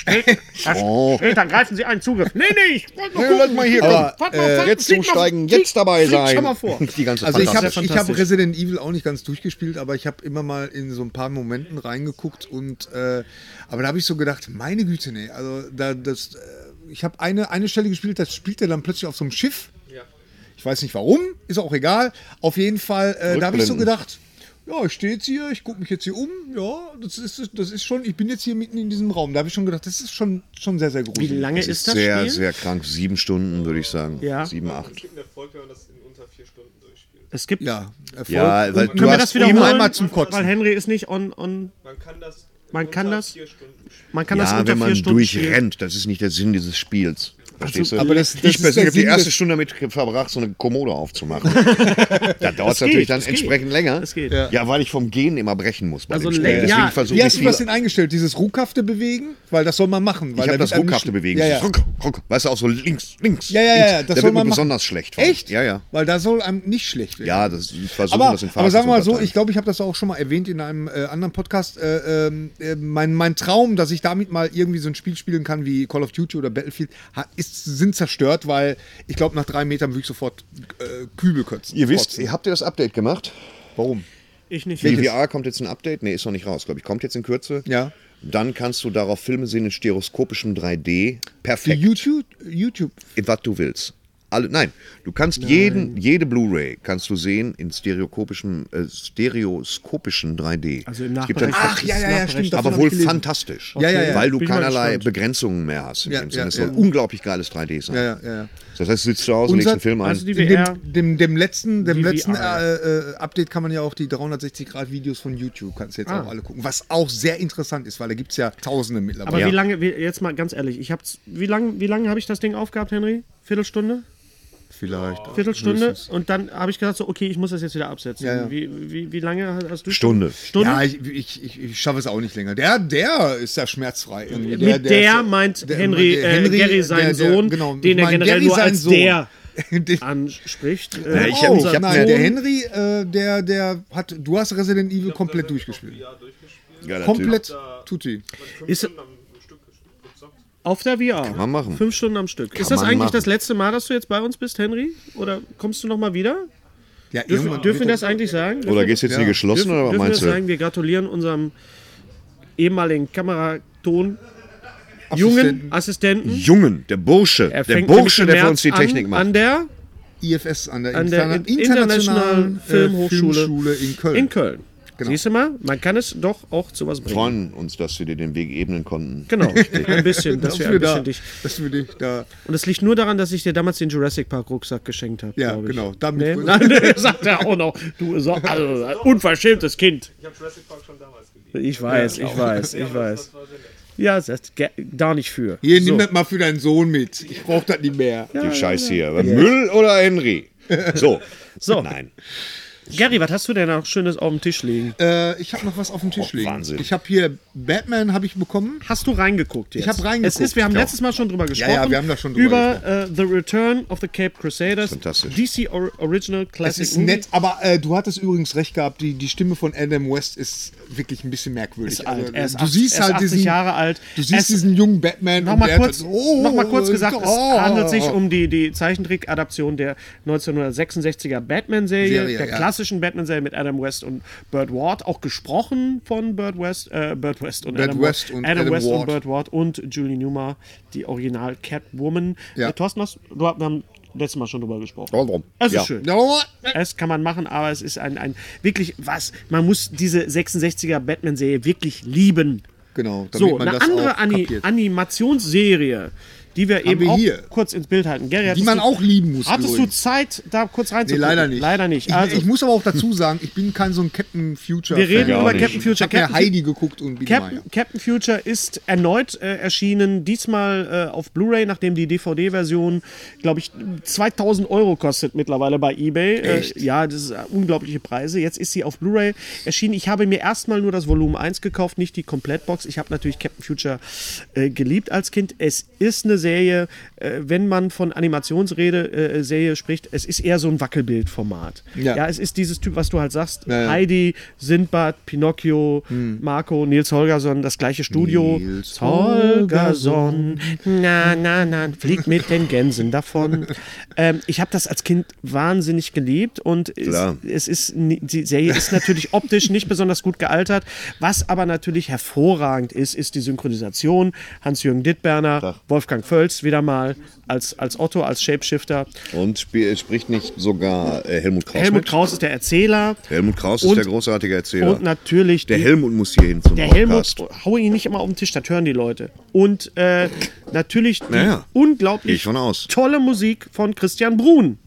[SPEAKER 3] Oh.
[SPEAKER 1] hey, dann greifen Sie einen Zugriff. Nee, nee, ich wollte nur
[SPEAKER 3] Nee,
[SPEAKER 1] gucken.
[SPEAKER 3] lass mal hier
[SPEAKER 1] Aber,
[SPEAKER 3] kommen. Äh, jetzt umsteigen, jetzt dabei sein.
[SPEAKER 1] Schau mal vor.
[SPEAKER 3] <laughs> Die ganze
[SPEAKER 5] Also ich habe
[SPEAKER 1] Fantastisch.
[SPEAKER 5] ich hab Resident Evil auch nicht ganz durchgespielt, aber ich habe immer mal in so ein paar Momenten reingeguckt und äh, aber da habe ich so gedacht, meine Güte, nee, also da das äh, ich habe eine eine Stelle gespielt, das spielt er dann plötzlich auf so einem Schiff. Ich weiß nicht warum, ist auch egal. Auf jeden Fall, äh, da habe ich so
[SPEAKER 3] Rückblenden.
[SPEAKER 5] gedacht, ja, ich stehe jetzt hier, ich gucke mich jetzt hier um, ja, das ist, das ist schon, ich bin jetzt hier mitten in diesem Raum. Da habe ich schon gedacht, das ist schon, schon sehr, sehr
[SPEAKER 1] Wie
[SPEAKER 5] gruselig.
[SPEAKER 1] lange
[SPEAKER 3] Es
[SPEAKER 1] ist das
[SPEAKER 3] sehr,
[SPEAKER 1] Spiel?
[SPEAKER 3] sehr krank. Sieben Stunden, würde ich sagen.
[SPEAKER 1] Ja.
[SPEAKER 3] Sieben, acht.
[SPEAKER 1] es gibt.
[SPEAKER 5] Ja, Erfolg.
[SPEAKER 3] Ja, weil
[SPEAKER 5] Und-
[SPEAKER 3] du
[SPEAKER 1] Können wir
[SPEAKER 3] hast
[SPEAKER 1] das wiederholen?
[SPEAKER 5] Immer einmal zum Kotzen.
[SPEAKER 1] Weil Henry ist nicht on. on man kann das. Man kann das. Man kann das
[SPEAKER 3] Ja,
[SPEAKER 1] unter
[SPEAKER 3] wenn man
[SPEAKER 1] vier Stunden spielen.
[SPEAKER 3] durchrennt, das ist nicht der Sinn dieses Spiels. Verstehst du?
[SPEAKER 5] Also, aber das- das
[SPEAKER 3] ich
[SPEAKER 5] ist
[SPEAKER 3] persönlich
[SPEAKER 5] der
[SPEAKER 3] habe die
[SPEAKER 5] Sinn
[SPEAKER 3] erste
[SPEAKER 5] des-
[SPEAKER 3] Stunde damit verbracht, so eine Kommode aufzumachen.
[SPEAKER 5] <laughs>
[SPEAKER 3] da dauert es
[SPEAKER 1] geht,
[SPEAKER 3] natürlich dann
[SPEAKER 1] das geht.
[SPEAKER 3] entsprechend länger.
[SPEAKER 1] Das geht.
[SPEAKER 3] Ja. weil ich vom Gehen immer brechen muss bei
[SPEAKER 1] Also
[SPEAKER 3] dem Spiel.
[SPEAKER 1] le-
[SPEAKER 3] Deswegen
[SPEAKER 1] ja.
[SPEAKER 3] versuche
[SPEAKER 5] Wie
[SPEAKER 3] ich
[SPEAKER 5] hast du
[SPEAKER 3] viel.
[SPEAKER 5] das denn eingestellt? Dieses ruckhafte Bewegen? Weil das soll man machen.
[SPEAKER 3] Ich
[SPEAKER 5] Weil
[SPEAKER 3] habe
[SPEAKER 5] da
[SPEAKER 3] das
[SPEAKER 5] wird einem
[SPEAKER 3] ruckhafte
[SPEAKER 5] schli-
[SPEAKER 3] Bewegen.
[SPEAKER 5] Ja, ja.
[SPEAKER 3] Ruck, ruck, ruck. Weißt du, auch so links, links.
[SPEAKER 5] ja, ja, ja, ja.
[SPEAKER 3] links.
[SPEAKER 5] Das
[SPEAKER 3] da
[SPEAKER 5] soll
[SPEAKER 3] wird
[SPEAKER 5] man
[SPEAKER 3] man
[SPEAKER 5] machen.
[SPEAKER 3] besonders schlecht. von.
[SPEAKER 5] Echt?
[SPEAKER 3] Ja, ja.
[SPEAKER 5] Weil da soll einem nicht schlecht werden.
[SPEAKER 3] Ja, das ich versuche
[SPEAKER 5] aber,
[SPEAKER 3] das in Phasen
[SPEAKER 5] aber sagen wir mal
[SPEAKER 3] zu
[SPEAKER 5] so,
[SPEAKER 3] unterteilen.
[SPEAKER 5] ich glaube, ich habe das auch schon mal erwähnt in einem äh, anderen Podcast. Äh, ähm, äh, mein, mein Traum, dass ich damit mal irgendwie so ein Spiel spielen kann wie Call of Duty oder Battlefield, ha- ist, sind zerstört, weil ich glaube, nach drei Metern würde ich sofort äh, Kübel kotzen.
[SPEAKER 3] Ihr wisst,
[SPEAKER 5] Kotzen.
[SPEAKER 3] ihr habt ihr das Update gemacht?
[SPEAKER 5] warum?
[SPEAKER 1] Ich nicht. Also
[SPEAKER 3] Die VR kommt jetzt ein Update? Nee, ist noch nicht raus, glaube ich. Kommt jetzt in Kürze.
[SPEAKER 5] Ja.
[SPEAKER 3] Dann kannst du darauf Filme sehen in stereoskopischem 3D.
[SPEAKER 5] Die
[SPEAKER 3] Perfekt.
[SPEAKER 5] YouTube, YouTube.
[SPEAKER 3] Was du willst. Alle, nein, du kannst jeden, jede Blu-ray kannst du sehen in stereoskopischem, äh, stereoskopischen 3D.
[SPEAKER 1] Also im
[SPEAKER 3] Es gibt dann-
[SPEAKER 1] Nachbereich.
[SPEAKER 5] Ach, ja, ja, ja, stimmt.
[SPEAKER 3] aber
[SPEAKER 5] davon
[SPEAKER 3] wohl
[SPEAKER 5] hab ich gelesen.
[SPEAKER 3] fantastisch.
[SPEAKER 5] Ja, ja, ja.
[SPEAKER 3] Weil du
[SPEAKER 1] Bin ich mal
[SPEAKER 3] keinerlei
[SPEAKER 1] gespannt.
[SPEAKER 3] Begrenzungen mehr hast. In
[SPEAKER 5] Ja,
[SPEAKER 3] dem
[SPEAKER 5] ja,
[SPEAKER 3] Sinne. Es
[SPEAKER 5] ja.
[SPEAKER 3] soll unglaublich geiles 3D sein.
[SPEAKER 5] Ja, ja, ja. ja.
[SPEAKER 3] Das heißt, du sitzt zu Hause,
[SPEAKER 5] Unser-
[SPEAKER 3] legst einen Film ein.
[SPEAKER 1] Also die
[SPEAKER 5] In
[SPEAKER 1] VR.
[SPEAKER 5] dem, dem, dem letzten, dem
[SPEAKER 1] Die
[SPEAKER 5] letzten
[SPEAKER 1] VR.
[SPEAKER 5] äh, äh, Update kann man ja auch die 360-Grad-Videos von YouTube, kannst du jetzt
[SPEAKER 1] Ah.
[SPEAKER 5] auch alle gucken. Was auch sehr interessant ist, weil da gibt es ja Tausende
[SPEAKER 1] Aber
[SPEAKER 5] mittlerweile.
[SPEAKER 1] wie lange, wie, jetzt mal ganz ehrlich, ich hab's, wie lange wie lange habe ich das Ding aufgehabt, Henry? Viertelstunde?
[SPEAKER 5] vielleicht.
[SPEAKER 1] Viertelstunde
[SPEAKER 5] Höchstens.
[SPEAKER 1] und dann habe ich gedacht, so, okay, ich muss das jetzt wieder absetzen.
[SPEAKER 5] Ja, ja.
[SPEAKER 1] Wie, wie, wie lange hast du?
[SPEAKER 3] Stunde.
[SPEAKER 1] Stunde?
[SPEAKER 5] Ja, ich, ich, ich, ich schaffe es auch nicht länger. Der, der ist ja schmerzfrei. Irgendwie.
[SPEAKER 1] Mit der meint Henry, äh, Gary seinen Sohn, den
[SPEAKER 5] genau, ich
[SPEAKER 1] er
[SPEAKER 5] meine,
[SPEAKER 1] generell nur
[SPEAKER 5] seinen
[SPEAKER 1] als
[SPEAKER 5] Sohn.
[SPEAKER 1] der
[SPEAKER 5] Den-
[SPEAKER 1] anspricht.
[SPEAKER 3] Ja,
[SPEAKER 1] Äh,
[SPEAKER 3] ich hab-
[SPEAKER 5] oh,
[SPEAKER 3] ich hab
[SPEAKER 5] nein,
[SPEAKER 3] mir-
[SPEAKER 5] der Henry, äh, der, der hat, du hast Resident Evil komplett durchgespielt.
[SPEAKER 3] Geiler Typ.
[SPEAKER 5] Komplett tutti.
[SPEAKER 1] ist, auf der VR. Kann
[SPEAKER 3] man machen.
[SPEAKER 1] Fünf Stunden am Stück. ist das
[SPEAKER 3] man
[SPEAKER 1] eigentlich
[SPEAKER 3] machen.
[SPEAKER 1] das letzte Mal, dass du jetzt bei uns bist, Henry? Oder kommst du nochmal wieder?
[SPEAKER 5] Ja,
[SPEAKER 1] Dürfen,
[SPEAKER 5] irgendwann
[SPEAKER 1] dürfen wir
[SPEAKER 5] wird
[SPEAKER 1] das eigentlich sagen? Dürfen
[SPEAKER 3] Oder gehst du jetzt in die geschlossen
[SPEAKER 1] Dürfen,
[SPEAKER 3] oder was
[SPEAKER 1] dürfen wir das
[SPEAKER 3] meinst du?
[SPEAKER 1] sagen, wir gratulieren unserem ehemaligen Kameraton,
[SPEAKER 5] der
[SPEAKER 1] jungen
[SPEAKER 5] Assistenten-
[SPEAKER 1] Assistenten.
[SPEAKER 3] Jungen, der Bursche.
[SPEAKER 1] Er
[SPEAKER 3] Der
[SPEAKER 1] fängt nämlich
[SPEAKER 3] Bursche,
[SPEAKER 1] im
[SPEAKER 3] der für
[SPEAKER 1] März
[SPEAKER 3] uns die Technik
[SPEAKER 1] an,
[SPEAKER 3] macht.
[SPEAKER 1] An der,
[SPEAKER 5] IFS an der,
[SPEAKER 1] an der
[SPEAKER 5] Interna-
[SPEAKER 1] In-
[SPEAKER 5] internationalen
[SPEAKER 1] Internationalen
[SPEAKER 5] äh,
[SPEAKER 1] Filmhochschule
[SPEAKER 5] Filmschule in Köln.
[SPEAKER 1] in Köln. Siehst du mal, man kann es doch auch zu was
[SPEAKER 3] Wir
[SPEAKER 1] bringen.
[SPEAKER 3] freuen uns, dass wir dir den Weg ebnen konnten.
[SPEAKER 1] Genau, ein bisschen, dass wir ein
[SPEAKER 5] da,
[SPEAKER 1] bisschen dich.
[SPEAKER 5] dass wir dich da.
[SPEAKER 1] Und es liegt nur daran, dass ich dir damals den Jurassic Park Rucksack geschenkt habe.
[SPEAKER 5] Ja,
[SPEAKER 1] glaub ich.
[SPEAKER 5] genau. Damit
[SPEAKER 1] Nee? Nein, <laughs> nee, sagt er auch noch. Du so, also, ein unverschämtes Kind. Ich habe Jurassic Park schon damals geliebt. Ich weiß, ich weiß, ich weiß. Ja, das ist ge- da nicht für.
[SPEAKER 5] Hier,
[SPEAKER 1] So.
[SPEAKER 5] nimm das mal für deinen Sohn mit. Ich brauch das nicht mehr.
[SPEAKER 3] Die Scheiße hier. Müll oder
[SPEAKER 1] <laughs>
[SPEAKER 3] Henry? So.
[SPEAKER 1] So.
[SPEAKER 3] Nein.
[SPEAKER 1] Gary, was hast du denn noch Schönes auf dem Tisch liegen?
[SPEAKER 5] Äh, ich habe noch was auf dem Tisch
[SPEAKER 3] Oh,
[SPEAKER 5] liegen.
[SPEAKER 3] Wahnsinn.
[SPEAKER 5] Ich habe hier Batman habe ich bekommen.
[SPEAKER 1] Hast du reingeguckt jetzt?
[SPEAKER 5] Ich hab reingeguckt,
[SPEAKER 1] Es ist, wir haben
[SPEAKER 5] ja.
[SPEAKER 1] letztes Mal schon drüber gesprochen.
[SPEAKER 5] ja, wir haben da schon drüber
[SPEAKER 1] Über äh, The Return of the Cape Crusaders.
[SPEAKER 3] Fantastisch.
[SPEAKER 1] DC or Original
[SPEAKER 5] Das
[SPEAKER 1] Classic
[SPEAKER 5] ist
[SPEAKER 1] Movie.
[SPEAKER 5] nett, aber äh, du hattest übrigens recht gehabt, die, die Stimme von Adam West ist wirklich ein bisschen merkwürdig.
[SPEAKER 1] Ist alt.
[SPEAKER 5] Also,
[SPEAKER 1] Er ist
[SPEAKER 5] du
[SPEAKER 1] acht-
[SPEAKER 5] siehst
[SPEAKER 1] er ist
[SPEAKER 5] halt
[SPEAKER 1] 80
[SPEAKER 5] diesen,
[SPEAKER 1] Jahre alt.
[SPEAKER 5] Du siehst
[SPEAKER 1] Es-
[SPEAKER 5] diesen jungen Batman. und
[SPEAKER 1] Nochmal
[SPEAKER 5] der-
[SPEAKER 1] kurz, noch mal kurz gesagt,
[SPEAKER 5] oh,
[SPEAKER 1] es handelt sich um die, die Zeichentrick-Adaption der 1966er
[SPEAKER 5] Serie,
[SPEAKER 1] Batman-Serie, der
[SPEAKER 5] ja.
[SPEAKER 1] klassischen Batman-Serie mit Adam West und Burt Ward, auch gesprochen von Burt West, äh, Burt West und
[SPEAKER 5] Burt
[SPEAKER 1] Adam
[SPEAKER 5] West und
[SPEAKER 1] Adam,
[SPEAKER 5] Adam
[SPEAKER 1] West
[SPEAKER 5] Ward.
[SPEAKER 1] und Burt Ward und Julie Newmar, die Original Catwoman.
[SPEAKER 5] Ja. Oh,
[SPEAKER 1] Äh, Thorsten, hast, du, wir haben letztes Mal schon drüber gesprochen.
[SPEAKER 3] Warum?
[SPEAKER 1] Es ist
[SPEAKER 3] Ja.
[SPEAKER 1] schön.
[SPEAKER 5] No,
[SPEAKER 1] Es kann man machen, aber es ist ein, ein wirklich was. Man muss diese 66er Batman-Serie wirklich lieben.
[SPEAKER 5] Genau, damit
[SPEAKER 1] So,
[SPEAKER 5] man
[SPEAKER 1] eine
[SPEAKER 5] das
[SPEAKER 1] andere
[SPEAKER 5] auch
[SPEAKER 1] Ani
[SPEAKER 5] kapiert.
[SPEAKER 1] Animationsserie, die wir eben
[SPEAKER 5] wir
[SPEAKER 1] auch
[SPEAKER 5] hier.
[SPEAKER 1] kurz ins Bild halten. Gary,
[SPEAKER 5] Die
[SPEAKER 1] hattest
[SPEAKER 5] man
[SPEAKER 1] du-
[SPEAKER 5] auch lieben muss.
[SPEAKER 1] Hattest du
[SPEAKER 5] übrigens.
[SPEAKER 1] Zeit, da kurz
[SPEAKER 5] Nee,
[SPEAKER 1] reinzugucken?
[SPEAKER 5] leider nicht.
[SPEAKER 1] Leider nicht.
[SPEAKER 5] Ich,
[SPEAKER 1] Also,
[SPEAKER 5] ich muss aber auch dazu sagen, ich bin kein so ein Captain Future.
[SPEAKER 1] wir reden
[SPEAKER 3] Ja,
[SPEAKER 1] über
[SPEAKER 3] nicht.
[SPEAKER 1] Captain
[SPEAKER 5] Ich
[SPEAKER 1] Future.
[SPEAKER 5] habe ja
[SPEAKER 1] Captain,
[SPEAKER 5] Heidi gegucht und Biene
[SPEAKER 1] Captain,
[SPEAKER 5] Meier.
[SPEAKER 1] Captain Future ist erneut äh, erschienen, diesmal äh, auf Blu-ray, nachdem die DVD-Version, glaube ich, 2000 Euro kostet mittlerweile bei eBay. Äh, ja, das sind unglaubliche Preise. Jetzt ist sie auf Blu-ray erschienen. Ich habe mir erstmal nur das Volumen 1 gekauft, nicht die Komplettbox. Ich habe natürlich Captain Future äh, geliebt als Kind. Es ist eine Serie, äh, wenn man von Animationsrede äh, Serie spricht, es ist eher so ein Wackelbildformat.
[SPEAKER 5] Ja.
[SPEAKER 1] Ja. es ist dieses Typ, was du halt sagst,
[SPEAKER 5] Ja, ja.
[SPEAKER 1] Heidi, Sindbad, Pinocchio, Marco, Nils Holgersson, das gleiche Studio.
[SPEAKER 5] Nils
[SPEAKER 1] Holgersson, na, na, na, fliegt mit den Gänsen
[SPEAKER 5] <laughs>
[SPEAKER 1] davon. ähm, ich habe das als Kind wahnsinnig geliebt und es,
[SPEAKER 3] Klar.
[SPEAKER 1] es ist, ni- die Serie ist natürlich optisch nicht besonders gut gealtert. Was aber natürlich hervorragend ist, ist die Synchronisation. Hans-Jürgen Dittberner, Wolfgang Völz wieder mal als, als Otto, als Shapeshifter.
[SPEAKER 3] Und spiel- spricht nicht sogar äh, Helmut Kraus
[SPEAKER 1] Helmut
[SPEAKER 3] mit?
[SPEAKER 1] Kraus ist der Erzähler.
[SPEAKER 3] Helmut Kraus ist
[SPEAKER 1] Und-
[SPEAKER 3] der großartige Erzähler.
[SPEAKER 1] Und natürlich
[SPEAKER 3] der
[SPEAKER 1] die-
[SPEAKER 3] Helmut muss hier hin zum
[SPEAKER 1] Der
[SPEAKER 3] Podcast.
[SPEAKER 1] Helmut, äh, hau ihn nicht immer auf den Tisch, das hören die Leute. Und äh, natürlich die
[SPEAKER 3] Naja, geh ich
[SPEAKER 1] unglaublich
[SPEAKER 3] von aus.
[SPEAKER 1] tolle Musik von Christian Brun.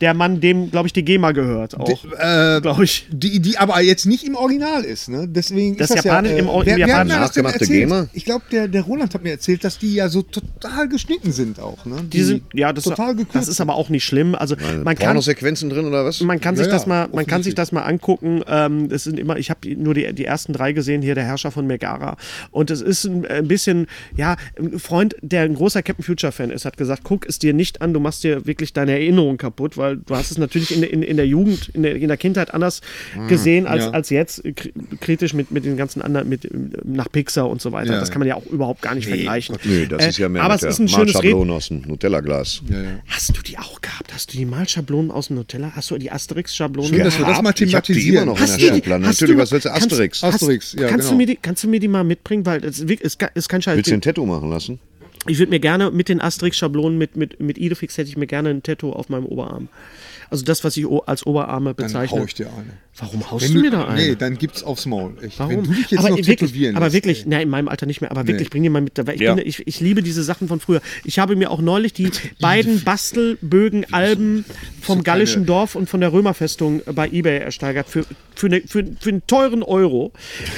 [SPEAKER 1] Der Mann, dem, glaube ich, die GEMA gehört auch.
[SPEAKER 3] äh,
[SPEAKER 1] glaube ich.
[SPEAKER 5] Die, die aber jetzt nicht im Original ist, ne? Deswegen
[SPEAKER 1] Das
[SPEAKER 5] ist das
[SPEAKER 1] Japanisch-
[SPEAKER 5] ja, äh,
[SPEAKER 1] im Or-
[SPEAKER 5] wer,
[SPEAKER 1] im
[SPEAKER 5] wer hat
[SPEAKER 1] Japanisch.
[SPEAKER 5] mir das denn
[SPEAKER 3] Nachgemachte
[SPEAKER 5] erzählt?
[SPEAKER 3] Gamer?
[SPEAKER 5] Ich glaube, der, der Roland hat mir erzählt, dass die ja so total geschnitten sind auch, ne?
[SPEAKER 1] Die sind, ja, das,
[SPEAKER 5] total gekürzt.
[SPEAKER 1] das ist aber auch nicht schlimm. Also, man kann,
[SPEAKER 3] Pornosequenzen drin oder was?
[SPEAKER 1] man kann sich
[SPEAKER 5] Ja,
[SPEAKER 1] das
[SPEAKER 5] ja,
[SPEAKER 1] mal, man kann
[SPEAKER 5] offensichtlich.
[SPEAKER 1] sich das mal angucken. Ähm, es sind immer, ich habe nur die, die ersten drei gesehen hier, der Herrscher von Megara. Und es ist ein, ein bisschen, ja, ein Freund, der ein großer Captain Future Fan ist, hat gesagt, guck es dir nicht an, du machst dir wirklich deine Erinnerung kaputt, weil du hast es natürlich in, der- in, in der Jugend, in der, in der Kindheit anders gesehen als,
[SPEAKER 5] Mhm, ja.
[SPEAKER 1] als jetzt äh, kri- kritisch mit, mit den ganzen anderen, mit ähm, nach Pixar und so weiter.
[SPEAKER 5] Ja,
[SPEAKER 1] das
[SPEAKER 5] ja.
[SPEAKER 1] kann man ja auch überhaupt gar nicht vergleichen.
[SPEAKER 3] Nö, das
[SPEAKER 1] Äh,
[SPEAKER 3] ist ja mehr
[SPEAKER 1] aber
[SPEAKER 3] mit
[SPEAKER 1] es
[SPEAKER 3] der
[SPEAKER 1] ist ein schönes Reden.
[SPEAKER 3] Maßschablone aus dem Nutella-Glas.
[SPEAKER 5] ja, ja.
[SPEAKER 1] Hast du die auch gehabt? Hast du die Malschablonen aus dem Nutella? Hast du die Asterix-Schablonen?
[SPEAKER 5] Schön, dass wir das mal
[SPEAKER 3] Ich hab die immer
[SPEAKER 5] thematisieren.
[SPEAKER 3] noch
[SPEAKER 5] Hast
[SPEAKER 3] in
[SPEAKER 5] du
[SPEAKER 3] der
[SPEAKER 5] die-
[SPEAKER 3] Schublade.
[SPEAKER 1] hast
[SPEAKER 3] Natürlich,
[SPEAKER 1] du-
[SPEAKER 3] was willst du? Asterix.
[SPEAKER 5] Hast- Asterix, ja,
[SPEAKER 1] kannst,
[SPEAKER 5] genau.
[SPEAKER 1] du mir die, kannst du mir die mal mitbringen? Weil es ist, ist, ke- ist kein Scheiß.
[SPEAKER 3] Willst du ein Tattoo machen lassen?
[SPEAKER 1] Ich würde mir gerne mit den Asterix-Schablonen, mit, mit, mit Idefix hätte ich mir gerne ein Tattoo auf meinem Oberarm. Also das, was ich o- als Oberarme bezeichne.
[SPEAKER 5] Dann hau ich dir eine.
[SPEAKER 1] Warum haust du, mir da ein?
[SPEAKER 5] Nee, dann gibt's aufs Maul. Echt.
[SPEAKER 1] Warum?
[SPEAKER 5] Wenn du dich jetzt
[SPEAKER 1] aber
[SPEAKER 5] noch
[SPEAKER 1] wirklich,
[SPEAKER 5] tätowieren
[SPEAKER 1] aber
[SPEAKER 5] lässt,
[SPEAKER 1] wirklich, nein, in meinem Alter nicht mehr, aber wirklich, bring die mal mit dabei. Ich,
[SPEAKER 3] Ja.
[SPEAKER 1] bin, ich, ich liebe diese Sachen von früher. Ich habe mir auch neulich
[SPEAKER 5] <laughs>
[SPEAKER 1] die beiden Bastelbögen Alben vom Gallischen Dorf und von der Römerfestung bei Ebay ersteigert für, für, ne, für, für einen teuren Euro.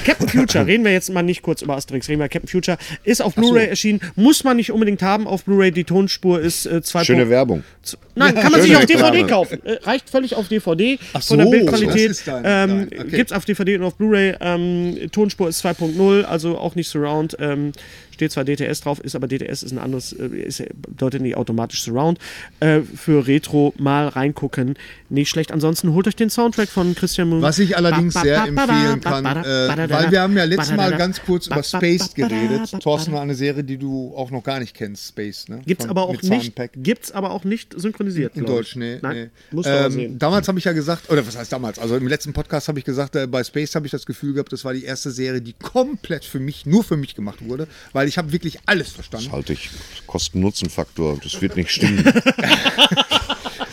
[SPEAKER 1] Captain
[SPEAKER 5] <laughs>
[SPEAKER 1] Future, reden wir jetzt mal nicht kurz über Asterix, reden wir Captain Future, ist auf Blu-ray erschienen, muss man nicht unbedingt haben auf Blu-ray, die Tonspur ist äh, 2.
[SPEAKER 3] Schöne Werbung.
[SPEAKER 1] Z- Nein, kann man
[SPEAKER 3] schöne
[SPEAKER 1] sich auf
[SPEAKER 3] Reklame.
[SPEAKER 1] DVD kaufen. Äh, reicht völlig auf DVD.
[SPEAKER 5] Ach
[SPEAKER 1] von der
[SPEAKER 5] so,
[SPEAKER 1] Bildqualität.
[SPEAKER 5] das ist dein-
[SPEAKER 1] ähm,
[SPEAKER 5] dein, okay.
[SPEAKER 1] Gibt es auf DVD und auf Blu-ray. Ähm, Tonspur ist 2.0, also auch nicht Surround. Ähm, steht zwar DTS drauf, ist aber DTS ist ein anderes, äh, ist, ja- bedeutet nicht automatisch Surround. Äh, für Retro mal reingucken. Nicht schlecht. Ansonsten holt euch den Soundtrack von Christian Moon.
[SPEAKER 5] Was ich allerdings sehr empfehlen kann, äh, weil wir haben ja letztes Mal ganz kurz über Spaced geredet. Thorsten, eine Serie, die du auch noch gar nicht kennst, Spaced, ne?
[SPEAKER 1] Gibt's
[SPEAKER 5] Von-
[SPEAKER 1] aber auch
[SPEAKER 5] mit
[SPEAKER 1] nicht,
[SPEAKER 5] Soundpack.
[SPEAKER 1] gibt's aber auch nicht synchronisiert.
[SPEAKER 5] In
[SPEAKER 1] glaub
[SPEAKER 5] Deutsch,
[SPEAKER 1] ich.
[SPEAKER 5] nee.
[SPEAKER 1] Nein,
[SPEAKER 5] nee.
[SPEAKER 1] Musst du aber
[SPEAKER 5] ähm,
[SPEAKER 1] sehen.
[SPEAKER 5] damals habe ich ja gesagt, oder was heißt damals? Also im letzten Podcast habe ich gesagt, äh, bei Space habe ich das Gefühl gehabt, das war die erste Serie, die komplett für mich, nur für mich gemacht wurde, weil ich habe wirklich alles verstanden.
[SPEAKER 3] Halte ich. Kosten-Nutzen-Faktor, das wird
[SPEAKER 1] <laughs>
[SPEAKER 3] nicht stimmen.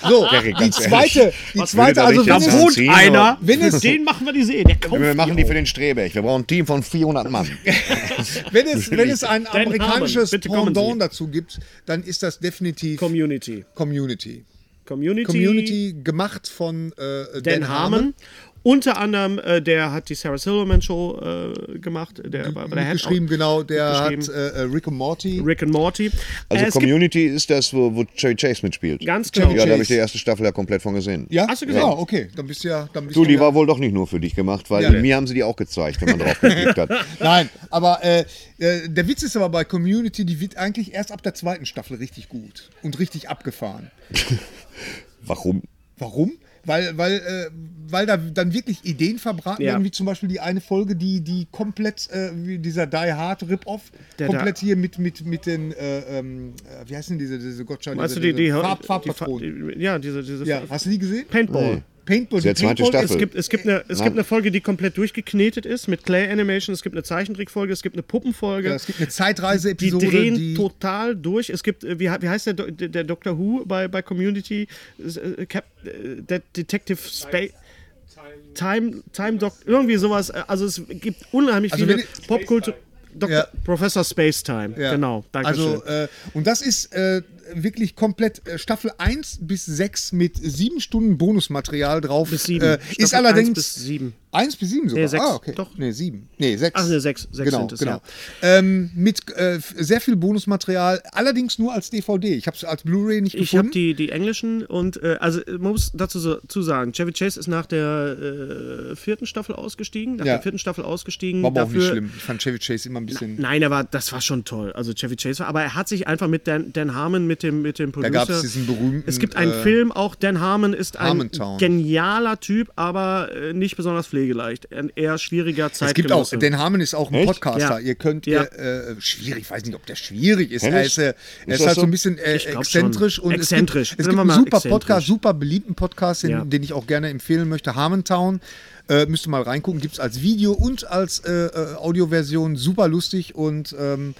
[SPEAKER 5] So,
[SPEAKER 3] Gary,
[SPEAKER 5] die
[SPEAKER 3] ganz
[SPEAKER 5] zweite,
[SPEAKER 3] ehrlich.
[SPEAKER 5] die
[SPEAKER 3] Was
[SPEAKER 5] zweite,
[SPEAKER 3] würde
[SPEAKER 5] also
[SPEAKER 3] da
[SPEAKER 5] wenn
[SPEAKER 3] nicht
[SPEAKER 5] es,
[SPEAKER 3] am
[SPEAKER 1] Wohnt
[SPEAKER 3] Zehn oder-
[SPEAKER 1] einer,
[SPEAKER 5] Wenn es-
[SPEAKER 1] den machen wir die Serie. Der kauft
[SPEAKER 3] Wir machen
[SPEAKER 1] die
[SPEAKER 3] die für den Strebech. Wir brauchen ein Team von 400 Mann.
[SPEAKER 5] wenn es, wenn es ein
[SPEAKER 1] Harmon,
[SPEAKER 5] amerikanisches
[SPEAKER 1] bitte kommen Sie.
[SPEAKER 5] Pendant dazu gibt, dann ist das definitiv
[SPEAKER 1] Community.
[SPEAKER 5] Community.
[SPEAKER 1] Community.
[SPEAKER 5] Community gemacht von äh,
[SPEAKER 1] Dan Harmon. Unter anderem, äh, der hat die Sarah Silverman Show äh, gemacht. Der war bei der Head
[SPEAKER 5] Geschrieben, genau, der hat
[SPEAKER 1] Geschrieben.
[SPEAKER 5] äh, äh, Rick and Morty.
[SPEAKER 1] Rick and Morty.
[SPEAKER 3] Also
[SPEAKER 1] äh, es gibt
[SPEAKER 3] Community ist das, wo, wo Cherry Chase mitspielt.
[SPEAKER 1] ganz genau.
[SPEAKER 3] ja, da habe ich
[SPEAKER 5] Chase.
[SPEAKER 3] die erste Staffel ja komplett von gesehen.
[SPEAKER 5] Ja,
[SPEAKER 1] Hast du gesehen?
[SPEAKER 5] Ja, okay, dann bist du ja, dann bist
[SPEAKER 3] Du,
[SPEAKER 5] du
[SPEAKER 3] die
[SPEAKER 5] ja,
[SPEAKER 3] war wohl doch nicht nur für dich gemacht, weil
[SPEAKER 5] Ja.
[SPEAKER 3] mir haben sie die auch gezeigt, wenn man drauf geklickt hat.
[SPEAKER 1] <laughs>
[SPEAKER 5] Nein, aber äh, äh, der Witz ist aber bei Community, die wird eigentlich erst ab der zweiten Staffel richtig gut und richtig abgefahren.
[SPEAKER 3] Warum?
[SPEAKER 5] Warum? Weil, weil, äh, weil da dann wirklich Ideen verbraten
[SPEAKER 1] Ja.
[SPEAKER 5] werden, wie zum Beispiel die eine Folge, die, die komplett, äh, wie dieser Die Hard Rip-Off,
[SPEAKER 1] Der
[SPEAKER 5] komplett
[SPEAKER 1] da-
[SPEAKER 5] hier mit, mit, mit den, äh, ähm, äh, wie heißen diese, diese Gottschalk,
[SPEAKER 1] Weißt du,
[SPEAKER 5] diese,
[SPEAKER 1] die, also die,
[SPEAKER 5] diese Farb,
[SPEAKER 1] die,
[SPEAKER 5] Farbpatronen.
[SPEAKER 1] die Ja, diese, diese
[SPEAKER 5] ja, hast du die gesehen?
[SPEAKER 1] Paintball.
[SPEAKER 5] Paintball,
[SPEAKER 3] Der
[SPEAKER 5] die
[SPEAKER 3] zweite
[SPEAKER 5] Paintball-
[SPEAKER 3] Staffel.
[SPEAKER 1] Es gibt, es, gibt eine, es gibt eine Folge, die komplett durchgeknetet ist mit Clay Animation. Es gibt eine Zeichentrickfolge, es gibt eine Puppenfolge.
[SPEAKER 5] Ja, es gibt eine
[SPEAKER 1] die
[SPEAKER 5] Zeitreise-Episode,
[SPEAKER 1] drehen
[SPEAKER 5] die-
[SPEAKER 1] total durch. Es gibt, äh, wie, he- wie heißt der, Do- der Doctor Who bei, bei Community? Äh, Cap, äh, der Detective Space. Time, Time Doc, irgendwie sowas. Äh, Also es gibt unheimlich
[SPEAKER 5] Also
[SPEAKER 1] viele
[SPEAKER 5] wenn ich-
[SPEAKER 1] Popkultur. Dr.
[SPEAKER 5] Ja.
[SPEAKER 1] Professor Space Time,
[SPEAKER 5] Ja.
[SPEAKER 1] genau. Dankeschön.
[SPEAKER 5] Also, äh, und das ist äh, wirklich komplett äh, Staffel 1 bis 6 mit 7 Stunden Bonusmaterial drauf.
[SPEAKER 1] Bis sieben.
[SPEAKER 5] Äh,
[SPEAKER 1] Staffel
[SPEAKER 5] ist allerdings.
[SPEAKER 1] 1 bis sieben.
[SPEAKER 5] 1 bis 7 sogar.
[SPEAKER 1] Nee, sechs.
[SPEAKER 5] Ah, okay.
[SPEAKER 1] Doch.
[SPEAKER 5] Nee, 7. Nee, 6.
[SPEAKER 1] Ach, nee, sechs. Sechs
[SPEAKER 5] genau,
[SPEAKER 1] sind es,
[SPEAKER 5] genau. Ähm, mit äh, f- sehr viel Bonusmaterial, allerdings nur als DVD. Ich habe es als Blu-ray nicht
[SPEAKER 1] Ich habe
[SPEAKER 5] gefunden.
[SPEAKER 1] die, die englischen und äh, also äh, man muss dazu so, zu sagen, Chevy Chase ist nach der äh, vierten Staffel ausgestiegen, nach
[SPEAKER 5] Ja.
[SPEAKER 1] der vierten Staffel ausgestiegen.
[SPEAKER 5] War aber auch
[SPEAKER 1] dafür,
[SPEAKER 5] nicht schlimm. Ich fand Chevy Chase immer ein bisschen.
[SPEAKER 1] Nein, er war, das war schon toll. Also Chevy Chase war, aber er hat sich einfach mit Dan, Dan Harmon, mit dem, mit dem Producer.
[SPEAKER 5] gab's diesen berühmten,
[SPEAKER 1] Es gibt einen
[SPEAKER 5] äh,
[SPEAKER 1] Film, auch Dan Harmon ist ein
[SPEAKER 5] Harmontown.
[SPEAKER 1] genialer Typ, aber äh, nicht besonders pflegeleicht. Ein eher schwieriger Zeit.
[SPEAKER 5] Es gibt auch, Dan Harmon ist auch ein
[SPEAKER 1] Ja.
[SPEAKER 5] Podcaster. Ihr könnt,
[SPEAKER 1] Ja.
[SPEAKER 5] ihr, äh, schwierig, ich weiß nicht, ob der schwierig ist. Er
[SPEAKER 3] Ehrlich?
[SPEAKER 5] ist, äh, er
[SPEAKER 3] Ist
[SPEAKER 5] ist
[SPEAKER 3] das
[SPEAKER 5] halt so
[SPEAKER 3] so?
[SPEAKER 5] ein bisschen äh,
[SPEAKER 1] Ich glaub
[SPEAKER 5] exzentrisch.
[SPEAKER 1] schon.
[SPEAKER 5] Und
[SPEAKER 1] Exzentrisch.
[SPEAKER 5] Es gibt, es
[SPEAKER 1] Sagen
[SPEAKER 5] gibt
[SPEAKER 1] wir
[SPEAKER 5] einen
[SPEAKER 1] mal
[SPEAKER 5] super
[SPEAKER 1] exzentrisch.
[SPEAKER 5] Podcast, super beliebten Podcast, den,
[SPEAKER 1] Ja.
[SPEAKER 5] den ich auch gerne empfehlen möchte. Harmontown. Äh, müsst ihr mal reingucken. Gibt es als Video und als äh, äh, Audioversion. Super lustig und ähm,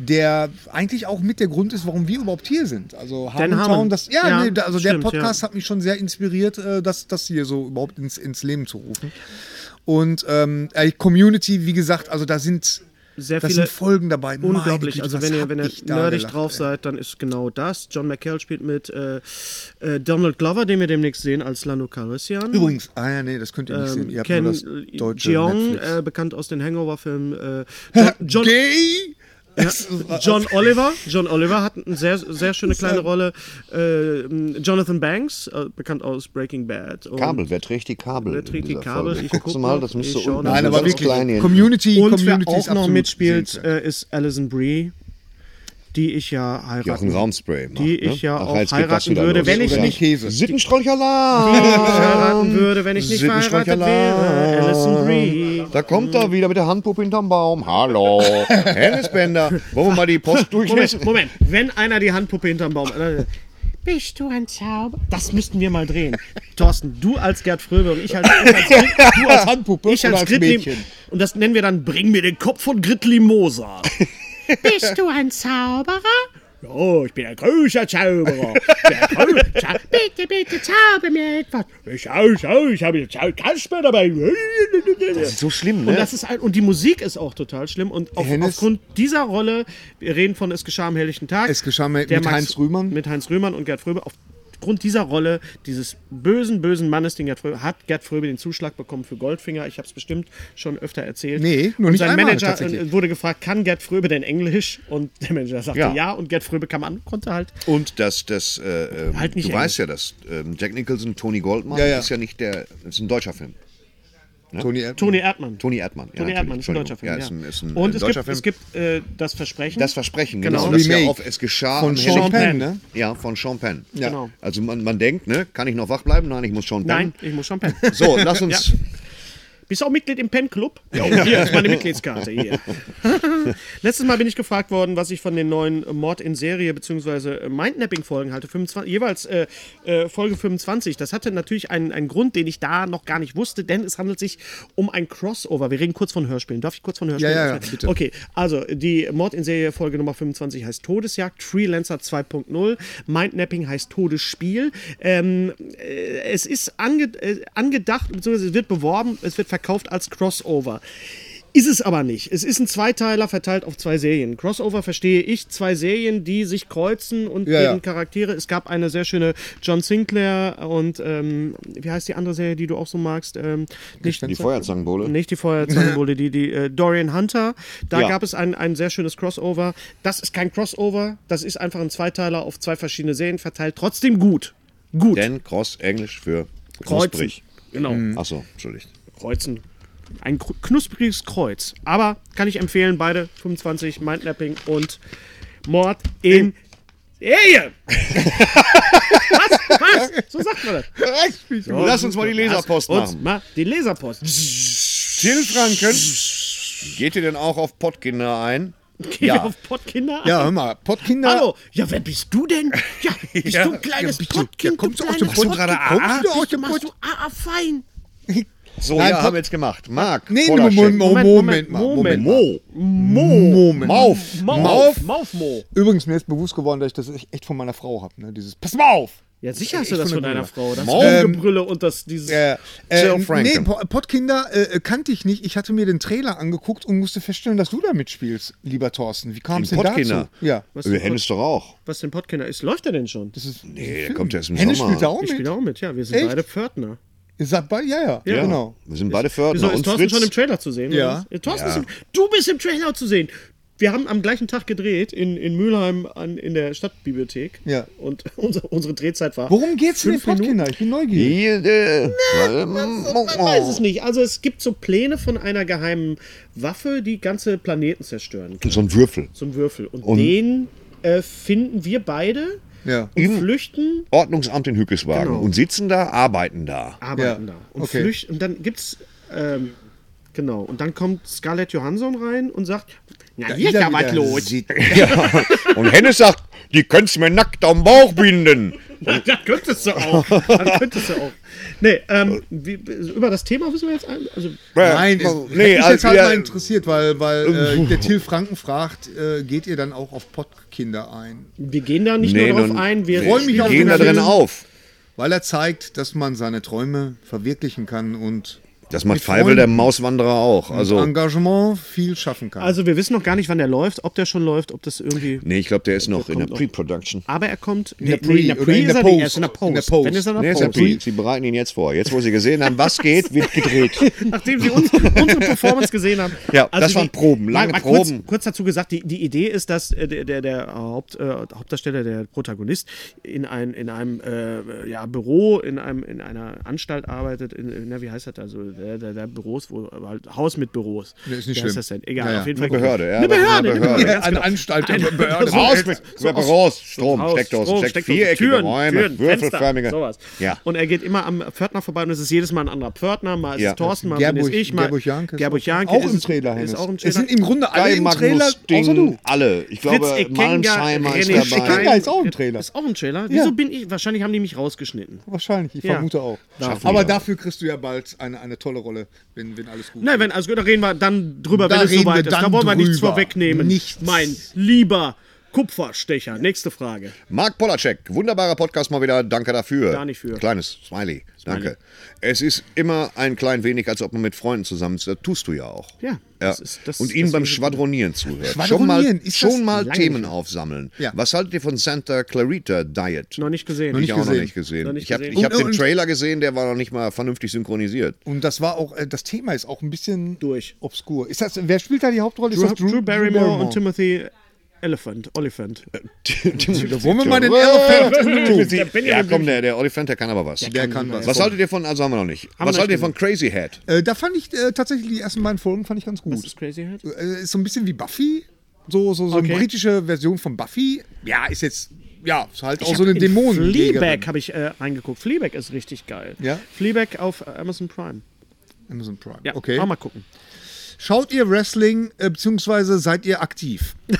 [SPEAKER 5] der eigentlich auch mit der Grund ist, warum wir überhaupt hier sind. Also Harmontown,
[SPEAKER 1] Harmon.
[SPEAKER 5] das, ja,
[SPEAKER 1] Ja,
[SPEAKER 5] nee, da- also der
[SPEAKER 1] stimmt, ja.
[SPEAKER 5] Podcast hat mich schon sehr inspiriert, äh, das, das hier so überhaupt ins, ins Leben zu rufen. Und ähm, ey, Community, wie gesagt, also da sind,
[SPEAKER 1] Sehr
[SPEAKER 5] da
[SPEAKER 1] viele
[SPEAKER 5] sind Folgen dabei. Meine
[SPEAKER 1] Unglaublich.
[SPEAKER 5] Güte,
[SPEAKER 1] also
[SPEAKER 5] was
[SPEAKER 1] wenn ihr,
[SPEAKER 5] hab
[SPEAKER 1] wenn ihr
[SPEAKER 5] ich da
[SPEAKER 1] nerdig
[SPEAKER 5] gelacht,
[SPEAKER 1] drauf
[SPEAKER 5] ey.
[SPEAKER 1] seid, dann ist genau das. John McHale spielt mit äh, äh, Donald Glover, den wir demnächst sehen als Lando Calrissian.
[SPEAKER 5] Übrigens, ah ja, nee, das könnt ihr nicht sehen. Ihr habt
[SPEAKER 1] Ähm, Ken
[SPEAKER 5] nur das
[SPEAKER 1] äh,
[SPEAKER 5] deutsche
[SPEAKER 1] Jeong,
[SPEAKER 5] Netflix.
[SPEAKER 1] äh, bekannt aus den Hangover-Filmen. Äh, John, John,
[SPEAKER 5] Gay! <laughs> Es
[SPEAKER 1] ja,
[SPEAKER 5] war-
[SPEAKER 1] John Oliver. John Oliver hat eine sehr, sehr schöne kleine Rolle. Äh, m, Jonathan Banks, äh, bekannt aus Breaking Bad. Und
[SPEAKER 3] Kabel, wer trägt die Kabel?
[SPEAKER 1] Wer
[SPEAKER 3] in
[SPEAKER 1] trägt die
[SPEAKER 3] dieser
[SPEAKER 1] Kabel?
[SPEAKER 3] Folge?
[SPEAKER 1] Ich
[SPEAKER 3] Guckst
[SPEAKER 1] guck
[SPEAKER 3] du mal,
[SPEAKER 1] noch.
[SPEAKER 3] das müsst
[SPEAKER 1] Ich
[SPEAKER 3] du
[SPEAKER 1] schau
[SPEAKER 3] unten.
[SPEAKER 1] noch.
[SPEAKER 5] Nein,
[SPEAKER 3] das
[SPEAKER 5] aber
[SPEAKER 3] ist
[SPEAKER 5] wirklich,
[SPEAKER 3] klein hier.
[SPEAKER 5] Community,
[SPEAKER 1] Und wer
[SPEAKER 5] Community ist
[SPEAKER 1] auch noch
[SPEAKER 5] absolut
[SPEAKER 1] mitspielt,
[SPEAKER 5] sehenswert.
[SPEAKER 1] äh, ist Alison Brie, die ich ja
[SPEAKER 3] Die auch
[SPEAKER 1] heirate.
[SPEAKER 3] einen Raumspray macht,
[SPEAKER 1] Die
[SPEAKER 3] ne?
[SPEAKER 1] ich ja
[SPEAKER 3] Ach,
[SPEAKER 1] auch
[SPEAKER 3] jetzt geht das
[SPEAKER 1] heiraten
[SPEAKER 3] wieder
[SPEAKER 1] würde,
[SPEAKER 3] los,
[SPEAKER 1] wenn ich
[SPEAKER 3] oder?
[SPEAKER 1] nicht-
[SPEAKER 5] Käse.
[SPEAKER 3] Sittenstrolch
[SPEAKER 1] die ich heiraten
[SPEAKER 3] Alarm!
[SPEAKER 1] würde, wenn ich nicht
[SPEAKER 3] Sittenstrolch
[SPEAKER 1] verheiratet wäre. Alison Brie.
[SPEAKER 3] Da kommt er wieder mit der Handpuppe hinterm
[SPEAKER 1] <laughs>
[SPEAKER 3] Baum. Hallo, Hennes Bender. Wollen wir mal die Post durchlesen?
[SPEAKER 1] Moment, Moment. Wenn einer die Handpuppe hinterm Baum. Äh, bist du ein Zauber? Das müssten wir mal drehen. Thorsten, du als Gerd Fröbe und ich als, ich als, Grit-
[SPEAKER 5] <laughs>
[SPEAKER 1] du als
[SPEAKER 5] Handpuppe
[SPEAKER 1] Ich als,
[SPEAKER 5] oder als
[SPEAKER 1] Gritli-
[SPEAKER 5] Mädchen?
[SPEAKER 1] Und das nennen wir dann Bring mir den Kopf von Gritli Moser.
[SPEAKER 6] Bist du ein Zauberer?
[SPEAKER 1] Oh, ich bin ein großer Zauberer. Der große Zauberer.
[SPEAKER 6] Bitte, bitte, zauber mir etwas.
[SPEAKER 1] Schau, schau, ich habe jetzt Kasper dabei.
[SPEAKER 3] Das ist so schlimm,
[SPEAKER 1] Und,
[SPEAKER 3] ne?
[SPEAKER 1] das ist ein, und die Musik ist auch total schlimm. Und auf,
[SPEAKER 5] Hennes-
[SPEAKER 1] aufgrund dieser Rolle, wir reden von Es geschah am helllichten Tag.
[SPEAKER 5] Es geschah mit-
[SPEAKER 1] der
[SPEAKER 5] mit Heinz Rühmann.
[SPEAKER 1] Mit Heinz Rühmann und Gerd Fröbe. Auf, aufgrund dieser Rolle, dieses bösen, bösen Mannes, den Gerd Fröbe, hat Gerd Fröbe den Zuschlag bekommen für Goldfinger. Ich habe es bestimmt schon öfter erzählt.
[SPEAKER 5] Nee, nur
[SPEAKER 1] und
[SPEAKER 5] nicht
[SPEAKER 1] sein
[SPEAKER 5] einmal
[SPEAKER 1] Manager
[SPEAKER 5] tatsächlich.
[SPEAKER 1] äh, wurde gefragt, kann Gerd Fröbe denn Englisch? Und der Manager sagte
[SPEAKER 3] Ja.
[SPEAKER 1] ja. Und Gerd Fröbe kam an, konnte halt.
[SPEAKER 3] Und dass das, äh, ähm,
[SPEAKER 1] Halt nicht
[SPEAKER 3] du
[SPEAKER 1] eng.
[SPEAKER 3] weißt ja, dass ähm, Jack Nicholson, Tony Goldman,
[SPEAKER 5] Ja, ja.
[SPEAKER 3] ist ja nicht der, ist ein deutscher Film.
[SPEAKER 5] Tony Erdmann.
[SPEAKER 1] Tony Erdmann.
[SPEAKER 3] Tony Erdmann.
[SPEAKER 1] Tony
[SPEAKER 3] ja,
[SPEAKER 1] Erdmann ist ein
[SPEAKER 3] natürlich,
[SPEAKER 1] deutscher Film.
[SPEAKER 3] Entschuldigung. Ja, ist ein, ist ein,
[SPEAKER 1] und
[SPEAKER 3] äh,
[SPEAKER 1] es
[SPEAKER 3] deutscher
[SPEAKER 1] gibt,
[SPEAKER 3] Film.
[SPEAKER 1] es gibt äh, das Versprechen.
[SPEAKER 3] das Versprechen,
[SPEAKER 1] Genau.
[SPEAKER 3] genau. Das ist ja
[SPEAKER 5] Remake
[SPEAKER 3] auf, es geschah
[SPEAKER 5] Von
[SPEAKER 3] an
[SPEAKER 5] Sean
[SPEAKER 3] Henry-
[SPEAKER 5] Penn,
[SPEAKER 1] Penn.
[SPEAKER 5] ne?
[SPEAKER 3] Ja, von Sean Penn.
[SPEAKER 5] Ja.
[SPEAKER 1] Genau.
[SPEAKER 3] Also man, man denkt, ne, kann ich noch wach bleiben? Nein, ich muss Sean Penn.
[SPEAKER 1] Nein, ich muss
[SPEAKER 3] <laughs>
[SPEAKER 1] schon pennen.
[SPEAKER 3] So,
[SPEAKER 1] <laughs>
[SPEAKER 3] lass uns.
[SPEAKER 1] Bist du auch Mitglied im Pen-Club? Ja. Hier ist meine Mitgliedskarte.
[SPEAKER 5] <laughs>
[SPEAKER 1] Hier. Letztes Mal bin ich gefragt worden, was ich von den neuen Mord in Serie bzw. Mindnapping-Folgen halte. 25, jeweils äh, äh, Folge 25. Das hatte natürlich einen, einen Grund, den ich da noch gar nicht wusste, denn es handelt sich um ein Crossover. Wir reden kurz von Hörspielen. Darf ich kurz von Hörspielen
[SPEAKER 5] Ja, ja, ja,
[SPEAKER 1] erzählen?
[SPEAKER 5] bitte.
[SPEAKER 1] Okay, also die Mord in Serie Folge Nummer 25 heißt Todesjagd, Freelancer 2.0, Mindnapping heißt Todesspiel. Ähm, äh, es ist ange äh, angedacht, beziehungsweise es wird beworben, es wird verkauft als Crossover. Ist es aber nicht. Es ist ein Zweiteiler verteilt auf zwei Serien. Crossover verstehe ich, zwei Serien, die sich kreuzen und
[SPEAKER 5] Ja,
[SPEAKER 1] deren
[SPEAKER 5] ja.
[SPEAKER 1] Charaktere. Es gab eine sehr schöne John Sinclair und ähm, wie heißt die andere Serie, die du auch so magst? Ähm, nicht,
[SPEAKER 3] Die Feuerzangenbowle.
[SPEAKER 1] nicht die Feuerzangenbowle, die, die äh, Dorian Hunter. Da
[SPEAKER 3] Ja.
[SPEAKER 1] gab es ein, ein sehr schönes Crossover. Das ist kein Crossover, das ist einfach ein Zweiteiler auf zwei verschiedene Serien verteilt. Trotzdem gut. Gut.
[SPEAKER 3] Denn Cross, Englisch für
[SPEAKER 1] Kreuzen.
[SPEAKER 3] knusprig.
[SPEAKER 1] Genau.
[SPEAKER 3] Achso, entschuldigt.
[SPEAKER 1] Kreuzen. Ein kru- knuspriges Kreuz. Aber kann ich empfehlen, beide 25 Mindnapping und Mord in Serie. was? Was? So sagt man das.
[SPEAKER 3] Lass uns mal die Leserpost
[SPEAKER 1] Lass uns
[SPEAKER 3] machen.
[SPEAKER 1] Mal die Leserpost.
[SPEAKER 3] Till Franken. Geht ihr denn auch auf Pottkinder ein?
[SPEAKER 1] Geh auf Pottkinder
[SPEAKER 5] Ja, hör mal, Pottkinder.
[SPEAKER 1] Hallo, ja, wer bist du denn? Ja, bist du ein kleines
[SPEAKER 5] ja, bitte.
[SPEAKER 1] Pottkind?
[SPEAKER 5] Ja, kommst
[SPEAKER 1] du
[SPEAKER 5] du aus dem
[SPEAKER 1] kleines
[SPEAKER 5] Pott- kommst du aus
[SPEAKER 1] Bist du-
[SPEAKER 5] dem
[SPEAKER 1] machst du
[SPEAKER 5] Pott-
[SPEAKER 1] AA fein?
[SPEAKER 3] So,
[SPEAKER 5] Nein,
[SPEAKER 3] ja,
[SPEAKER 5] Pott-
[SPEAKER 3] haben wir jetzt gemacht. Marc,
[SPEAKER 5] Nee,
[SPEAKER 3] Vorderschenk.
[SPEAKER 5] Moment, Moment, Moment, Moment, mal,
[SPEAKER 1] Moment,
[SPEAKER 5] Moment,
[SPEAKER 3] Mo.
[SPEAKER 5] Mo. Moment.
[SPEAKER 3] Mauf.
[SPEAKER 1] Mauf, Mauf, Mo.
[SPEAKER 5] Übrigens, mir ist bewusst geworden, dass ich das echt von meiner Frau habe. Ne? Dieses, pass mal auf!
[SPEAKER 1] Ja, sicher hast du das
[SPEAKER 5] von
[SPEAKER 1] von
[SPEAKER 5] der
[SPEAKER 1] deiner Frau. Das
[SPEAKER 3] Mauf.
[SPEAKER 1] Rumgebrülle und das, dieses...
[SPEAKER 5] Äh,
[SPEAKER 3] Jill
[SPEAKER 5] äh, nee,
[SPEAKER 3] Franken.
[SPEAKER 5] Po- Pottkinder äh, kannte ich nicht. Ich hatte mir den Trailer angeguckt und musste feststellen, dass du da mitspielst, lieber Thorsten. Wie kam es
[SPEAKER 3] In
[SPEAKER 5] denn dazu?
[SPEAKER 3] Pottkinder?
[SPEAKER 5] Ja.
[SPEAKER 1] Was
[SPEAKER 3] Wir
[SPEAKER 1] denn
[SPEAKER 3] hätten es doch auch.
[SPEAKER 1] Was denn Pottkinder ist? Läuft er denn schon?
[SPEAKER 5] Das ist,
[SPEAKER 3] Nee, der kommt erst im
[SPEAKER 5] Hennes
[SPEAKER 3] Sommer.
[SPEAKER 5] spielt da auch
[SPEAKER 1] Ich
[SPEAKER 5] mit.
[SPEAKER 1] spiele auch mit, ja. Wir sind
[SPEAKER 5] Echt?
[SPEAKER 1] beide Pförtner.
[SPEAKER 5] Ihr sagt bei, ja, ja,
[SPEAKER 3] Ja,
[SPEAKER 5] genau.
[SPEAKER 3] Wir sind beide Fördner.
[SPEAKER 1] Wieso, ist
[SPEAKER 3] und
[SPEAKER 1] Thorsten
[SPEAKER 3] Fritz.
[SPEAKER 1] schon im Trailer zu sehen? oder
[SPEAKER 5] Ja.
[SPEAKER 1] was? Äh, Thorsten Ist im, du bist im Trailer zu sehen. Wir haben am gleichen Tag gedreht in, in Mülheim an, in der Stadtbibliothek.
[SPEAKER 5] Ja.
[SPEAKER 1] Und <laughs> unsere, unsere Drehzeit war.
[SPEAKER 5] Worum geht's denn in
[SPEAKER 1] fünf Minuten?
[SPEAKER 5] Pottkinder? Ich bin neugierig.
[SPEAKER 3] Hier, äh,
[SPEAKER 1] Man weiß es nicht. Also es gibt so Pläne von einer geheimen Waffe, die ganze Planeten zerstören.
[SPEAKER 3] So ein Würfel.
[SPEAKER 1] Zum Würfel. Und, den äh, finden wir beide
[SPEAKER 5] Ja.
[SPEAKER 1] und flüchten,
[SPEAKER 3] Ordnungsamt in Hückeswagen.
[SPEAKER 1] Genau.
[SPEAKER 3] Und sitzen da, arbeiten da.
[SPEAKER 1] arbeiten
[SPEAKER 5] Ja.
[SPEAKER 1] da. Und
[SPEAKER 5] Okay.
[SPEAKER 1] flüchten. Und dann gibt's. Ähm, genau. Und dann kommt Scarlett Johansson rein und sagt: Na, hier
[SPEAKER 5] ist
[SPEAKER 1] ist
[SPEAKER 5] er
[SPEAKER 1] ja was
[SPEAKER 5] wieder.
[SPEAKER 1] los. <laughs>
[SPEAKER 3] <laughs> Ja. Und Hennes sagt, die können's mir nackt am Bauch binden.
[SPEAKER 1] Dann könntest du auch. Dann könntest du auch. Nee, ähm, wie, über das Thema wissen wir jetzt ein. Also,
[SPEAKER 5] Nein,
[SPEAKER 3] Äh, nee,
[SPEAKER 5] ist, nee, hat mich
[SPEAKER 3] als
[SPEAKER 5] jetzt halt
[SPEAKER 3] wir-
[SPEAKER 5] mal interessiert, weil, weil
[SPEAKER 3] <laughs>
[SPEAKER 5] äh, der Till Franken fragt, äh, geht ihr dann auch auf Pottkinder ein?
[SPEAKER 1] wir gehen da nicht
[SPEAKER 3] Nee,
[SPEAKER 1] nur drauf
[SPEAKER 3] nun-
[SPEAKER 1] ein. Wir
[SPEAKER 5] Freu mich
[SPEAKER 3] Die
[SPEAKER 5] auf
[SPEAKER 3] gehen
[SPEAKER 5] den
[SPEAKER 3] da drin
[SPEAKER 5] Film.
[SPEAKER 3] auf.
[SPEAKER 5] Weil er zeigt, dass man seine Träume verwirklichen kann und
[SPEAKER 3] Das macht
[SPEAKER 5] Mit
[SPEAKER 3] Feivel, der
[SPEAKER 5] Freunden.
[SPEAKER 3] Mauswanderer, auch. Also,
[SPEAKER 5] Engagement viel schaffen kann.
[SPEAKER 1] Also wir wissen noch gar nicht, wann der läuft, ob der schon läuft, ob das irgendwie.
[SPEAKER 3] nee, ich glaube, der ist noch in der
[SPEAKER 1] kommt noch.
[SPEAKER 3] Pre-Production.
[SPEAKER 1] Aber er kommt in
[SPEAKER 5] der
[SPEAKER 1] nee, nee, in der
[SPEAKER 5] Pre-
[SPEAKER 1] Pre
[SPEAKER 5] oder in
[SPEAKER 1] ist
[SPEAKER 5] der
[SPEAKER 1] er nicht,
[SPEAKER 5] Post.
[SPEAKER 1] erst in der
[SPEAKER 5] In
[SPEAKER 1] Post.
[SPEAKER 5] der Post.
[SPEAKER 1] Dann ist er in
[SPEAKER 3] Nee,
[SPEAKER 1] der
[SPEAKER 3] ist ja
[SPEAKER 1] Post.
[SPEAKER 3] Pre. Sie bereiten ihn jetzt vor. Jetzt, wo sie gesehen haben, was geht,
[SPEAKER 5] <laughs>
[SPEAKER 3] wird gedreht.
[SPEAKER 1] <laughs> Nachdem sie uns, unsere Performance gesehen haben. Also
[SPEAKER 3] Ja, das waren Proben, lange
[SPEAKER 1] mal, mal kurz,
[SPEAKER 3] Proben.
[SPEAKER 1] Kurz dazu gesagt, die, die Idee ist, dass äh, der, der, der Haupt, äh, Hauptdarsteller, der Protagonist, in, ein, in einem äh, ja, Büro, in, einem, in einer Anstalt arbeitet, in, in, na, wie heißt das da so, der, der, der Büros, wo, aber halt Haus mit Büros.
[SPEAKER 5] Nee, ist nicht
[SPEAKER 1] wie
[SPEAKER 5] schlimm.
[SPEAKER 1] heißt das denn? Egal,
[SPEAKER 5] Ja, ja.
[SPEAKER 1] auf jeden
[SPEAKER 3] Eine
[SPEAKER 1] Fall.
[SPEAKER 3] Behörde, ja,
[SPEAKER 1] Eine
[SPEAKER 3] das ist eine
[SPEAKER 1] Behörde, genau. eine
[SPEAKER 3] Behörde.
[SPEAKER 1] Behörde.
[SPEAKER 5] Ja, eine Anstalt, eine Behörde.
[SPEAKER 3] Raus mit, so raus, Strom,
[SPEAKER 1] Haus,
[SPEAKER 3] Steckdosen,
[SPEAKER 1] Strom,
[SPEAKER 3] Steck,
[SPEAKER 1] Steckdosen,
[SPEAKER 3] viereckige
[SPEAKER 1] Türen,
[SPEAKER 3] Räume,
[SPEAKER 1] Türen,
[SPEAKER 3] würfelförmige.
[SPEAKER 1] Fenster, sowas.
[SPEAKER 3] Ja.
[SPEAKER 1] Und er geht immer am Pförtner vorbei und es ist jedes Mal ein anderer Pförtner, mal ist
[SPEAKER 3] Ja.
[SPEAKER 1] es Thorsten, mal
[SPEAKER 5] Gerburg-
[SPEAKER 1] bin es ich, mal
[SPEAKER 5] Gerburg Janke ist
[SPEAKER 1] Gerburg
[SPEAKER 5] auch-
[SPEAKER 1] Janke
[SPEAKER 5] auch
[SPEAKER 1] ist
[SPEAKER 5] im
[SPEAKER 1] es-
[SPEAKER 5] Trailer, Hennes.
[SPEAKER 1] ist auch im
[SPEAKER 5] Es
[SPEAKER 1] Trailer.
[SPEAKER 5] sind im Grunde alle
[SPEAKER 3] Guy
[SPEAKER 5] im
[SPEAKER 3] Magnus
[SPEAKER 5] Trailer, außer du.
[SPEAKER 3] Ding, alle. Ich glaube, Malmsheimer ist
[SPEAKER 1] René
[SPEAKER 3] dabei.
[SPEAKER 5] Schicker.
[SPEAKER 1] Stein,
[SPEAKER 5] ist auch im Trailer.
[SPEAKER 1] Ist auch im Trailer. Wieso
[SPEAKER 5] Ja.
[SPEAKER 1] bin ich, wahrscheinlich haben die mich rausgeschnitten.
[SPEAKER 5] Wahrscheinlich, ich
[SPEAKER 1] Ja.
[SPEAKER 5] vermute auch.
[SPEAKER 3] Schaffen wir.
[SPEAKER 5] Aber dafür kriegst du ja bald eine, eine tolle Rolle, wenn, wenn alles gut
[SPEAKER 1] Nein, wenn, also da reden wir dann drüber,
[SPEAKER 5] Da
[SPEAKER 1] wenn es
[SPEAKER 5] reden wir
[SPEAKER 1] soweit ist. Da
[SPEAKER 5] dann
[SPEAKER 1] wollen wir nichts
[SPEAKER 5] drüber.
[SPEAKER 1] vorwegnehmen.
[SPEAKER 5] Nichts.
[SPEAKER 1] Mein lieber Kupferstecher. Nächste Frage.
[SPEAKER 3] Marc Polacek, wunderbarer Podcast mal wieder, danke dafür.
[SPEAKER 1] Gar nicht für.
[SPEAKER 3] Kleines Smiley, danke. Es ist immer ein klein wenig, als ob man mit Freunden zusammen ist. Das tust du ja auch.
[SPEAKER 1] Ja, das ist- das-
[SPEAKER 3] Und
[SPEAKER 1] das
[SPEAKER 3] ihnen beim
[SPEAKER 1] ist-
[SPEAKER 3] Schwadronieren zuhört.
[SPEAKER 5] Schwadronieren,
[SPEAKER 3] schon mal,
[SPEAKER 5] ist das
[SPEAKER 3] schon mal
[SPEAKER 5] lange
[SPEAKER 3] Themen
[SPEAKER 5] nicht.
[SPEAKER 3] aufsammeln.
[SPEAKER 5] Ja.
[SPEAKER 3] Was haltet ihr von Santa Clarita Diet?
[SPEAKER 1] Noch nicht gesehen.
[SPEAKER 5] Noch
[SPEAKER 3] ich
[SPEAKER 5] nicht
[SPEAKER 3] auch noch
[SPEAKER 5] gesehen.
[SPEAKER 3] nicht gesehen.
[SPEAKER 1] Noch nicht
[SPEAKER 3] ich habe
[SPEAKER 1] gesehen.
[SPEAKER 3] ich hab
[SPEAKER 5] Und-
[SPEAKER 3] den
[SPEAKER 5] und-
[SPEAKER 3] Trailer gesehen, der war noch nicht mal vernünftig synchronisiert.
[SPEAKER 5] Und das war auch, äh, das Thema ist auch ein bisschen
[SPEAKER 1] Durch.
[SPEAKER 5] obskur. Ist das, wer spielt da die Hauptrolle?
[SPEAKER 1] Drew,
[SPEAKER 5] ist das
[SPEAKER 1] Drew, Barrymore, und Timothy Elephant. Oliphant.
[SPEAKER 3] da
[SPEAKER 5] wollen wir mal den
[SPEAKER 1] <laughs>
[SPEAKER 5] Elephant
[SPEAKER 1] Da bin ich
[SPEAKER 3] Ja,
[SPEAKER 1] ja
[SPEAKER 3] komm, der, der Olifant, der kann aber was.
[SPEAKER 5] Der kann was.
[SPEAKER 3] was haltet ihr von, also haben wir noch nicht.
[SPEAKER 1] wir
[SPEAKER 3] was
[SPEAKER 1] noch
[SPEAKER 3] haltet ihr
[SPEAKER 1] nicht
[SPEAKER 3] von Crazy Head?
[SPEAKER 5] Äh, da fand ich äh, tatsächlich die ersten beiden Folgen fand ich ganz
[SPEAKER 1] Ist
[SPEAKER 5] gut.
[SPEAKER 1] das crazy halt?
[SPEAKER 5] Äh, ist so ein bisschen wie Buffy. So, so, so
[SPEAKER 1] Okay.
[SPEAKER 5] eine britische Version von Buffy. Ja, ist jetzt, ja, ist halt auch
[SPEAKER 1] Ich
[SPEAKER 5] so
[SPEAKER 1] hab
[SPEAKER 5] eine
[SPEAKER 1] in
[SPEAKER 5] Dämonen.
[SPEAKER 1] Fleabag habe ich äh, reingeguckt. Fleabag ist richtig geil.
[SPEAKER 5] Ja?
[SPEAKER 1] Fleabag auf äh, Amazon Prime.
[SPEAKER 5] Amazon Prime.
[SPEAKER 1] Ja,
[SPEAKER 5] okay.
[SPEAKER 1] auch mal gucken.
[SPEAKER 5] Schaut ihr Wrestling, äh, beziehungsweise seid ihr aktiv?
[SPEAKER 1] Die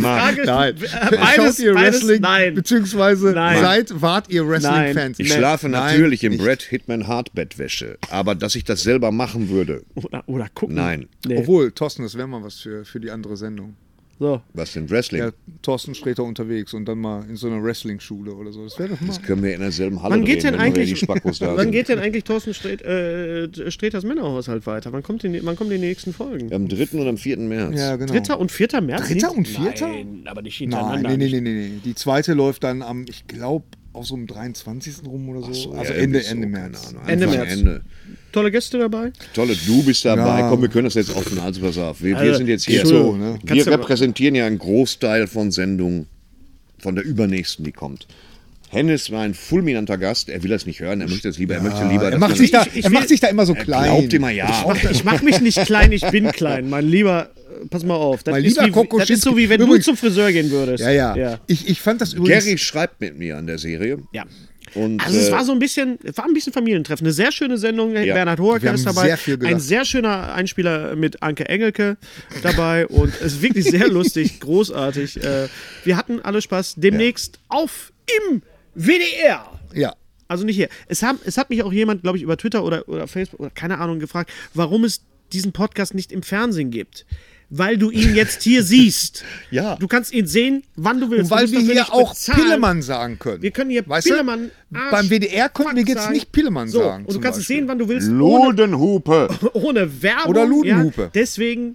[SPEAKER 1] Frage
[SPEAKER 5] Nein.
[SPEAKER 1] ist, äh, beides,
[SPEAKER 5] Schaut ihr
[SPEAKER 1] beides,
[SPEAKER 5] Wrestling,
[SPEAKER 1] nein.
[SPEAKER 5] beziehungsweise
[SPEAKER 1] Nein.
[SPEAKER 5] seid, wart ihr Wrestling-Fans?
[SPEAKER 3] Ich
[SPEAKER 1] Nein,
[SPEAKER 3] schlafe
[SPEAKER 5] nein,
[SPEAKER 3] natürlich im
[SPEAKER 5] nicht.
[SPEAKER 3] Brad Hitman Hardbettwäsche, aber dass ich das selber machen würde,
[SPEAKER 1] Oder, oder gucken.
[SPEAKER 3] Nein.
[SPEAKER 1] Nee.
[SPEAKER 5] Obwohl, Thorsten, das wäre mal was für, für die andere Sendung.
[SPEAKER 1] So.
[SPEAKER 3] was denn Wrestling?
[SPEAKER 5] Ja, Thorsten Sträter unterwegs und dann mal in so einer Wrestling-Schule oder so. Das wäre doch mal.
[SPEAKER 3] Können wir in derselben Halle
[SPEAKER 1] Wann geht
[SPEAKER 3] drehen,
[SPEAKER 1] denn
[SPEAKER 3] wenn wir
[SPEAKER 1] eigentlich, <laughs>
[SPEAKER 3] die Spackos da
[SPEAKER 1] wann
[SPEAKER 3] sind.
[SPEAKER 1] geht denn eigentlich Thorsten Stret, äh, Streters Männerhaushalt weiter? Wann, kommt die, wann kommen die nächsten Folgen?
[SPEAKER 3] Am 3. und am 4. März.
[SPEAKER 5] Ja, genau.
[SPEAKER 1] Dritter und vierter März?
[SPEAKER 5] Dritter
[SPEAKER 1] Nicht-
[SPEAKER 5] und vierter?
[SPEAKER 1] Nein, aber nicht
[SPEAKER 5] Nein,
[SPEAKER 1] hintereinander.
[SPEAKER 5] nee, nee, nee, nee, nee. Die zweite läuft dann am, ich glaube, auch so um 23. rum oder so.
[SPEAKER 3] So,
[SPEAKER 5] also
[SPEAKER 3] ja, irgendwie
[SPEAKER 5] Ende,
[SPEAKER 3] so, keine
[SPEAKER 5] Ende März.
[SPEAKER 3] Ahnung,
[SPEAKER 1] Ende
[SPEAKER 3] Anfang,
[SPEAKER 1] März.
[SPEAKER 3] Ende.
[SPEAKER 1] Tolle Gäste dabei.
[SPEAKER 3] Tolle, du bist dabei.
[SPEAKER 5] Ja.
[SPEAKER 3] Komm, wir können das jetzt offen. Also pass auf. Wir, wir
[SPEAKER 1] Also,
[SPEAKER 3] sind jetzt hier.
[SPEAKER 5] so, ne?
[SPEAKER 3] Wir
[SPEAKER 1] Kannst du-
[SPEAKER 3] repräsentieren ja einen Großteil von Sendungen, von der übernächsten, die kommt. Hennes war ein fulminanter Gast. Er will das nicht hören. Er möchte das lieber. Er möchte lieber.
[SPEAKER 5] Er
[SPEAKER 3] dass
[SPEAKER 5] macht,
[SPEAKER 3] man-
[SPEAKER 5] sich da,
[SPEAKER 1] Also ich- ich
[SPEAKER 5] er
[SPEAKER 1] will-
[SPEAKER 5] macht sich da immer so
[SPEAKER 3] Er
[SPEAKER 5] klein.
[SPEAKER 3] glaubt immer ja.
[SPEAKER 1] Ich mach mich nicht klein, ich bin klein. Mein lieber, äh, pass mal auf. Das,
[SPEAKER 5] Mein
[SPEAKER 1] ist,
[SPEAKER 5] lieber
[SPEAKER 1] wie, das ist so, wie wenn
[SPEAKER 5] Übrigens-
[SPEAKER 1] du zum Friseur gehen würdest.
[SPEAKER 5] Ja, ja. Ich, ich fand das übrigens.
[SPEAKER 3] Gary schreibt mit mir an der Serie.
[SPEAKER 1] Ja.
[SPEAKER 3] Und,
[SPEAKER 1] Also
[SPEAKER 3] äh,
[SPEAKER 1] es war so ein bisschen, es war ein bisschen Familientreffen. Eine sehr schöne Sendung.
[SPEAKER 3] Ja.
[SPEAKER 1] Bernhard Hohecker
[SPEAKER 5] Wir
[SPEAKER 1] ist
[SPEAKER 5] haben
[SPEAKER 1] dabei.
[SPEAKER 5] sehr viel gelacht.
[SPEAKER 1] ein sehr schöner Einspieler mit Anke Engelke dabei und es ist wirklich sehr
[SPEAKER 5] <laughs>
[SPEAKER 1] lustig, großartig. Äh, Wir hatten alle Spaß. Demnächst auf im WDR.
[SPEAKER 5] Ja.
[SPEAKER 1] Also nicht hier. Es, haben, es hat mich auch jemand, glaube ich, über Twitter oder, oder Facebook oder keine Ahnung gefragt, warum es diesen Podcast nicht im Fernsehen gibt. Weil du ihn jetzt hier siehst.
[SPEAKER 5] <laughs> Ja.
[SPEAKER 1] Du kannst ihn sehen, wann du willst.
[SPEAKER 5] Und
[SPEAKER 1] du
[SPEAKER 5] weil
[SPEAKER 1] musst
[SPEAKER 5] wir
[SPEAKER 1] dafür
[SPEAKER 5] hier
[SPEAKER 1] nicht
[SPEAKER 5] auch
[SPEAKER 1] bezahlen.
[SPEAKER 5] Pillemann sagen können.
[SPEAKER 1] Wir können hier
[SPEAKER 5] weißt
[SPEAKER 1] Pillemann,
[SPEAKER 5] Du?
[SPEAKER 1] Arsch,
[SPEAKER 5] Beim WDR konnten wir
[SPEAKER 1] Fuck
[SPEAKER 5] jetzt
[SPEAKER 1] sagen.
[SPEAKER 5] nicht Pillemann
[SPEAKER 1] so,
[SPEAKER 5] sagen.
[SPEAKER 1] Und du
[SPEAKER 5] zum
[SPEAKER 1] kannst es
[SPEAKER 5] Beispiel.
[SPEAKER 1] sehen, wann du willst, ohne,
[SPEAKER 3] Ludenhupe.
[SPEAKER 1] <laughs> ohne Werbung.
[SPEAKER 5] Oder Ludenhupe.
[SPEAKER 1] Ja, deswegen,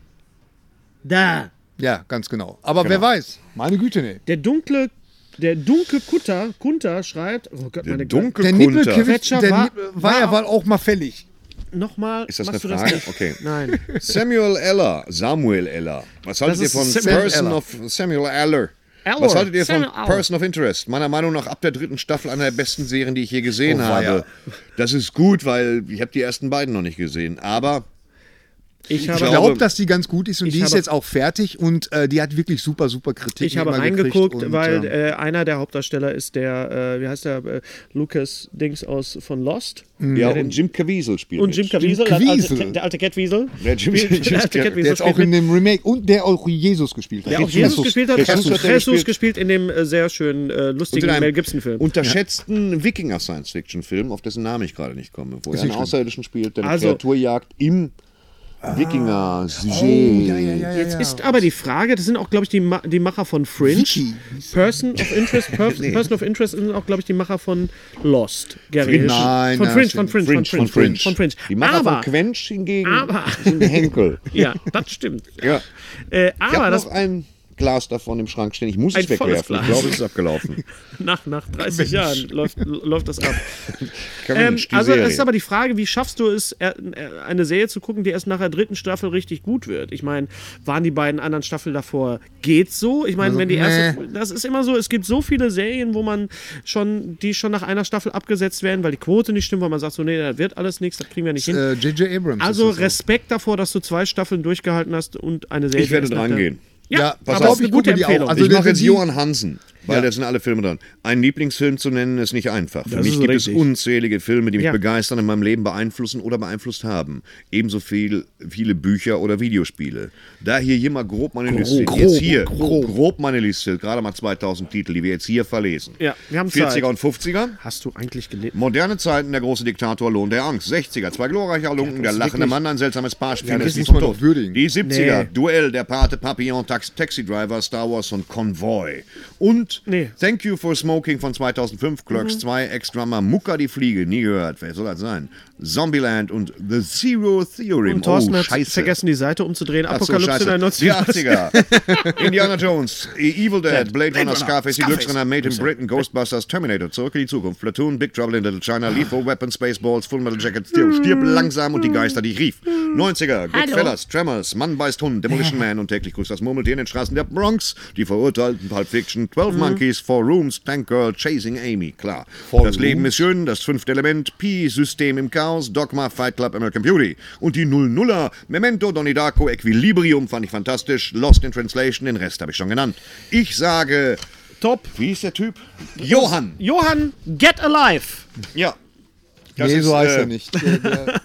[SPEAKER 1] da,
[SPEAKER 5] Ja, ganz genau. Aber wer weiß. Meine Güte, nee.
[SPEAKER 1] der dunkle, der dunkle Kutter, Kunter schreibt, oh Gott, meine Güte,
[SPEAKER 5] Der
[SPEAKER 3] Dunkelkunter.
[SPEAKER 5] Nippelkiewicz,
[SPEAKER 1] Quetscher
[SPEAKER 5] der Ni-
[SPEAKER 1] war-
[SPEAKER 5] war ja
[SPEAKER 1] war-
[SPEAKER 5] war auch mal fällig.
[SPEAKER 1] nochmal,
[SPEAKER 3] Ist das
[SPEAKER 1] machst
[SPEAKER 3] eine
[SPEAKER 1] du
[SPEAKER 3] Frage?
[SPEAKER 1] das nicht?
[SPEAKER 3] Okay. <laughs>
[SPEAKER 1] Nein.
[SPEAKER 3] Samuel Eller. Samuel Eller. Was haltet
[SPEAKER 1] Das
[SPEAKER 3] ihr
[SPEAKER 1] ist
[SPEAKER 3] von
[SPEAKER 1] Samuel
[SPEAKER 3] Person
[SPEAKER 5] Eller.
[SPEAKER 3] of Samuel Eller?
[SPEAKER 1] Eller.
[SPEAKER 3] Was haltet ihr von
[SPEAKER 1] Samuel Eller.
[SPEAKER 3] Person of Interest? Meiner Meinung nach ab der dritten Staffel einer der besten Serien, die ich je gesehen
[SPEAKER 5] Oh,
[SPEAKER 3] habe.
[SPEAKER 5] weia.
[SPEAKER 3] Das ist gut, weil ich habe die ersten beiden noch nicht gesehen. Aber
[SPEAKER 1] Ich
[SPEAKER 5] Ich
[SPEAKER 1] habe
[SPEAKER 3] glaube,
[SPEAKER 5] glaube, dass die ganz gut ist und
[SPEAKER 1] ich
[SPEAKER 5] die ist
[SPEAKER 1] habe-
[SPEAKER 5] jetzt auch fertig und äh, die hat wirklich super, super Kritik.
[SPEAKER 1] Ich habe reingeguckt,
[SPEAKER 5] ähm,
[SPEAKER 3] ähm,
[SPEAKER 1] weil äh, einer der Hauptdarsteller ist der, äh, wie heißt der, äh, Lucas Dings aus von Lost.
[SPEAKER 3] ja,
[SPEAKER 1] den-
[SPEAKER 3] und Jim Caviezel spielt
[SPEAKER 1] Und Jim
[SPEAKER 3] mit.
[SPEAKER 1] Caviezel,
[SPEAKER 5] Jim
[SPEAKER 1] der alte-
[SPEAKER 5] Hm. Caviezel.
[SPEAKER 1] der alte Catwiesel.
[SPEAKER 3] Ja, Jim- Jim-
[SPEAKER 1] Der alte
[SPEAKER 3] der-
[SPEAKER 5] der
[SPEAKER 1] Catwiesel
[SPEAKER 5] jetzt auch
[SPEAKER 1] spielt
[SPEAKER 5] in
[SPEAKER 1] mit.
[SPEAKER 5] dem Remake und der auch Jesus gespielt hat.
[SPEAKER 1] Der auch Jesus gespielt hat.
[SPEAKER 3] Jesus
[SPEAKER 1] Jesus,
[SPEAKER 3] hat
[SPEAKER 1] Jesus,
[SPEAKER 3] er gespielt.
[SPEAKER 1] gespielt in dem äh, sehr schönen, äh, lustigen Mel Gibson-Film.
[SPEAKER 3] unterschätzten Wikinger-Science-Fiction-Film, auf dessen Namen ich gerade nicht komme, wo er einen Außerirdischen spielt, der eine
[SPEAKER 1] Also- Ah.
[SPEAKER 3] Kreatur jagt im Wikinger-Sujet.
[SPEAKER 1] Oh, Jetzt ist aber die Frage, das sind auch, glaube ich, die, Ma die Macher von Fringe.
[SPEAKER 5] Vicky.
[SPEAKER 1] Person of Interest, per <laughs> Person of Interest sind auch, glaube ich, die Macher von Lost. Gary
[SPEAKER 3] Fringe.
[SPEAKER 1] Hirsch.
[SPEAKER 5] Nein,
[SPEAKER 1] von
[SPEAKER 5] nein,
[SPEAKER 1] Fringe,
[SPEAKER 5] das
[SPEAKER 1] von Fringe,
[SPEAKER 3] Fringe, von Fringe.
[SPEAKER 1] Von Fringe.
[SPEAKER 3] Die Macher
[SPEAKER 1] aber,
[SPEAKER 3] von Quench hingegen
[SPEAKER 1] aber-
[SPEAKER 3] sind
[SPEAKER 1] <laughs>
[SPEAKER 3] die Henkel.
[SPEAKER 1] Ja, das stimmt.
[SPEAKER 3] Ja.
[SPEAKER 1] Äh,
[SPEAKER 3] Ich
[SPEAKER 1] aber
[SPEAKER 3] habe noch
[SPEAKER 1] das
[SPEAKER 3] ein Glas davon im Schrank stehen. Ich muss es
[SPEAKER 1] Ein volles
[SPEAKER 3] wegwerfen. Ich
[SPEAKER 1] Glas.
[SPEAKER 3] glaube, es
[SPEAKER 1] <laughs>
[SPEAKER 3] ist abgelaufen.
[SPEAKER 1] nach, nach 30 Jahren läuft, läuft das ab.
[SPEAKER 3] Kann man
[SPEAKER 1] Ähm,
[SPEAKER 3] nicht, die
[SPEAKER 1] also
[SPEAKER 3] Serie.
[SPEAKER 1] es ist aber die Frage, wie schaffst du es, äh, äh, eine Serie zu gucken, die erst nach der dritten Staffel richtig gut wird? Ich meine, waren die beiden anderen Staffeln davor geht's so? Ich
[SPEAKER 5] Also,
[SPEAKER 1] meine, wenn die erste, das ist immer so. Es gibt so viele Serien, wo man schon, die schon nach einer Staffel abgesetzt werden, weil die Quote nicht stimmt, weil man sagt so, nee, das wird alles nichts, das kriegen wir nicht hin.
[SPEAKER 5] Äh, J.J. Abrams.
[SPEAKER 1] Also
[SPEAKER 5] ist das auch.
[SPEAKER 1] Respekt davor, dass du zwei Staffeln durchgehalten hast und eine Serie.
[SPEAKER 3] ich werde
[SPEAKER 1] erst nach
[SPEAKER 3] dran
[SPEAKER 1] der-
[SPEAKER 3] gehen.
[SPEAKER 1] Ja,
[SPEAKER 5] Ja,
[SPEAKER 1] ja
[SPEAKER 5] pass
[SPEAKER 1] aber
[SPEAKER 5] auf,
[SPEAKER 1] ist eine
[SPEAKER 5] ich
[SPEAKER 1] gute
[SPEAKER 5] gucke die auch.
[SPEAKER 1] Empfehlung.
[SPEAKER 5] Also
[SPEAKER 3] ich
[SPEAKER 5] der-
[SPEAKER 3] mache jetzt
[SPEAKER 5] die-
[SPEAKER 3] Johann Hansen. weil da sind alle Filme dran. Einen Lieblingsfilm zu nennen, ist nicht einfach. Für
[SPEAKER 1] Das
[SPEAKER 3] mich
[SPEAKER 1] ist
[SPEAKER 3] gibt es
[SPEAKER 1] richtig.
[SPEAKER 3] unzählige Filme, die mich
[SPEAKER 1] Ja.
[SPEAKER 3] begeistern, in meinem Leben beeinflussen oder beeinflusst haben. Ebenso viel, viele Bücher oder Videospiele. Da hier hier mal grob meine Liste.
[SPEAKER 1] grob,
[SPEAKER 3] jetzt hier,
[SPEAKER 1] grob.
[SPEAKER 3] grob. meine Liste. Gerade mal 2000 Titel, die wir jetzt hier verlesen.
[SPEAKER 1] Ja, wir haben
[SPEAKER 3] 40er
[SPEAKER 1] Zeit.
[SPEAKER 3] und 50er.
[SPEAKER 1] Hast du eigentlich gelebt?
[SPEAKER 3] Moderne Zeiten, der große Diktator, Lohn der Angst. 60er, zwei glorreiche Alunken, der
[SPEAKER 1] ist
[SPEAKER 3] lachende
[SPEAKER 1] wirklich-
[SPEAKER 3] Mann, ein seltsames Paar, ja,
[SPEAKER 5] das muss man doch würdigen.
[SPEAKER 3] Die 70er,
[SPEAKER 1] Nee.
[SPEAKER 3] Duell, der Pate, Papillon, Tax, Taxi Driver, Star Wars und Convoy. Und
[SPEAKER 1] Nee. Mhm.
[SPEAKER 3] Thank You for Smoking von 2005, Clerks 2, Ex-Drummer, Mucka die Fliege, nie gehört, wer soll das sein? Zombieland und The Zero Theorem.
[SPEAKER 1] Und Thorsten
[SPEAKER 3] oh,
[SPEAKER 1] hat
[SPEAKER 3] scheiße.
[SPEAKER 1] vergessen, die Seite umzudrehen.
[SPEAKER 3] Ach so,
[SPEAKER 1] Apokalypse
[SPEAKER 3] scheiße.
[SPEAKER 1] in der
[SPEAKER 3] Die
[SPEAKER 1] <laughs>
[SPEAKER 3] 80er. Indiana Jones, Evil Dead, Blade Runner, Scarface, die Glücksrenner, Made in Britain, Ghostbusters, Terminator, Zurück in die Zukunft, Platoon, Big Trouble in Little China, Lethal Weapon, Spaceballs, Full Metal Jacket, Stirb, Stirb langsam und die Geister, die ich rief. 90er, Goodfellas, Tremors, Mann beißt Hund, Demolition Man und täglich grüßt das Murmeltier in den Straßen der Bronx, die verurteilten Pulp Fiction,
[SPEAKER 5] Mhm.
[SPEAKER 3] 12 Monkeys, Four Rooms, Tank Girl, Chasing Amy, klar. das Leben ist schön, das fünfte Element, Pi, System im Chaos, Dogma, Fight Club, American Beauty. Und die 00er, Memento, Donnie Darko, Equilibrium fand ich fantastisch, Lost in Translation, den Rest habe ich schon genannt. Ich sage,
[SPEAKER 1] Top.
[SPEAKER 3] wie ist der Typ? Johann.
[SPEAKER 1] Johann, get alive.
[SPEAKER 3] Ja. Das
[SPEAKER 5] Nee, so
[SPEAKER 3] ist,
[SPEAKER 5] heißt
[SPEAKER 3] äh,
[SPEAKER 5] er nicht.
[SPEAKER 1] <laughs>
[SPEAKER 5] Der, der,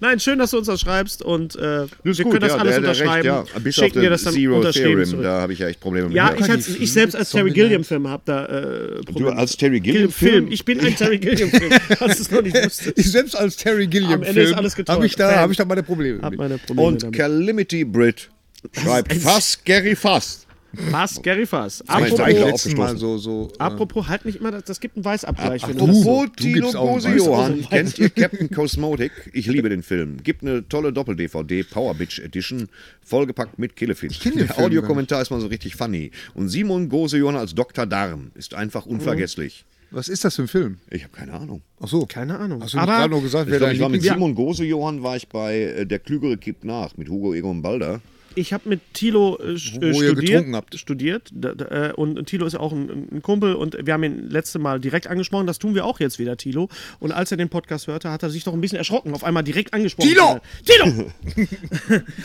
[SPEAKER 1] Nein, schön, dass du uns das schreibst und äh, wir
[SPEAKER 3] ist gut,
[SPEAKER 1] können das
[SPEAKER 3] ja,
[SPEAKER 1] alles
[SPEAKER 3] der hat ja
[SPEAKER 1] unterschreiben.
[SPEAKER 3] Recht, ja. Bis auf
[SPEAKER 1] Schicken dir
[SPEAKER 3] den
[SPEAKER 1] das dann
[SPEAKER 3] Zero
[SPEAKER 1] unterschrieben
[SPEAKER 3] Theorem,
[SPEAKER 1] zurück.
[SPEAKER 3] da habe ich ja echt Probleme mit.
[SPEAKER 1] Ja, ich, als,
[SPEAKER 5] die
[SPEAKER 1] ich selbst als Terry
[SPEAKER 5] Zombieland.
[SPEAKER 1] Gilliam-Film habe da äh,
[SPEAKER 3] du
[SPEAKER 1] Probleme.
[SPEAKER 3] als Terry Gilliam
[SPEAKER 1] Gilliam-Film.
[SPEAKER 3] Film.
[SPEAKER 1] Ich bin ein Terry
[SPEAKER 3] <laughs>
[SPEAKER 1] Gilliam-Film, falls du es noch nicht wusstest.
[SPEAKER 5] ich selbst als
[SPEAKER 1] Am
[SPEAKER 5] Terry
[SPEAKER 1] Ende ist
[SPEAKER 5] Gilliam-Film
[SPEAKER 1] alles getäuscht.
[SPEAKER 5] habe ich, da-
[SPEAKER 1] Fan.
[SPEAKER 5] hab ich da meine Probleme
[SPEAKER 1] Hab
[SPEAKER 5] mit.
[SPEAKER 1] meine Probleme
[SPEAKER 3] Und
[SPEAKER 1] damit.
[SPEAKER 3] Calamity Brit schreibt
[SPEAKER 1] ein-
[SPEAKER 3] fast Gary fast.
[SPEAKER 1] Was? Gary Fass.
[SPEAKER 3] Aber ich
[SPEAKER 5] Ich war
[SPEAKER 3] war
[SPEAKER 5] ich
[SPEAKER 3] da
[SPEAKER 5] letztes Mal
[SPEAKER 3] aufgestoßen.
[SPEAKER 5] so, so äh,
[SPEAKER 1] Apropos, halt nicht immer, das, das gibt einen Weißabgleich. wenn du das-
[SPEAKER 3] Apropos
[SPEAKER 5] du
[SPEAKER 3] Tilo
[SPEAKER 5] gibst auch
[SPEAKER 3] Gose
[SPEAKER 5] einen Weiß.
[SPEAKER 3] Johann, kennt ihr Captain Cosmotic? Ich liebe den Film. Gibt eine tolle Doppel-DVD, Power Bitch Edition, vollgepackt mit Killefisch.
[SPEAKER 5] kenn den
[SPEAKER 3] Der
[SPEAKER 5] Film
[SPEAKER 3] Audiokommentar ist mal so richtig funny. Und Simon Gose Johann als Dr. Darm ist
[SPEAKER 5] Mhm.
[SPEAKER 3] einfach unvergesslich.
[SPEAKER 5] Was ist das für ein Film?
[SPEAKER 3] Ich habe keine Ahnung.
[SPEAKER 5] Ach so.
[SPEAKER 1] Keine Ahnung.
[SPEAKER 5] Hast du nicht
[SPEAKER 1] Aber-
[SPEAKER 5] gerade noch gesagt,
[SPEAKER 3] Ich
[SPEAKER 5] wer
[SPEAKER 3] glaube,
[SPEAKER 5] dein
[SPEAKER 3] ich war mit
[SPEAKER 5] Lieblings...
[SPEAKER 3] Simon Gose Johann war ich bei äh, Der Klügere kippt nach mit Hugo Egon Balder.
[SPEAKER 1] ich habe mit Thilo äh, sch-
[SPEAKER 5] Wo ihr
[SPEAKER 1] äh, studiert,
[SPEAKER 5] getrunken habt.
[SPEAKER 1] studiert da, da, äh, und Thilo ist ja auch ein, ein Kumpel und wir haben ihn letzte Mal direkt angesprochen, das tun wir auch jetzt wieder, Thilo. Und als er den Podcast hörte, hat er sich doch ein bisschen erschrocken, auf einmal direkt angesprochen.
[SPEAKER 5] Thilo!
[SPEAKER 1] Thilo! <laughs>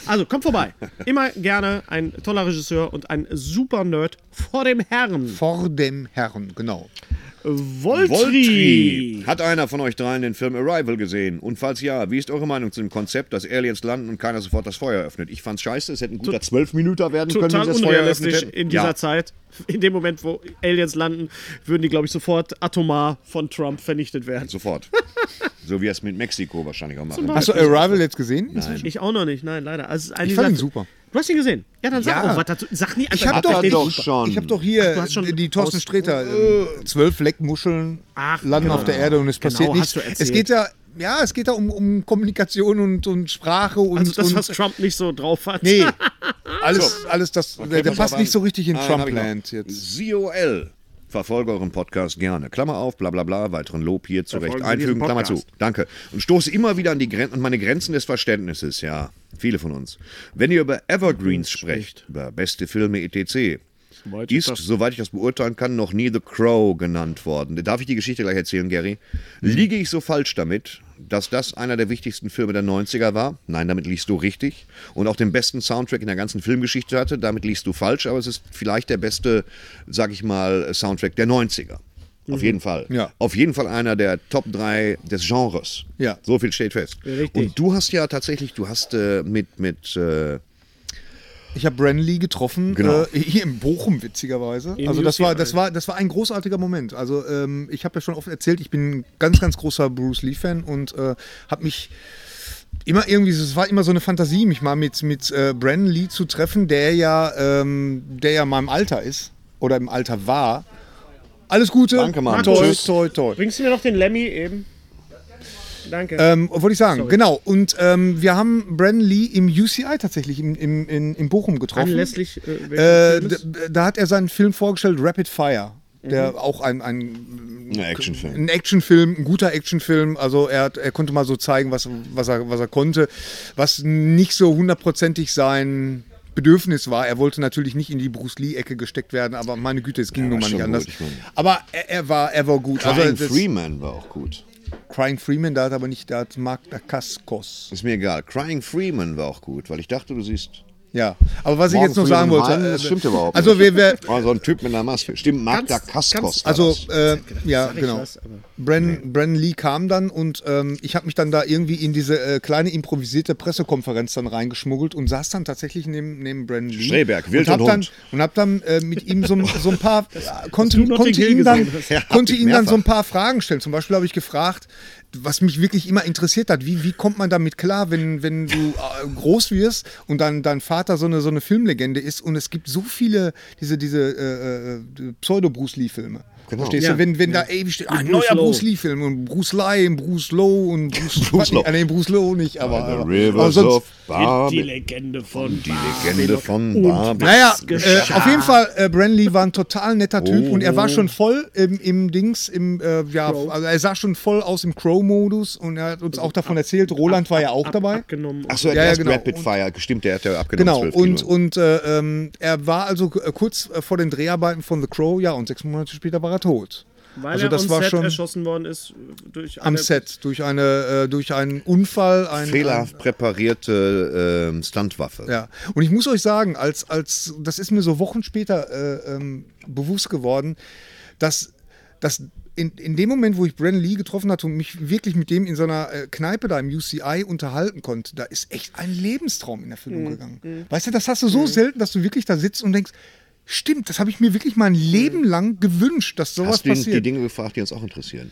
[SPEAKER 1] also, kommt vorbei. Immer gerne ein toller Regisseur und ein super Nerd vor dem Herrn.
[SPEAKER 5] Vor dem Herrn, genau.
[SPEAKER 1] Voltri!
[SPEAKER 3] Voltri. Hat einer von euch dreien den Film Arrival gesehen? Und falls ja, wie ist eure Meinung zu dem Konzept, dass Aliens landen und keiner sofort das Feuer öffnet? Ich fand's scheiße, es hätte ein guter Zwölfminüter werden können, wenn
[SPEAKER 1] Total
[SPEAKER 3] sie das Feuer öffnet
[SPEAKER 1] unrealistisch
[SPEAKER 3] hätten.
[SPEAKER 1] in dieser
[SPEAKER 3] ja.
[SPEAKER 1] Zeit. In dem Moment, wo Aliens landen, würden die, glaube ich, sofort atomar von Trump vernichtet werden. <laughs>
[SPEAKER 3] Sofort. so wie er es mit Mexiko wahrscheinlich auch machen.
[SPEAKER 1] Beispiel.
[SPEAKER 5] Hast du Arrival jetzt gesehen?
[SPEAKER 1] Ich auch noch nicht, nein, leider. Also, es ist ein
[SPEAKER 5] Ich fand ihn
[SPEAKER 1] dieser-
[SPEAKER 5] super.
[SPEAKER 1] Du hast ihn gesehen? Ja, dann sag
[SPEAKER 5] Ja.
[SPEAKER 1] auch was dazu. Sag nie
[SPEAKER 5] Ich
[SPEAKER 1] einfach,
[SPEAKER 5] habe
[SPEAKER 3] Hat
[SPEAKER 5] doch,
[SPEAKER 3] er
[SPEAKER 5] den-
[SPEAKER 3] doch schon.
[SPEAKER 5] ich hab doch hier
[SPEAKER 1] Ach, du hast schon
[SPEAKER 5] die Thorsten
[SPEAKER 1] aus- Oh.
[SPEAKER 5] Sträter. ähm, Zwölf Leckmuscheln
[SPEAKER 1] Ach,
[SPEAKER 5] landen
[SPEAKER 1] genau.
[SPEAKER 5] auf der Erde und es
[SPEAKER 1] Genau,
[SPEAKER 5] passiert
[SPEAKER 1] hast
[SPEAKER 5] nichts.
[SPEAKER 1] du erzählt.
[SPEAKER 5] Es geht ja, ja, es geht da um, um Kommunikation und, und Sprache und,
[SPEAKER 1] also das,
[SPEAKER 5] und
[SPEAKER 1] was Trump nicht so drauf hat.
[SPEAKER 5] nee, alles, alles das, der, der
[SPEAKER 3] pass auf,
[SPEAKER 5] passt nicht so richtig in
[SPEAKER 3] Ah, hab ich noch.
[SPEAKER 5] Trumpland jetzt.
[SPEAKER 3] COL. Verfolge euren Podcast gerne. Klammer auf, bla bla bla, weiteren Lob hier zurecht
[SPEAKER 1] Verfolgen Sie
[SPEAKER 3] einfügen,
[SPEAKER 1] diesen
[SPEAKER 3] Klammer zu.
[SPEAKER 1] Podcast.
[SPEAKER 3] Danke. Und stoße immer wieder an, die Gren an meine Grenzen des Verständnisses, ja. Viele von uns. Wenn ihr über Evergreens sprecht, über beste Filme etc., ist, soweit ich das beurteilen kann, noch nie The Crow genannt worden. Darf ich die Geschichte gleich erzählen, Gary?
[SPEAKER 5] Hm.
[SPEAKER 3] Liege ich so falsch damit, dass das einer der wichtigsten Filme der 90er war? Nein, damit liegst du richtig. Und auch den besten Soundtrack in der ganzen Filmgeschichte hatte? Damit liegst du falsch, aber es ist vielleicht der beste, sag ich mal, Soundtrack der 90er. Auf jeden Fall.
[SPEAKER 5] Mhm. Ja.
[SPEAKER 3] Auf jeden Fall einer der Top 3 des Genres.
[SPEAKER 5] Ja.
[SPEAKER 3] So viel steht fest.
[SPEAKER 1] Richtig.
[SPEAKER 3] Und du hast ja tatsächlich, du hast äh, mit, mit äh,
[SPEAKER 5] Ich habe Branley getroffen,
[SPEAKER 3] Genau.
[SPEAKER 5] äh, <laughs> hier in Bochum witzigerweise.
[SPEAKER 1] Im
[SPEAKER 5] also das
[SPEAKER 1] UCI.
[SPEAKER 5] war, das war, das war ein großartiger Moment. Also ähm, ich habe ja schon oft erzählt, ich bin ein ganz, ganz großer Bruce Lee Fan und äh, habe mich immer irgendwie, es war immer so eine Fantasie, mich mal mit mit äh, Brandon Lee zu treffen, der ja, ähm, der ja mal im Alter ist oder im Alter war. Alles Gute.
[SPEAKER 3] Danke, Mann.
[SPEAKER 5] Toi,
[SPEAKER 1] Tschüss.
[SPEAKER 5] toi, toi.
[SPEAKER 1] <laughs> Bringst du mir noch den Lemmy eben? Danke.
[SPEAKER 5] Ähm, Wollte ich sagen, genau. Und ähm, wir haben Brandon Lee im UCI tatsächlich, im, im, in, in Bochum getroffen.
[SPEAKER 1] Anlässlich äh,
[SPEAKER 5] Äh,
[SPEAKER 1] welches Filmes?
[SPEAKER 5] d- da hat er seinen Film vorgestellt, Rapid Fire. Der auch ein, ein,
[SPEAKER 3] einem Actionfilm.
[SPEAKER 5] ein Actionfilm, ein guter Actionfilm. Also er, hat, er konnte mal so zeigen, was, was, er, was er konnte, was nicht so hundertprozentig sein Bedürfnis war. Er wollte natürlich nicht in die Bruce Lee-Ecke gesteckt werden, aber meine Güte, es ging nun mal
[SPEAKER 3] schon
[SPEAKER 5] nicht
[SPEAKER 3] gut,
[SPEAKER 5] anders.
[SPEAKER 3] ich meine-
[SPEAKER 5] aber er, er, war, er war gut. Also,
[SPEAKER 3] Brian
[SPEAKER 5] das-
[SPEAKER 3] Freeman war auch gut.
[SPEAKER 5] Crying Freeman, da hat aber nicht, da hat Mark Dacascos.
[SPEAKER 3] Ist mir egal. Crying Freeman war auch gut, weil ich dachte, du siehst
[SPEAKER 5] Ja, aber was ich
[SPEAKER 3] Morgen
[SPEAKER 5] jetzt noch
[SPEAKER 3] früh
[SPEAKER 5] sagen
[SPEAKER 3] um
[SPEAKER 5] wollte.
[SPEAKER 3] halb, das
[SPEAKER 5] äh,
[SPEAKER 3] stimmt überhaupt
[SPEAKER 5] Also,
[SPEAKER 3] nicht. <laughs>
[SPEAKER 5] wer, wer,
[SPEAKER 3] Oh, so ein Typ mit einer Maske. Stimmt, Magda
[SPEAKER 1] Ganz-
[SPEAKER 3] Kaskos.
[SPEAKER 1] ganz-
[SPEAKER 3] war
[SPEAKER 5] also
[SPEAKER 3] das.
[SPEAKER 5] äh, ja,
[SPEAKER 1] sag ich
[SPEAKER 5] genau.
[SPEAKER 1] was, aber-
[SPEAKER 5] Bren, Bren Lee kam dann und ähm, ich habe mich dann da irgendwie in diese äh, kleine improvisierte Pressekonferenz dann reingeschmuggelt und saß dann tatsächlich neben, neben Bren Lee.
[SPEAKER 3] Streberg, wild
[SPEAKER 5] und hab
[SPEAKER 3] und
[SPEAKER 5] dann
[SPEAKER 3] Hund.
[SPEAKER 5] Und habe dann äh, mit ihm so, so ein paar, äh, konnte,
[SPEAKER 1] Notting
[SPEAKER 5] konnte,
[SPEAKER 1] Hill
[SPEAKER 5] ihm, dann,
[SPEAKER 1] gesehen hast.
[SPEAKER 3] Ja, hab
[SPEAKER 5] konnte
[SPEAKER 3] ich
[SPEAKER 5] ihm dann so
[SPEAKER 3] mehrfach.
[SPEAKER 5] ein paar Fragen stellen. Zum Beispiel habe ich gefragt, was mich wirklich immer interessiert hat, wie, wie kommt man damit klar, wenn, wenn du äh, groß wirst und dann dein Vater so eine, so eine Filmlegende ist und es gibt so viele diese, diese äh, äh, Pseudo-Bruce Lee-Filme.
[SPEAKER 3] Genau.
[SPEAKER 5] Verstehst
[SPEAKER 1] Ja.
[SPEAKER 5] du? Wenn, wenn da ewig steht, ah,
[SPEAKER 1] Bruce
[SPEAKER 5] neuer
[SPEAKER 1] Lowe.
[SPEAKER 5] Bruce Lee-Film und Bruce Lee und Bruce
[SPEAKER 3] <laughs>
[SPEAKER 5] Lowe und Bruce,
[SPEAKER 3] Bruce Lowe.
[SPEAKER 5] Ah, Nee, Bruce Lowe nicht, aber.
[SPEAKER 3] The
[SPEAKER 5] aber, aber
[SPEAKER 3] Rivers
[SPEAKER 5] sonst,
[SPEAKER 3] of
[SPEAKER 1] Die
[SPEAKER 3] Babel.
[SPEAKER 1] Legende von
[SPEAKER 3] Die Legende von Babel.
[SPEAKER 5] naja, äh,
[SPEAKER 1] geschah. Oh.
[SPEAKER 5] auf jeden Fall, äh, Branley war ein total netter Typ und er war schon voll im, im Dings, im, äh, ja, also er sah schon voll aus im Crow-Modus und er hat uns
[SPEAKER 1] Also
[SPEAKER 5] auch davon erzählt, Roland war ja auch dabei.
[SPEAKER 1] Abgenommen.
[SPEAKER 3] Ach so, er hat
[SPEAKER 5] Ja, ja,
[SPEAKER 3] erst
[SPEAKER 5] genau.
[SPEAKER 3] Rapid
[SPEAKER 5] Und-
[SPEAKER 3] Fire. Gestimmt, der hat ja abgenommen.
[SPEAKER 5] Genau,
[SPEAKER 3] 12
[SPEAKER 5] und,
[SPEAKER 3] Kilo.
[SPEAKER 5] und äh, ähm, er war also äh, kurz äh, vor den Dreharbeiten von The Crow, ja, und sechs Monate später war er tot.
[SPEAKER 1] Weil
[SPEAKER 5] also
[SPEAKER 1] er
[SPEAKER 5] das
[SPEAKER 1] on
[SPEAKER 5] war
[SPEAKER 1] Set
[SPEAKER 5] schon
[SPEAKER 1] erschossen worden ist äh, durch
[SPEAKER 5] am
[SPEAKER 1] eine-
[SPEAKER 5] Set durch, eine, äh, durch einen Unfall. Ein, ähm,
[SPEAKER 3] Fehlerhaft präparierte ähm, Stuntwaffe.
[SPEAKER 5] Ja, und ich muss euch sagen, als, als das ist mir so Wochen später äh, ähm, bewusst geworden, dass, dass in, in dem Moment, wo ich Brennan Lee getroffen hatte und mich wirklich mit dem in seiner äh, Kneipe da im UCI unterhalten konnte, da ist echt ein Lebenstraum in Erfüllung gegangen. Weißt du, das hast du so selten, dass du wirklich da sitzt und denkst, stimmt, das habe ich mir wirklich mein Leben lang gewünscht, dass sowas
[SPEAKER 3] Hast du ihn
[SPEAKER 5] passiert.
[SPEAKER 3] die Dinge gefragt, die uns auch interessieren?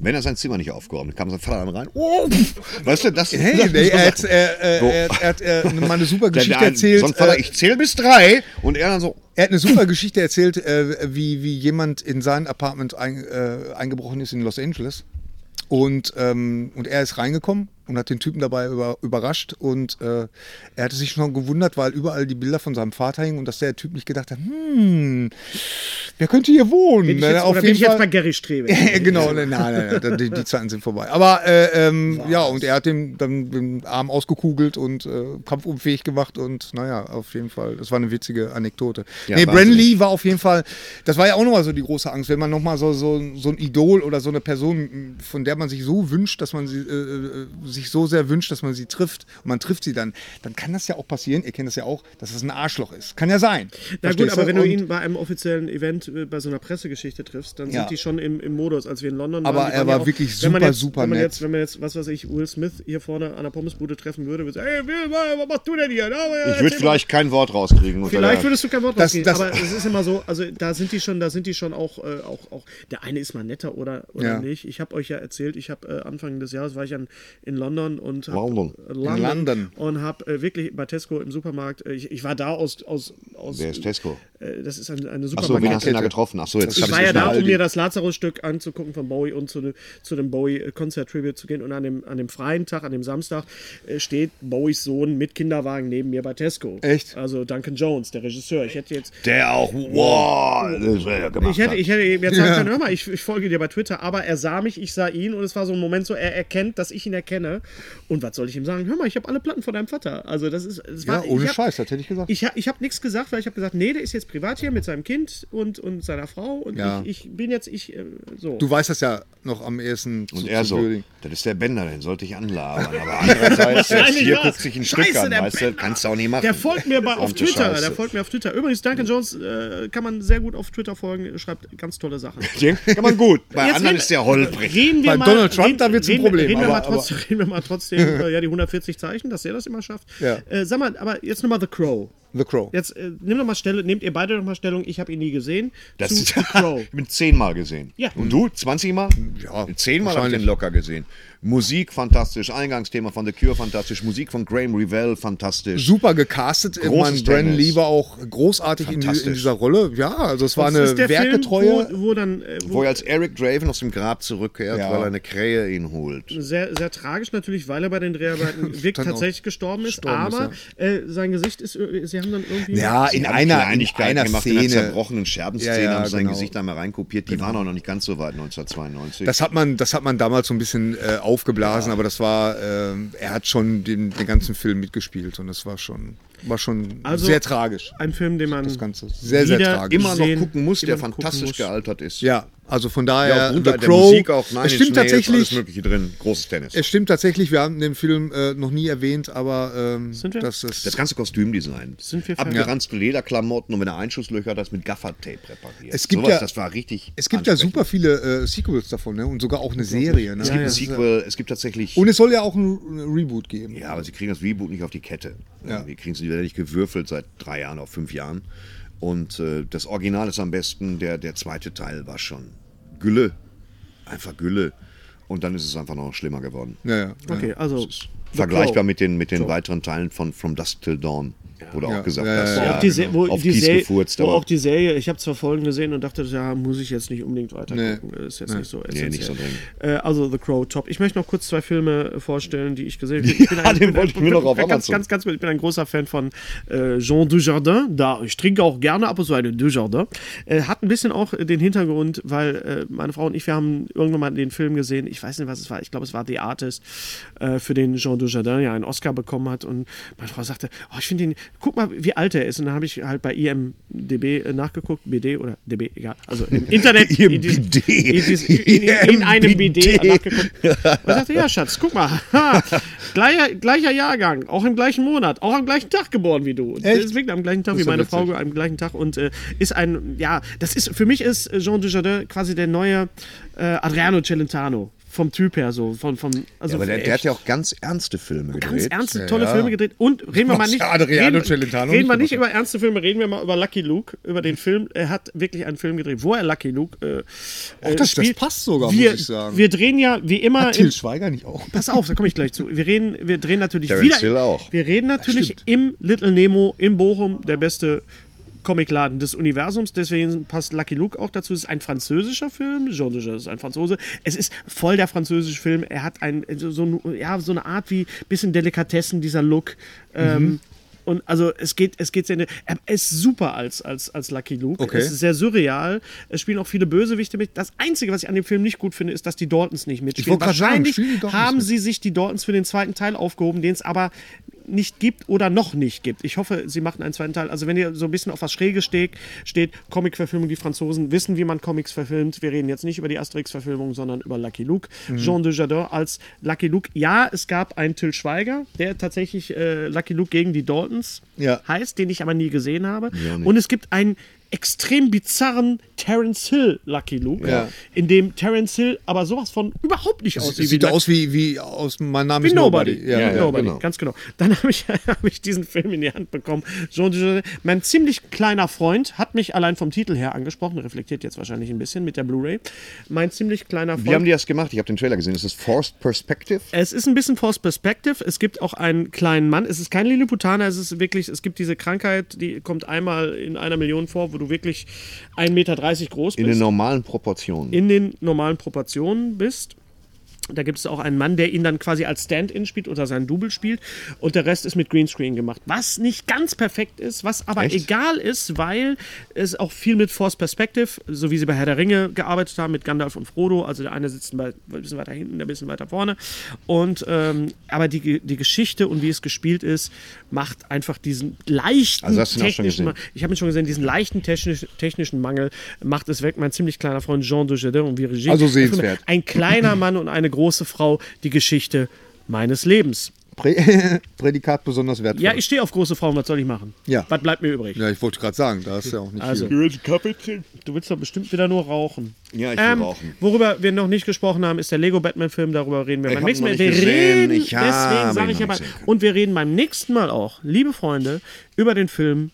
[SPEAKER 3] Wenn er sein Zimmer nicht aufgeräumt hat, kam sein Vater dann rein. Oh, pff. weißt du, <laughs> das
[SPEAKER 5] Hey,
[SPEAKER 3] das-
[SPEAKER 5] nee, er hat, äh, äh, er, hat- er hat äh, mal eine super
[SPEAKER 3] Der- der-
[SPEAKER 5] Geschichte erzählt.
[SPEAKER 3] So ein Vater,
[SPEAKER 5] äh,
[SPEAKER 3] ich zähle bis drei und er dann so.
[SPEAKER 5] Er hat eine super Geschichte erzählt, äh, wie, wie jemand in sein Apartment ein, äh, eingebrochen ist in Los Angeles. Und, ähm, und er ist reingekommen und hat den Typen dabei über, überrascht. Und äh, er hatte sich schon gewundert, weil überall die Bilder von seinem Vater hingen und dass der Typ nicht gedacht hat, hm, wer könnte hier wohnen?
[SPEAKER 1] Bin ich
[SPEAKER 5] Na,
[SPEAKER 1] jetzt,
[SPEAKER 5] auf
[SPEAKER 1] oder bin
[SPEAKER 5] jeden
[SPEAKER 1] ich jetzt
[SPEAKER 5] Fall-
[SPEAKER 1] bei Gary
[SPEAKER 5] <laughs>
[SPEAKER 1] Strebe?
[SPEAKER 5] ja, genau, nein, nein, nein, die, die Zeiten sind vorbei. Aber äh, ähm, ja, und er hat ihm dann den Arm ausgekugelt und äh, kampfunfähig gemacht und naja, auf jeden Fall, das war eine witzige Anekdote.
[SPEAKER 3] Ja,
[SPEAKER 5] nee,
[SPEAKER 3] wahnsinnig.
[SPEAKER 5] Brandon Lee war auf jeden Fall, das war ja auch nochmal so die große Angst, wenn man nochmal so, so, so ein Idol oder so eine Person, von der man sich so wünscht, dass man sie, äh, äh, sich so sehr wünscht, dass man sie trifft und man trifft sie dann, dann kann das ja auch passieren, ihr kennt das ja auch, dass das ein Arschloch ist. Kann ja sein.
[SPEAKER 1] Na gut,
[SPEAKER 5] Verstehst
[SPEAKER 1] aber wenn du
[SPEAKER 5] Und-
[SPEAKER 1] ihn bei einem offiziellen Event, äh, bei so einer Pressegeschichte triffst, dann
[SPEAKER 5] Ja.
[SPEAKER 1] sind die schon im, im Modus, als wir in London
[SPEAKER 5] Aber
[SPEAKER 1] waren. die
[SPEAKER 5] er
[SPEAKER 1] waren
[SPEAKER 5] war
[SPEAKER 1] ja auch,
[SPEAKER 5] wirklich
[SPEAKER 1] wenn man
[SPEAKER 5] super,
[SPEAKER 1] jetzt,
[SPEAKER 5] super
[SPEAKER 1] wenn man
[SPEAKER 5] nett.
[SPEAKER 1] Jetzt, wenn man jetzt, was weiß ich, Will Smith hier vorne an der Pommesbude treffen würde, würde sagen, hey Will, wa- was machst du denn hier? Na, äh,
[SPEAKER 3] Ich würde
[SPEAKER 1] erzähl mal."
[SPEAKER 3] vielleicht kein Wort rauskriegen. unter
[SPEAKER 1] Vielleicht
[SPEAKER 3] der-
[SPEAKER 1] würdest du kein Wort
[SPEAKER 5] Das-
[SPEAKER 1] rausgehen,
[SPEAKER 5] das-
[SPEAKER 1] aber es ist immer so, also da sind die schon, da sind die schon auch, äh, auch, auch der eine ist mal netter oder, oder
[SPEAKER 5] Ja.
[SPEAKER 1] nicht. Ich habe euch ja erzählt, ich habe äh, Anfang des Jahres war ich an, in London und hab,
[SPEAKER 3] London.
[SPEAKER 1] äh, London,
[SPEAKER 5] In London.
[SPEAKER 1] und habe äh, wirklich bei Tesco im Supermarkt, äh, ich, ich war da aus aus aus
[SPEAKER 3] Wer ist Tesco?
[SPEAKER 1] äh, das ist eine, eine
[SPEAKER 3] Achso, wen
[SPEAKER 1] Supermarkt.
[SPEAKER 3] hast du denn da getroffen? Achso, jetzt
[SPEAKER 1] ich
[SPEAKER 3] hab
[SPEAKER 1] war ja
[SPEAKER 3] ich's
[SPEAKER 1] da, um
[SPEAKER 3] verstanden.
[SPEAKER 1] mir das Lazarus-Stück anzugucken von Bowie und zu, dem- zu dem Bowie-Konzert-Tribute zu gehen. Und an dem, an dem freien Tag, an dem Samstag, äh, steht Bowies Sohn mit Kinderwagen neben mir bei Tesco.
[SPEAKER 5] Echt?
[SPEAKER 1] Also Duncan Jones, der Regisseur. Ich hätte jetzt
[SPEAKER 3] Der auch. Wow, das hat er gemacht. ne?
[SPEAKER 1] ich hätte,
[SPEAKER 3] hat.
[SPEAKER 1] ich hätte ihm jetzt sagen können, hör mal, ich, ich folge dir bei Twitter, aber er sah mich, ich sah ihn und es war so ein Moment so, er erkennt, dass ich ihn erkenne. Und was soll ich ihm sagen? Hör mal, ich habe alle Platten von deinem Vater. Also das ist, es war,
[SPEAKER 5] Ja, ohne
[SPEAKER 1] ich hab,
[SPEAKER 5] Scheiß, das hätte ich gesagt.
[SPEAKER 1] Ich, ha- ich habe nichts gesagt, weil ich habe gesagt, nee, der ist jetzt privat hier mit seinem Kind und, und seiner Frau und
[SPEAKER 5] Ja.
[SPEAKER 1] ich, ich bin jetzt, ich, äh, so.
[SPEAKER 5] Du weißt das ja noch am ehesten zu,
[SPEAKER 3] Und er
[SPEAKER 5] zu
[SPEAKER 3] so,
[SPEAKER 5] würdigen.
[SPEAKER 3] das ist der Bender, den sollte ich
[SPEAKER 1] <laughs>
[SPEAKER 3] anlabern. Aber andererseits, jetzt
[SPEAKER 1] Wahrscheinlich
[SPEAKER 3] hier
[SPEAKER 1] war's.
[SPEAKER 3] guckt sich ein Stück
[SPEAKER 1] Scheiße,
[SPEAKER 3] an,
[SPEAKER 1] der
[SPEAKER 3] weißt du,
[SPEAKER 1] Bender.
[SPEAKER 3] kannst du auch nicht machen.
[SPEAKER 1] der folgt mir bei, auf
[SPEAKER 3] Verdammte
[SPEAKER 1] Twitter,
[SPEAKER 3] Scheiße.
[SPEAKER 1] der
[SPEAKER 3] <laughs>
[SPEAKER 1] folgt mir auf Twitter. Übrigens, Duncan Jones äh, kann man sehr gut auf Twitter folgen, schreibt ganz tolle Sachen.
[SPEAKER 3] Den kann man gut. Bei
[SPEAKER 1] Jetzt
[SPEAKER 3] anderen
[SPEAKER 1] reden-
[SPEAKER 3] ist der holprig.
[SPEAKER 1] Reden wir
[SPEAKER 5] Bei
[SPEAKER 1] mal,
[SPEAKER 5] Donald Trump,
[SPEAKER 1] reden-
[SPEAKER 5] da wird's ein
[SPEAKER 1] reden-
[SPEAKER 5] Problem,
[SPEAKER 1] Reden wir,
[SPEAKER 5] aber-
[SPEAKER 1] mal trotzdem, reden wir mal trotzdem
[SPEAKER 5] <laughs>
[SPEAKER 1] über ja, die 140 Zeichen, dass er das immer schafft.
[SPEAKER 5] Ja.
[SPEAKER 1] Äh, sag mal, aber jetzt nochmal The Crow.
[SPEAKER 5] The Crow.
[SPEAKER 1] Jetzt äh, nimm doch mal Stellung, nehmt ihr beide nochmal Stellung, ich habe ihn nie gesehen.
[SPEAKER 3] Das
[SPEAKER 1] zu
[SPEAKER 5] <laughs>
[SPEAKER 3] ist
[SPEAKER 1] The Crow.
[SPEAKER 3] <laughs> ich bin zehnmal gesehen.
[SPEAKER 1] Ja.
[SPEAKER 3] Und du, 20 Mal? Zehnmal
[SPEAKER 5] Ja,
[SPEAKER 3] habe ich den
[SPEAKER 5] wahrscheinlich.
[SPEAKER 3] locker gesehen. Musik fantastisch, Eingangsthema von The Cure fantastisch, Musik von Graham Revell fantastisch.
[SPEAKER 5] Super gecastet. Ich
[SPEAKER 3] Großes
[SPEAKER 5] meine, Brandon
[SPEAKER 3] Tennis.
[SPEAKER 5] Lee war auch großartig in, die- in
[SPEAKER 3] Fantastisch.
[SPEAKER 5] dieser Rolle. Ja, also es war
[SPEAKER 1] Das
[SPEAKER 5] eine
[SPEAKER 1] ist der
[SPEAKER 5] werketreue.
[SPEAKER 1] Film, wo, wo dann äh, wo
[SPEAKER 3] Wo er als Eric Draven aus dem Grab zurückkehrt,
[SPEAKER 5] Ja.
[SPEAKER 3] weil er eine Krähe ihn holt.
[SPEAKER 1] sehr, sehr tragisch natürlich, weil er bei den
[SPEAKER 5] <laughs>
[SPEAKER 1] Dreharbeiten wirklich
[SPEAKER 5] Dann auch
[SPEAKER 1] tatsächlich gestorben ist,
[SPEAKER 5] gestorben ist,
[SPEAKER 1] aber äh,
[SPEAKER 7] Sein Gesicht ist, ir- sie haben dann irgendwie.
[SPEAKER 5] ja,
[SPEAKER 3] Sie
[SPEAKER 5] in
[SPEAKER 3] haben
[SPEAKER 5] einer, in
[SPEAKER 3] Kleinigkeiten
[SPEAKER 5] einer
[SPEAKER 3] gemacht, in einer
[SPEAKER 5] Szene.
[SPEAKER 3] zerbrochenen Scherbenszene,
[SPEAKER 5] Ja, ja,
[SPEAKER 3] haben sein
[SPEAKER 5] genau.
[SPEAKER 3] Gesicht einmal reinkopiert. Die waren auch noch nicht ganz so weit, 1992.
[SPEAKER 5] Das hat man, das hat man damals so ein bisschen äh, aufgeblasen, aber das war, ähm, er hat schon den, den ganzen Film mitgespielt und das war schon, war schon
[SPEAKER 1] Also-
[SPEAKER 5] sehr tragisch.
[SPEAKER 1] ein Film, den man
[SPEAKER 5] Das Ganze sehr, sehr
[SPEAKER 1] wieder
[SPEAKER 5] tragisch.
[SPEAKER 3] immer noch
[SPEAKER 1] sehen,
[SPEAKER 3] gucken muss,
[SPEAKER 1] die
[SPEAKER 3] der
[SPEAKER 1] man gucken
[SPEAKER 3] fantastisch
[SPEAKER 1] muss.
[SPEAKER 3] gealtert ist.
[SPEAKER 5] ja, Also von daher,
[SPEAKER 3] aufgrund
[SPEAKER 5] The
[SPEAKER 3] der
[SPEAKER 5] Crow.
[SPEAKER 3] Musik auch, Nine
[SPEAKER 5] es
[SPEAKER 3] Inch
[SPEAKER 5] stimmt
[SPEAKER 3] Nails,
[SPEAKER 5] tatsächlich.
[SPEAKER 3] Alles Mögliche drin, großes Tennis.
[SPEAKER 5] Es stimmt tatsächlich, wir haben den Film äh, noch nie erwähnt, aber ähm,
[SPEAKER 1] Sind wir?
[SPEAKER 5] das ist.
[SPEAKER 3] Das ganze Kostümdesign.
[SPEAKER 1] Sind wir fertig?
[SPEAKER 3] Abgeranzte Lederklamotten und wenn er Einschusslöcher hat, das mit Gaffertape repariert.
[SPEAKER 5] Es gibt
[SPEAKER 3] Sowas,
[SPEAKER 5] ja-
[SPEAKER 3] das war richtig.
[SPEAKER 5] Es gibt ja
[SPEAKER 3] ansprechend.
[SPEAKER 5] super viele äh, Sequels davon ne? und sogar auch eine Serie. Ne?
[SPEAKER 3] Es gibt
[SPEAKER 5] Das
[SPEAKER 3] ein
[SPEAKER 5] ist,
[SPEAKER 3] Sequel, es gibt tatsächlich.
[SPEAKER 5] äh, Und es soll ja auch ein Re- Reboot geben.
[SPEAKER 3] ja, aber sie kriegen das Reboot nicht auf die Kette.
[SPEAKER 5] Ja.
[SPEAKER 3] Die kriegen es wieder nicht gewürfelt seit drei Jahren, auf fünf Jahren. Und äh, das Original ist am besten, der, der zweite Teil war schon Gülle. Einfach Gülle. Und dann ist es einfach noch schlimmer geworden.
[SPEAKER 5] Ja, ja, ja.
[SPEAKER 1] Okay, also.
[SPEAKER 3] Vergleichbar mit den, mit den weiteren Teilen von From Dusk Till Dawn. Wo du
[SPEAKER 5] Ja.
[SPEAKER 3] auch gesagt
[SPEAKER 5] Ja, ja,
[SPEAKER 3] hast,
[SPEAKER 5] ja.
[SPEAKER 1] Wo
[SPEAKER 3] ja,
[SPEAKER 1] auch die, Se-
[SPEAKER 3] genau.
[SPEAKER 1] wo
[SPEAKER 3] auf
[SPEAKER 1] die
[SPEAKER 3] Kies
[SPEAKER 1] Serie,
[SPEAKER 3] gefurzt.
[SPEAKER 1] wo
[SPEAKER 3] aber-
[SPEAKER 1] auch die Serie, ich habe zwar Folgen gesehen und dachte, ja, muss ich jetzt nicht unbedingt weitergucken. Ist jetzt nicht so essentiell.
[SPEAKER 3] nicht so dringend.
[SPEAKER 1] äh, Also The Crow, top. Ich möchte noch kurz zwei Filme vorstellen, die ich
[SPEAKER 3] <laughs>
[SPEAKER 1] gesehen habe. Ich bin
[SPEAKER 3] Ja,
[SPEAKER 1] ein-
[SPEAKER 3] den
[SPEAKER 1] ich bin
[SPEAKER 3] wollte
[SPEAKER 1] ein-
[SPEAKER 3] ich mir noch auf
[SPEAKER 1] ganz,
[SPEAKER 3] Amazon.
[SPEAKER 1] Ganz, ganz, ich bin ein großer Fan von äh, Jean Dujardin. Da, ich trinke auch gerne ab und zu eine Dujardin. Äh, hat ein bisschen auch den Hintergrund, weil äh, meine Frau und ich, wir haben irgendwann mal den Film gesehen. Ich weiß nicht, was es war. Ich glaube, es war The Artist, äh, für den Jean Dujardin ja einen Oscar bekommen hat. Und meine Frau sagte, oh, ich finde ihn, guck mal, wie alt er ist. Und dann habe ich halt bei IMDB äh, nachgeguckt, BD oder DB, egal. Also im
[SPEAKER 3] <laughs>
[SPEAKER 1] Internet. in diesem-
[SPEAKER 3] IMBD.
[SPEAKER 1] in, diesem- in, in, in einem BD nachgeguckt. Und sagte, ja, Schatz, guck mal, ha, gleicher, gleicher Jahrgang, auch im gleichen Monat, auch am gleichen Tag geboren wie du. Und
[SPEAKER 5] Echt?
[SPEAKER 1] Deswegen am gleichen Tag
[SPEAKER 5] Das
[SPEAKER 1] wie
[SPEAKER 5] ist ja
[SPEAKER 1] meine
[SPEAKER 5] witzig.
[SPEAKER 1] Frau, am gleichen Tag. Und äh, ist ein, ja, das ist, für mich ist äh, Jean Dujardin quasi der neue äh, Adriano Celentano. Vom Typ her so, von, vom, also
[SPEAKER 3] Ja, aber der, der hat ja auch ganz ernste Filme
[SPEAKER 1] ganz
[SPEAKER 3] gedreht.
[SPEAKER 1] ernste, tolle Filme gedreht. Und reden wir mal
[SPEAKER 5] Was
[SPEAKER 1] nicht,
[SPEAKER 5] Adriano
[SPEAKER 1] reden,
[SPEAKER 5] Celentano
[SPEAKER 1] reden wir
[SPEAKER 5] nicht
[SPEAKER 1] nicht über ernste Filme, reden wir mal über Lucky Luke, über den Film. Er hat wirklich einen Film gedreht, wo er Lucky Luke äh, äh,
[SPEAKER 5] das- das
[SPEAKER 1] spielt.
[SPEAKER 5] passt sogar,
[SPEAKER 1] wir,
[SPEAKER 5] muss ich sagen.
[SPEAKER 1] Wir drehen ja wie immer im,
[SPEAKER 5] Till Schweiger nicht auch.
[SPEAKER 1] Pass auf, da komme ich gleich zu. Wir reden, wir drehen natürlich
[SPEAKER 3] Terence
[SPEAKER 1] wieder.
[SPEAKER 3] Hill auch.
[SPEAKER 1] Wir reden natürlich im Little Nemo in Bochum, der beste Comicladen des Universums. Deswegen passt Lucky Luke auch dazu. Es ist ein französischer Film. Jean Leger ist ein Franzose. Es ist voll der französische Film. Er hat ein, so, so, ein- ja, so eine Art wie bisschen Delikatessen, dieser Look. Ähm, und also es geht, es geht sehr. Er ist super als, als, als Lucky Luke.
[SPEAKER 5] Okay.
[SPEAKER 1] Es ist sehr surreal. Es spielen auch viele Bösewichte mit. Das Einzige, was ich an dem Film nicht gut finde, ist, dass die Daltons nicht mitspielen.
[SPEAKER 5] wollte gerade sagen,
[SPEAKER 1] Wahrscheinlich
[SPEAKER 5] spielen die Daltons
[SPEAKER 1] haben
[SPEAKER 5] mit?
[SPEAKER 1] sie sich die Daltons für den zweiten Teil aufgehoben, den es aber nicht gibt oder noch nicht gibt. Ich hoffe, sie machen einen zweiten Teil. Also wenn ihr so ein bisschen auf was Schräges steht, steht Comic-Verfilmung, die Franzosen wissen, wie man Comics verfilmt. Wir reden jetzt nicht über die Asterix-Verfilmung, sondern über Lucky Luke.
[SPEAKER 5] Mhm.
[SPEAKER 1] Jean Dujardin als Lucky Luke. Ja, es gab einen Till Schweiger, der tatsächlich äh, Lucky Luke gegen die Daltons
[SPEAKER 5] Ja.
[SPEAKER 1] heißt, den ich aber nie gesehen habe. Und es gibt einen extrem bizarren Terence Hill Lucky Luke,
[SPEAKER 5] Ja.
[SPEAKER 1] in dem Terence Hill aber sowas von überhaupt nicht
[SPEAKER 5] Es
[SPEAKER 1] aussieht. wie
[SPEAKER 5] sieht
[SPEAKER 1] Lucky-
[SPEAKER 5] aus wie, wie aus Mein Name
[SPEAKER 1] wie
[SPEAKER 5] ist
[SPEAKER 1] Nobody.
[SPEAKER 5] Nobody. Ja,
[SPEAKER 1] Wie
[SPEAKER 5] ja,
[SPEAKER 1] Nobody,
[SPEAKER 5] genau.
[SPEAKER 1] ganz genau. Dann habe ich, <laughs> hab ich diesen Film in die Hand bekommen. Jean Dujardin, mein ziemlich kleiner Freund, hat mich allein vom Titel her angesprochen, reflektiert jetzt wahrscheinlich ein bisschen mit der Blu-ray. Mein ziemlich kleiner Freund.
[SPEAKER 3] Wie haben die das gemacht? Ich habe den Trailer gesehen. Ist das Forced Perspective?
[SPEAKER 1] Es ist ein bisschen Forced Perspective. Es gibt auch einen kleinen Mann. Es ist kein Lilliputaner. Es ist wirklich, es gibt diese Krankheit, die kommt einmal in einer Million vor, wo du wirklich 1,30 Meter groß bist
[SPEAKER 3] In den normalen Proportionen.
[SPEAKER 1] in den normalen Proportionen bist. Da gibt es auch einen Mann, der ihn dann quasi als Stand-in spielt oder sein Double spielt. Und der Rest ist mit Greenscreen gemacht. Was nicht ganz perfekt ist, was aber egal ist, weil es auch viel mit Force Perspective, so wie sie bei Herr der Ringe gearbeitet haben, mit Gandalf und Frodo. Also der eine sitzt ein bisschen weiter hinten, der ein bisschen weiter vorne. Und ähm, aber die, die Geschichte und wie es gespielt ist, macht einfach diesen leichten
[SPEAKER 3] Also hast du ihn auch schon
[SPEAKER 1] technischen
[SPEAKER 3] gesehen?
[SPEAKER 1] ich habe ihn schon gesehen, diesen leichten technisch, technischen Mangel macht es weg. Mein ziemlich kleiner Freund Jean Dujardin und wie Regie.
[SPEAKER 5] Also sehenswert.
[SPEAKER 1] Ein kleiner Mann und eine große Frau, die Geschichte meines Lebens.
[SPEAKER 5] Prä Prädikat besonders wertvoll.
[SPEAKER 1] Ja, ich stehe auf große Frauen, was soll ich machen?
[SPEAKER 5] Ja.
[SPEAKER 1] Was bleibt mir übrig?
[SPEAKER 5] Ja, ich wollte gerade sagen, da ist ja auch nicht
[SPEAKER 1] Also,
[SPEAKER 5] viel.
[SPEAKER 1] du willst doch bestimmt wieder nur rauchen. Ähm,
[SPEAKER 3] Ja, ich will rauchen.
[SPEAKER 1] Worüber wir noch nicht gesprochen haben, ist der Lego Batman-Film. Darüber reden wir
[SPEAKER 3] Ich
[SPEAKER 1] beim
[SPEAKER 3] hab
[SPEAKER 1] nächsten Mal.
[SPEAKER 3] ihn noch
[SPEAKER 1] Wir
[SPEAKER 3] nicht gesehen.
[SPEAKER 1] reden,
[SPEAKER 3] Ich habe
[SPEAKER 1] deswegen sage
[SPEAKER 3] ihn noch
[SPEAKER 1] ich
[SPEAKER 3] nicht
[SPEAKER 1] aber.
[SPEAKER 3] sehen können.
[SPEAKER 1] Und wir reden beim nächsten Mal auch, liebe Freunde, über den Film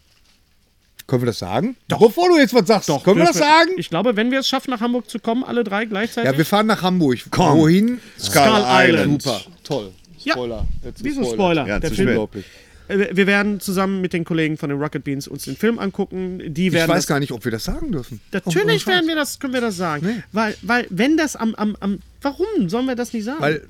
[SPEAKER 5] Können wir das sagen? Doch. Bevor du jetzt was sagst, können wir das
[SPEAKER 1] Dürfen
[SPEAKER 5] sagen?
[SPEAKER 1] Ich glaube, wenn wir es schaffen, nach Hamburg zu kommen, alle drei gleichzeitig.
[SPEAKER 5] Ja, wir fahren nach Hamburg. Wohin?
[SPEAKER 3] Skull Island.
[SPEAKER 5] Super, toll.
[SPEAKER 1] Ja.
[SPEAKER 5] Spoiler. Jetzt
[SPEAKER 1] Wieso Spoiler?
[SPEAKER 3] Ja,
[SPEAKER 1] der
[SPEAKER 3] zu
[SPEAKER 1] Film.
[SPEAKER 5] Unglaublich.
[SPEAKER 1] Äh, Wir werden zusammen mit den Kollegen von den Rocket Beans uns den Film angucken. Die
[SPEAKER 5] Ich
[SPEAKER 1] werden
[SPEAKER 5] weiß
[SPEAKER 1] das,
[SPEAKER 5] gar nicht, ob wir das sagen dürfen.
[SPEAKER 1] natürlich
[SPEAKER 5] Oh,
[SPEAKER 1] werden wir das, können wir das sagen. Weil, weil, wenn das am, am, am, warum sollen wir das nicht sagen?
[SPEAKER 5] Weil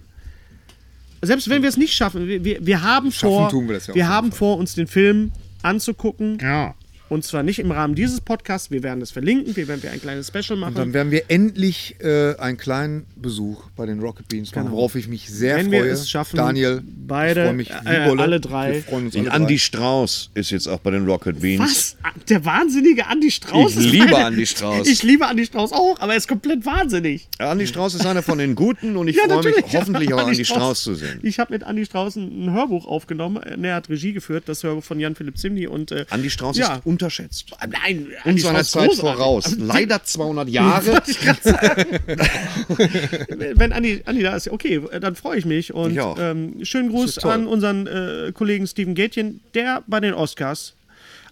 [SPEAKER 1] Selbst wenn wir es nicht schaffen, wir, wir, wir haben
[SPEAKER 5] Schaffen
[SPEAKER 1] vor,
[SPEAKER 5] tun wir das ja auf jeden
[SPEAKER 1] haben vor, uns den Film anzugucken.
[SPEAKER 3] Ja.
[SPEAKER 1] Und zwar nicht im Rahmen dieses Podcasts. Wir werden es verlinken. Wir werden wir ein kleines Special machen.
[SPEAKER 5] Und dann werden wir endlich äh, einen kleinen Besuch bei den Rocket Beans machen, worauf ich mich sehr
[SPEAKER 1] Genau. Wenn
[SPEAKER 5] freue.
[SPEAKER 1] wir es schaffen,
[SPEAKER 5] Daniel,
[SPEAKER 1] beide,
[SPEAKER 5] ich freue mich wie
[SPEAKER 1] äh,
[SPEAKER 5] Bolle.
[SPEAKER 1] alle drei.
[SPEAKER 5] Wir freuen uns
[SPEAKER 3] Und
[SPEAKER 5] alle
[SPEAKER 3] Andy
[SPEAKER 5] drei.
[SPEAKER 3] Strauß ist jetzt auch bei den Rocket Beans.
[SPEAKER 1] Was? Ah, Der wahnsinnige Andi Strauß?
[SPEAKER 3] Ich
[SPEAKER 1] ist
[SPEAKER 3] liebe
[SPEAKER 1] meine-
[SPEAKER 3] Andi Strauß.
[SPEAKER 1] Ich liebe Andi Strauß auch, aber er ist komplett wahnsinnig.
[SPEAKER 3] Andy Strauß ist einer von den Guten und ich
[SPEAKER 1] Ja,
[SPEAKER 3] freue mich
[SPEAKER 1] natürlich. <laughs>
[SPEAKER 3] hoffentlich auch
[SPEAKER 1] Andi
[SPEAKER 3] Andy
[SPEAKER 1] Strauß.
[SPEAKER 3] Strauß zu sehen.
[SPEAKER 1] Ich habe mit Andi Strauß ein ein Hörbuch aufgenommen. Er hat Regie geführt, das Hörbuch von Jan Philipp Zimny und äh,
[SPEAKER 3] Andi Strauß
[SPEAKER 1] ja.
[SPEAKER 3] ist unterschätzt.
[SPEAKER 1] Nein,
[SPEAKER 3] Und
[SPEAKER 1] Andi
[SPEAKER 3] seiner
[SPEAKER 1] Strauß
[SPEAKER 3] Zeit
[SPEAKER 1] großartig.
[SPEAKER 3] voraus. Leider 200 Jahre.
[SPEAKER 1] <laughs> Wollte ich grad sagen. <laughs> Wenn Andi, Andi da ist, okay, dann freue ich mich. Und
[SPEAKER 3] Ich auch.
[SPEAKER 1] ähm, schönen Gruß
[SPEAKER 5] toll.
[SPEAKER 1] an unseren äh, Kollegen Steven Gätjen, der bei den Oscars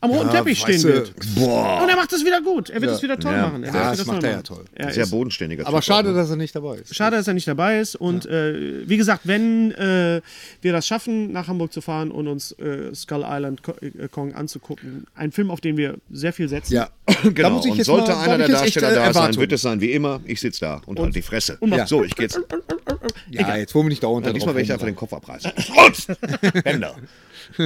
[SPEAKER 1] am roten Teppich
[SPEAKER 5] weißt
[SPEAKER 1] stehen
[SPEAKER 5] du,
[SPEAKER 1] wird.
[SPEAKER 3] Boah.
[SPEAKER 1] Und er macht es wieder gut. Er wird es wieder toll
[SPEAKER 3] Ja.
[SPEAKER 1] machen. Er
[SPEAKER 5] Ja,
[SPEAKER 1] wird
[SPEAKER 5] das macht
[SPEAKER 1] toll
[SPEAKER 5] er ja
[SPEAKER 1] machen.
[SPEAKER 5] toll.
[SPEAKER 1] Er
[SPEAKER 3] Sehr
[SPEAKER 1] ist-
[SPEAKER 3] bodenständiger
[SPEAKER 5] Aber
[SPEAKER 3] Typ
[SPEAKER 5] schade,
[SPEAKER 3] auch, ne?
[SPEAKER 5] dass er nicht dabei ist.
[SPEAKER 1] Schade, dass er nicht dabei ist. Und äh, wie gesagt, wenn äh, wir das schaffen, nach Hamburg zu fahren und uns äh, Skull Island Ko äh, Kong anzugucken, ein Film, auf den wir sehr viel setzen.
[SPEAKER 5] Ja, <clears throat>
[SPEAKER 3] Genau.
[SPEAKER 5] da muss ich
[SPEAKER 3] und
[SPEAKER 5] jetzt
[SPEAKER 3] sollte
[SPEAKER 5] mal,
[SPEAKER 3] einer
[SPEAKER 5] da
[SPEAKER 3] der
[SPEAKER 5] hab ich jetzt echt,
[SPEAKER 3] Darsteller
[SPEAKER 5] äh,
[SPEAKER 3] da sein,
[SPEAKER 5] Erwartungen.
[SPEAKER 3] wird es sein wie immer. Ich sitze da und, halt die Fresse.
[SPEAKER 1] mach-
[SPEAKER 3] So, ich
[SPEAKER 1] <laughs>
[SPEAKER 3] gehe jetzt.
[SPEAKER 5] Ja, jetzt wollen wir nicht dauernd
[SPEAKER 3] Ja,
[SPEAKER 5] da
[SPEAKER 3] diesmal werde ich
[SPEAKER 5] drauf
[SPEAKER 3] einfach
[SPEAKER 5] rumreiten.
[SPEAKER 3] den Kopf
[SPEAKER 1] <laughs>
[SPEAKER 3] abreißen. Raus! Bänder.
[SPEAKER 1] <laughs>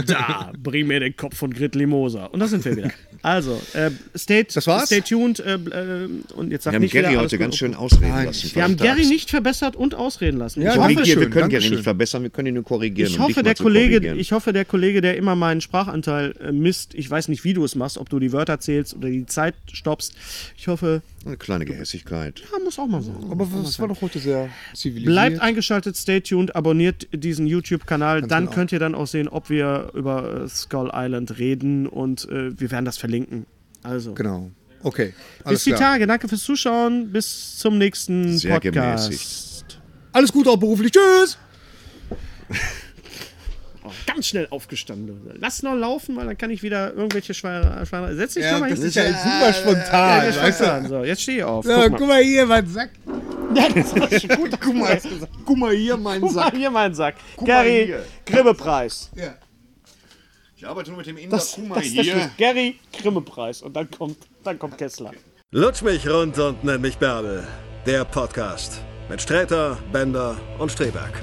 [SPEAKER 1] Da, bring mir den Kopf von Grit Limosa. Und da sind wir wieder. Also, äh, stay,
[SPEAKER 5] Das war's?
[SPEAKER 1] stay tuned. Äh, bl- äh, und jetzt sag
[SPEAKER 3] Wir haben
[SPEAKER 1] nicht wieder
[SPEAKER 3] Gary
[SPEAKER 1] alles
[SPEAKER 3] heute
[SPEAKER 1] gut.
[SPEAKER 3] ganz schön ausreden
[SPEAKER 5] Nein.
[SPEAKER 3] lassen.
[SPEAKER 1] Wir haben
[SPEAKER 3] verdammt
[SPEAKER 1] Gary
[SPEAKER 3] Axt.
[SPEAKER 1] nicht verbessert und ausreden lassen.
[SPEAKER 5] Ja,
[SPEAKER 1] ich
[SPEAKER 5] das
[SPEAKER 1] hoffe,
[SPEAKER 5] ist
[SPEAKER 3] Korrigier, wir
[SPEAKER 5] Dankeschön,
[SPEAKER 3] können Gary
[SPEAKER 5] Dankeschön.
[SPEAKER 3] nicht verbessern, wir können ihn nur korrigieren.
[SPEAKER 1] Ich
[SPEAKER 3] um dich
[SPEAKER 1] hoffe,
[SPEAKER 3] mal
[SPEAKER 1] der
[SPEAKER 3] zu
[SPEAKER 1] Kollege,
[SPEAKER 3] korrigieren.
[SPEAKER 1] ich hoffe, der Kollege, der immer meinen Sprachanteil äh, misst, ich weiß nicht, wie du es machst, ob du die Wörter zählst oder die Zeit stoppst. Ich hoffe,
[SPEAKER 3] Eine kleine Gehässigkeit.
[SPEAKER 1] ja, muss auch mal sein.
[SPEAKER 5] Aber das war doch heute sehr zivilisiert.
[SPEAKER 1] Bleibt eingeschaltet, stay tuned, abonniert diesen YouTube-Kanal, dann
[SPEAKER 5] genau.
[SPEAKER 1] könnt ihr dann auch sehen, ob wir über äh, Skull Island reden und äh, wir werden das verlinken. Also,
[SPEAKER 5] Genau. Okay.
[SPEAKER 1] bis
[SPEAKER 5] Alles
[SPEAKER 1] die
[SPEAKER 5] klar.
[SPEAKER 1] Tage. Danke fürs Zuschauen. Bis zum nächsten
[SPEAKER 3] Sehr
[SPEAKER 1] Podcast.
[SPEAKER 3] gemäßigt.
[SPEAKER 5] Alles Gute auch beruflich. Tschüss.
[SPEAKER 1] Oh, ganz schnell aufgestanden. Lass noch laufen, weil dann kann ich wieder irgendwelche Schweine. Schweine setz dich nochmal hin.
[SPEAKER 5] ja super spontan. weißt du?
[SPEAKER 1] So, jetzt stehe ich auf.
[SPEAKER 5] So,
[SPEAKER 1] Guck mal.
[SPEAKER 5] guck mal hier, mein Sack. <laughs>
[SPEAKER 1] Guck mal,
[SPEAKER 5] Guck mal hier, mein
[SPEAKER 1] guck mal hier meinen Sack. Gary,
[SPEAKER 3] hier.
[SPEAKER 1] Grimme-Preis.
[SPEAKER 3] Ich arbeite nur mit dem Inder
[SPEAKER 1] Das, das, das steht Gary, Grimme-Preis. Und dann kommt, dann kommt Kessler.
[SPEAKER 2] Lutsch mich rund und nenn mich Bärbel. Der Podcast mit Sträter, Bender und Streberg.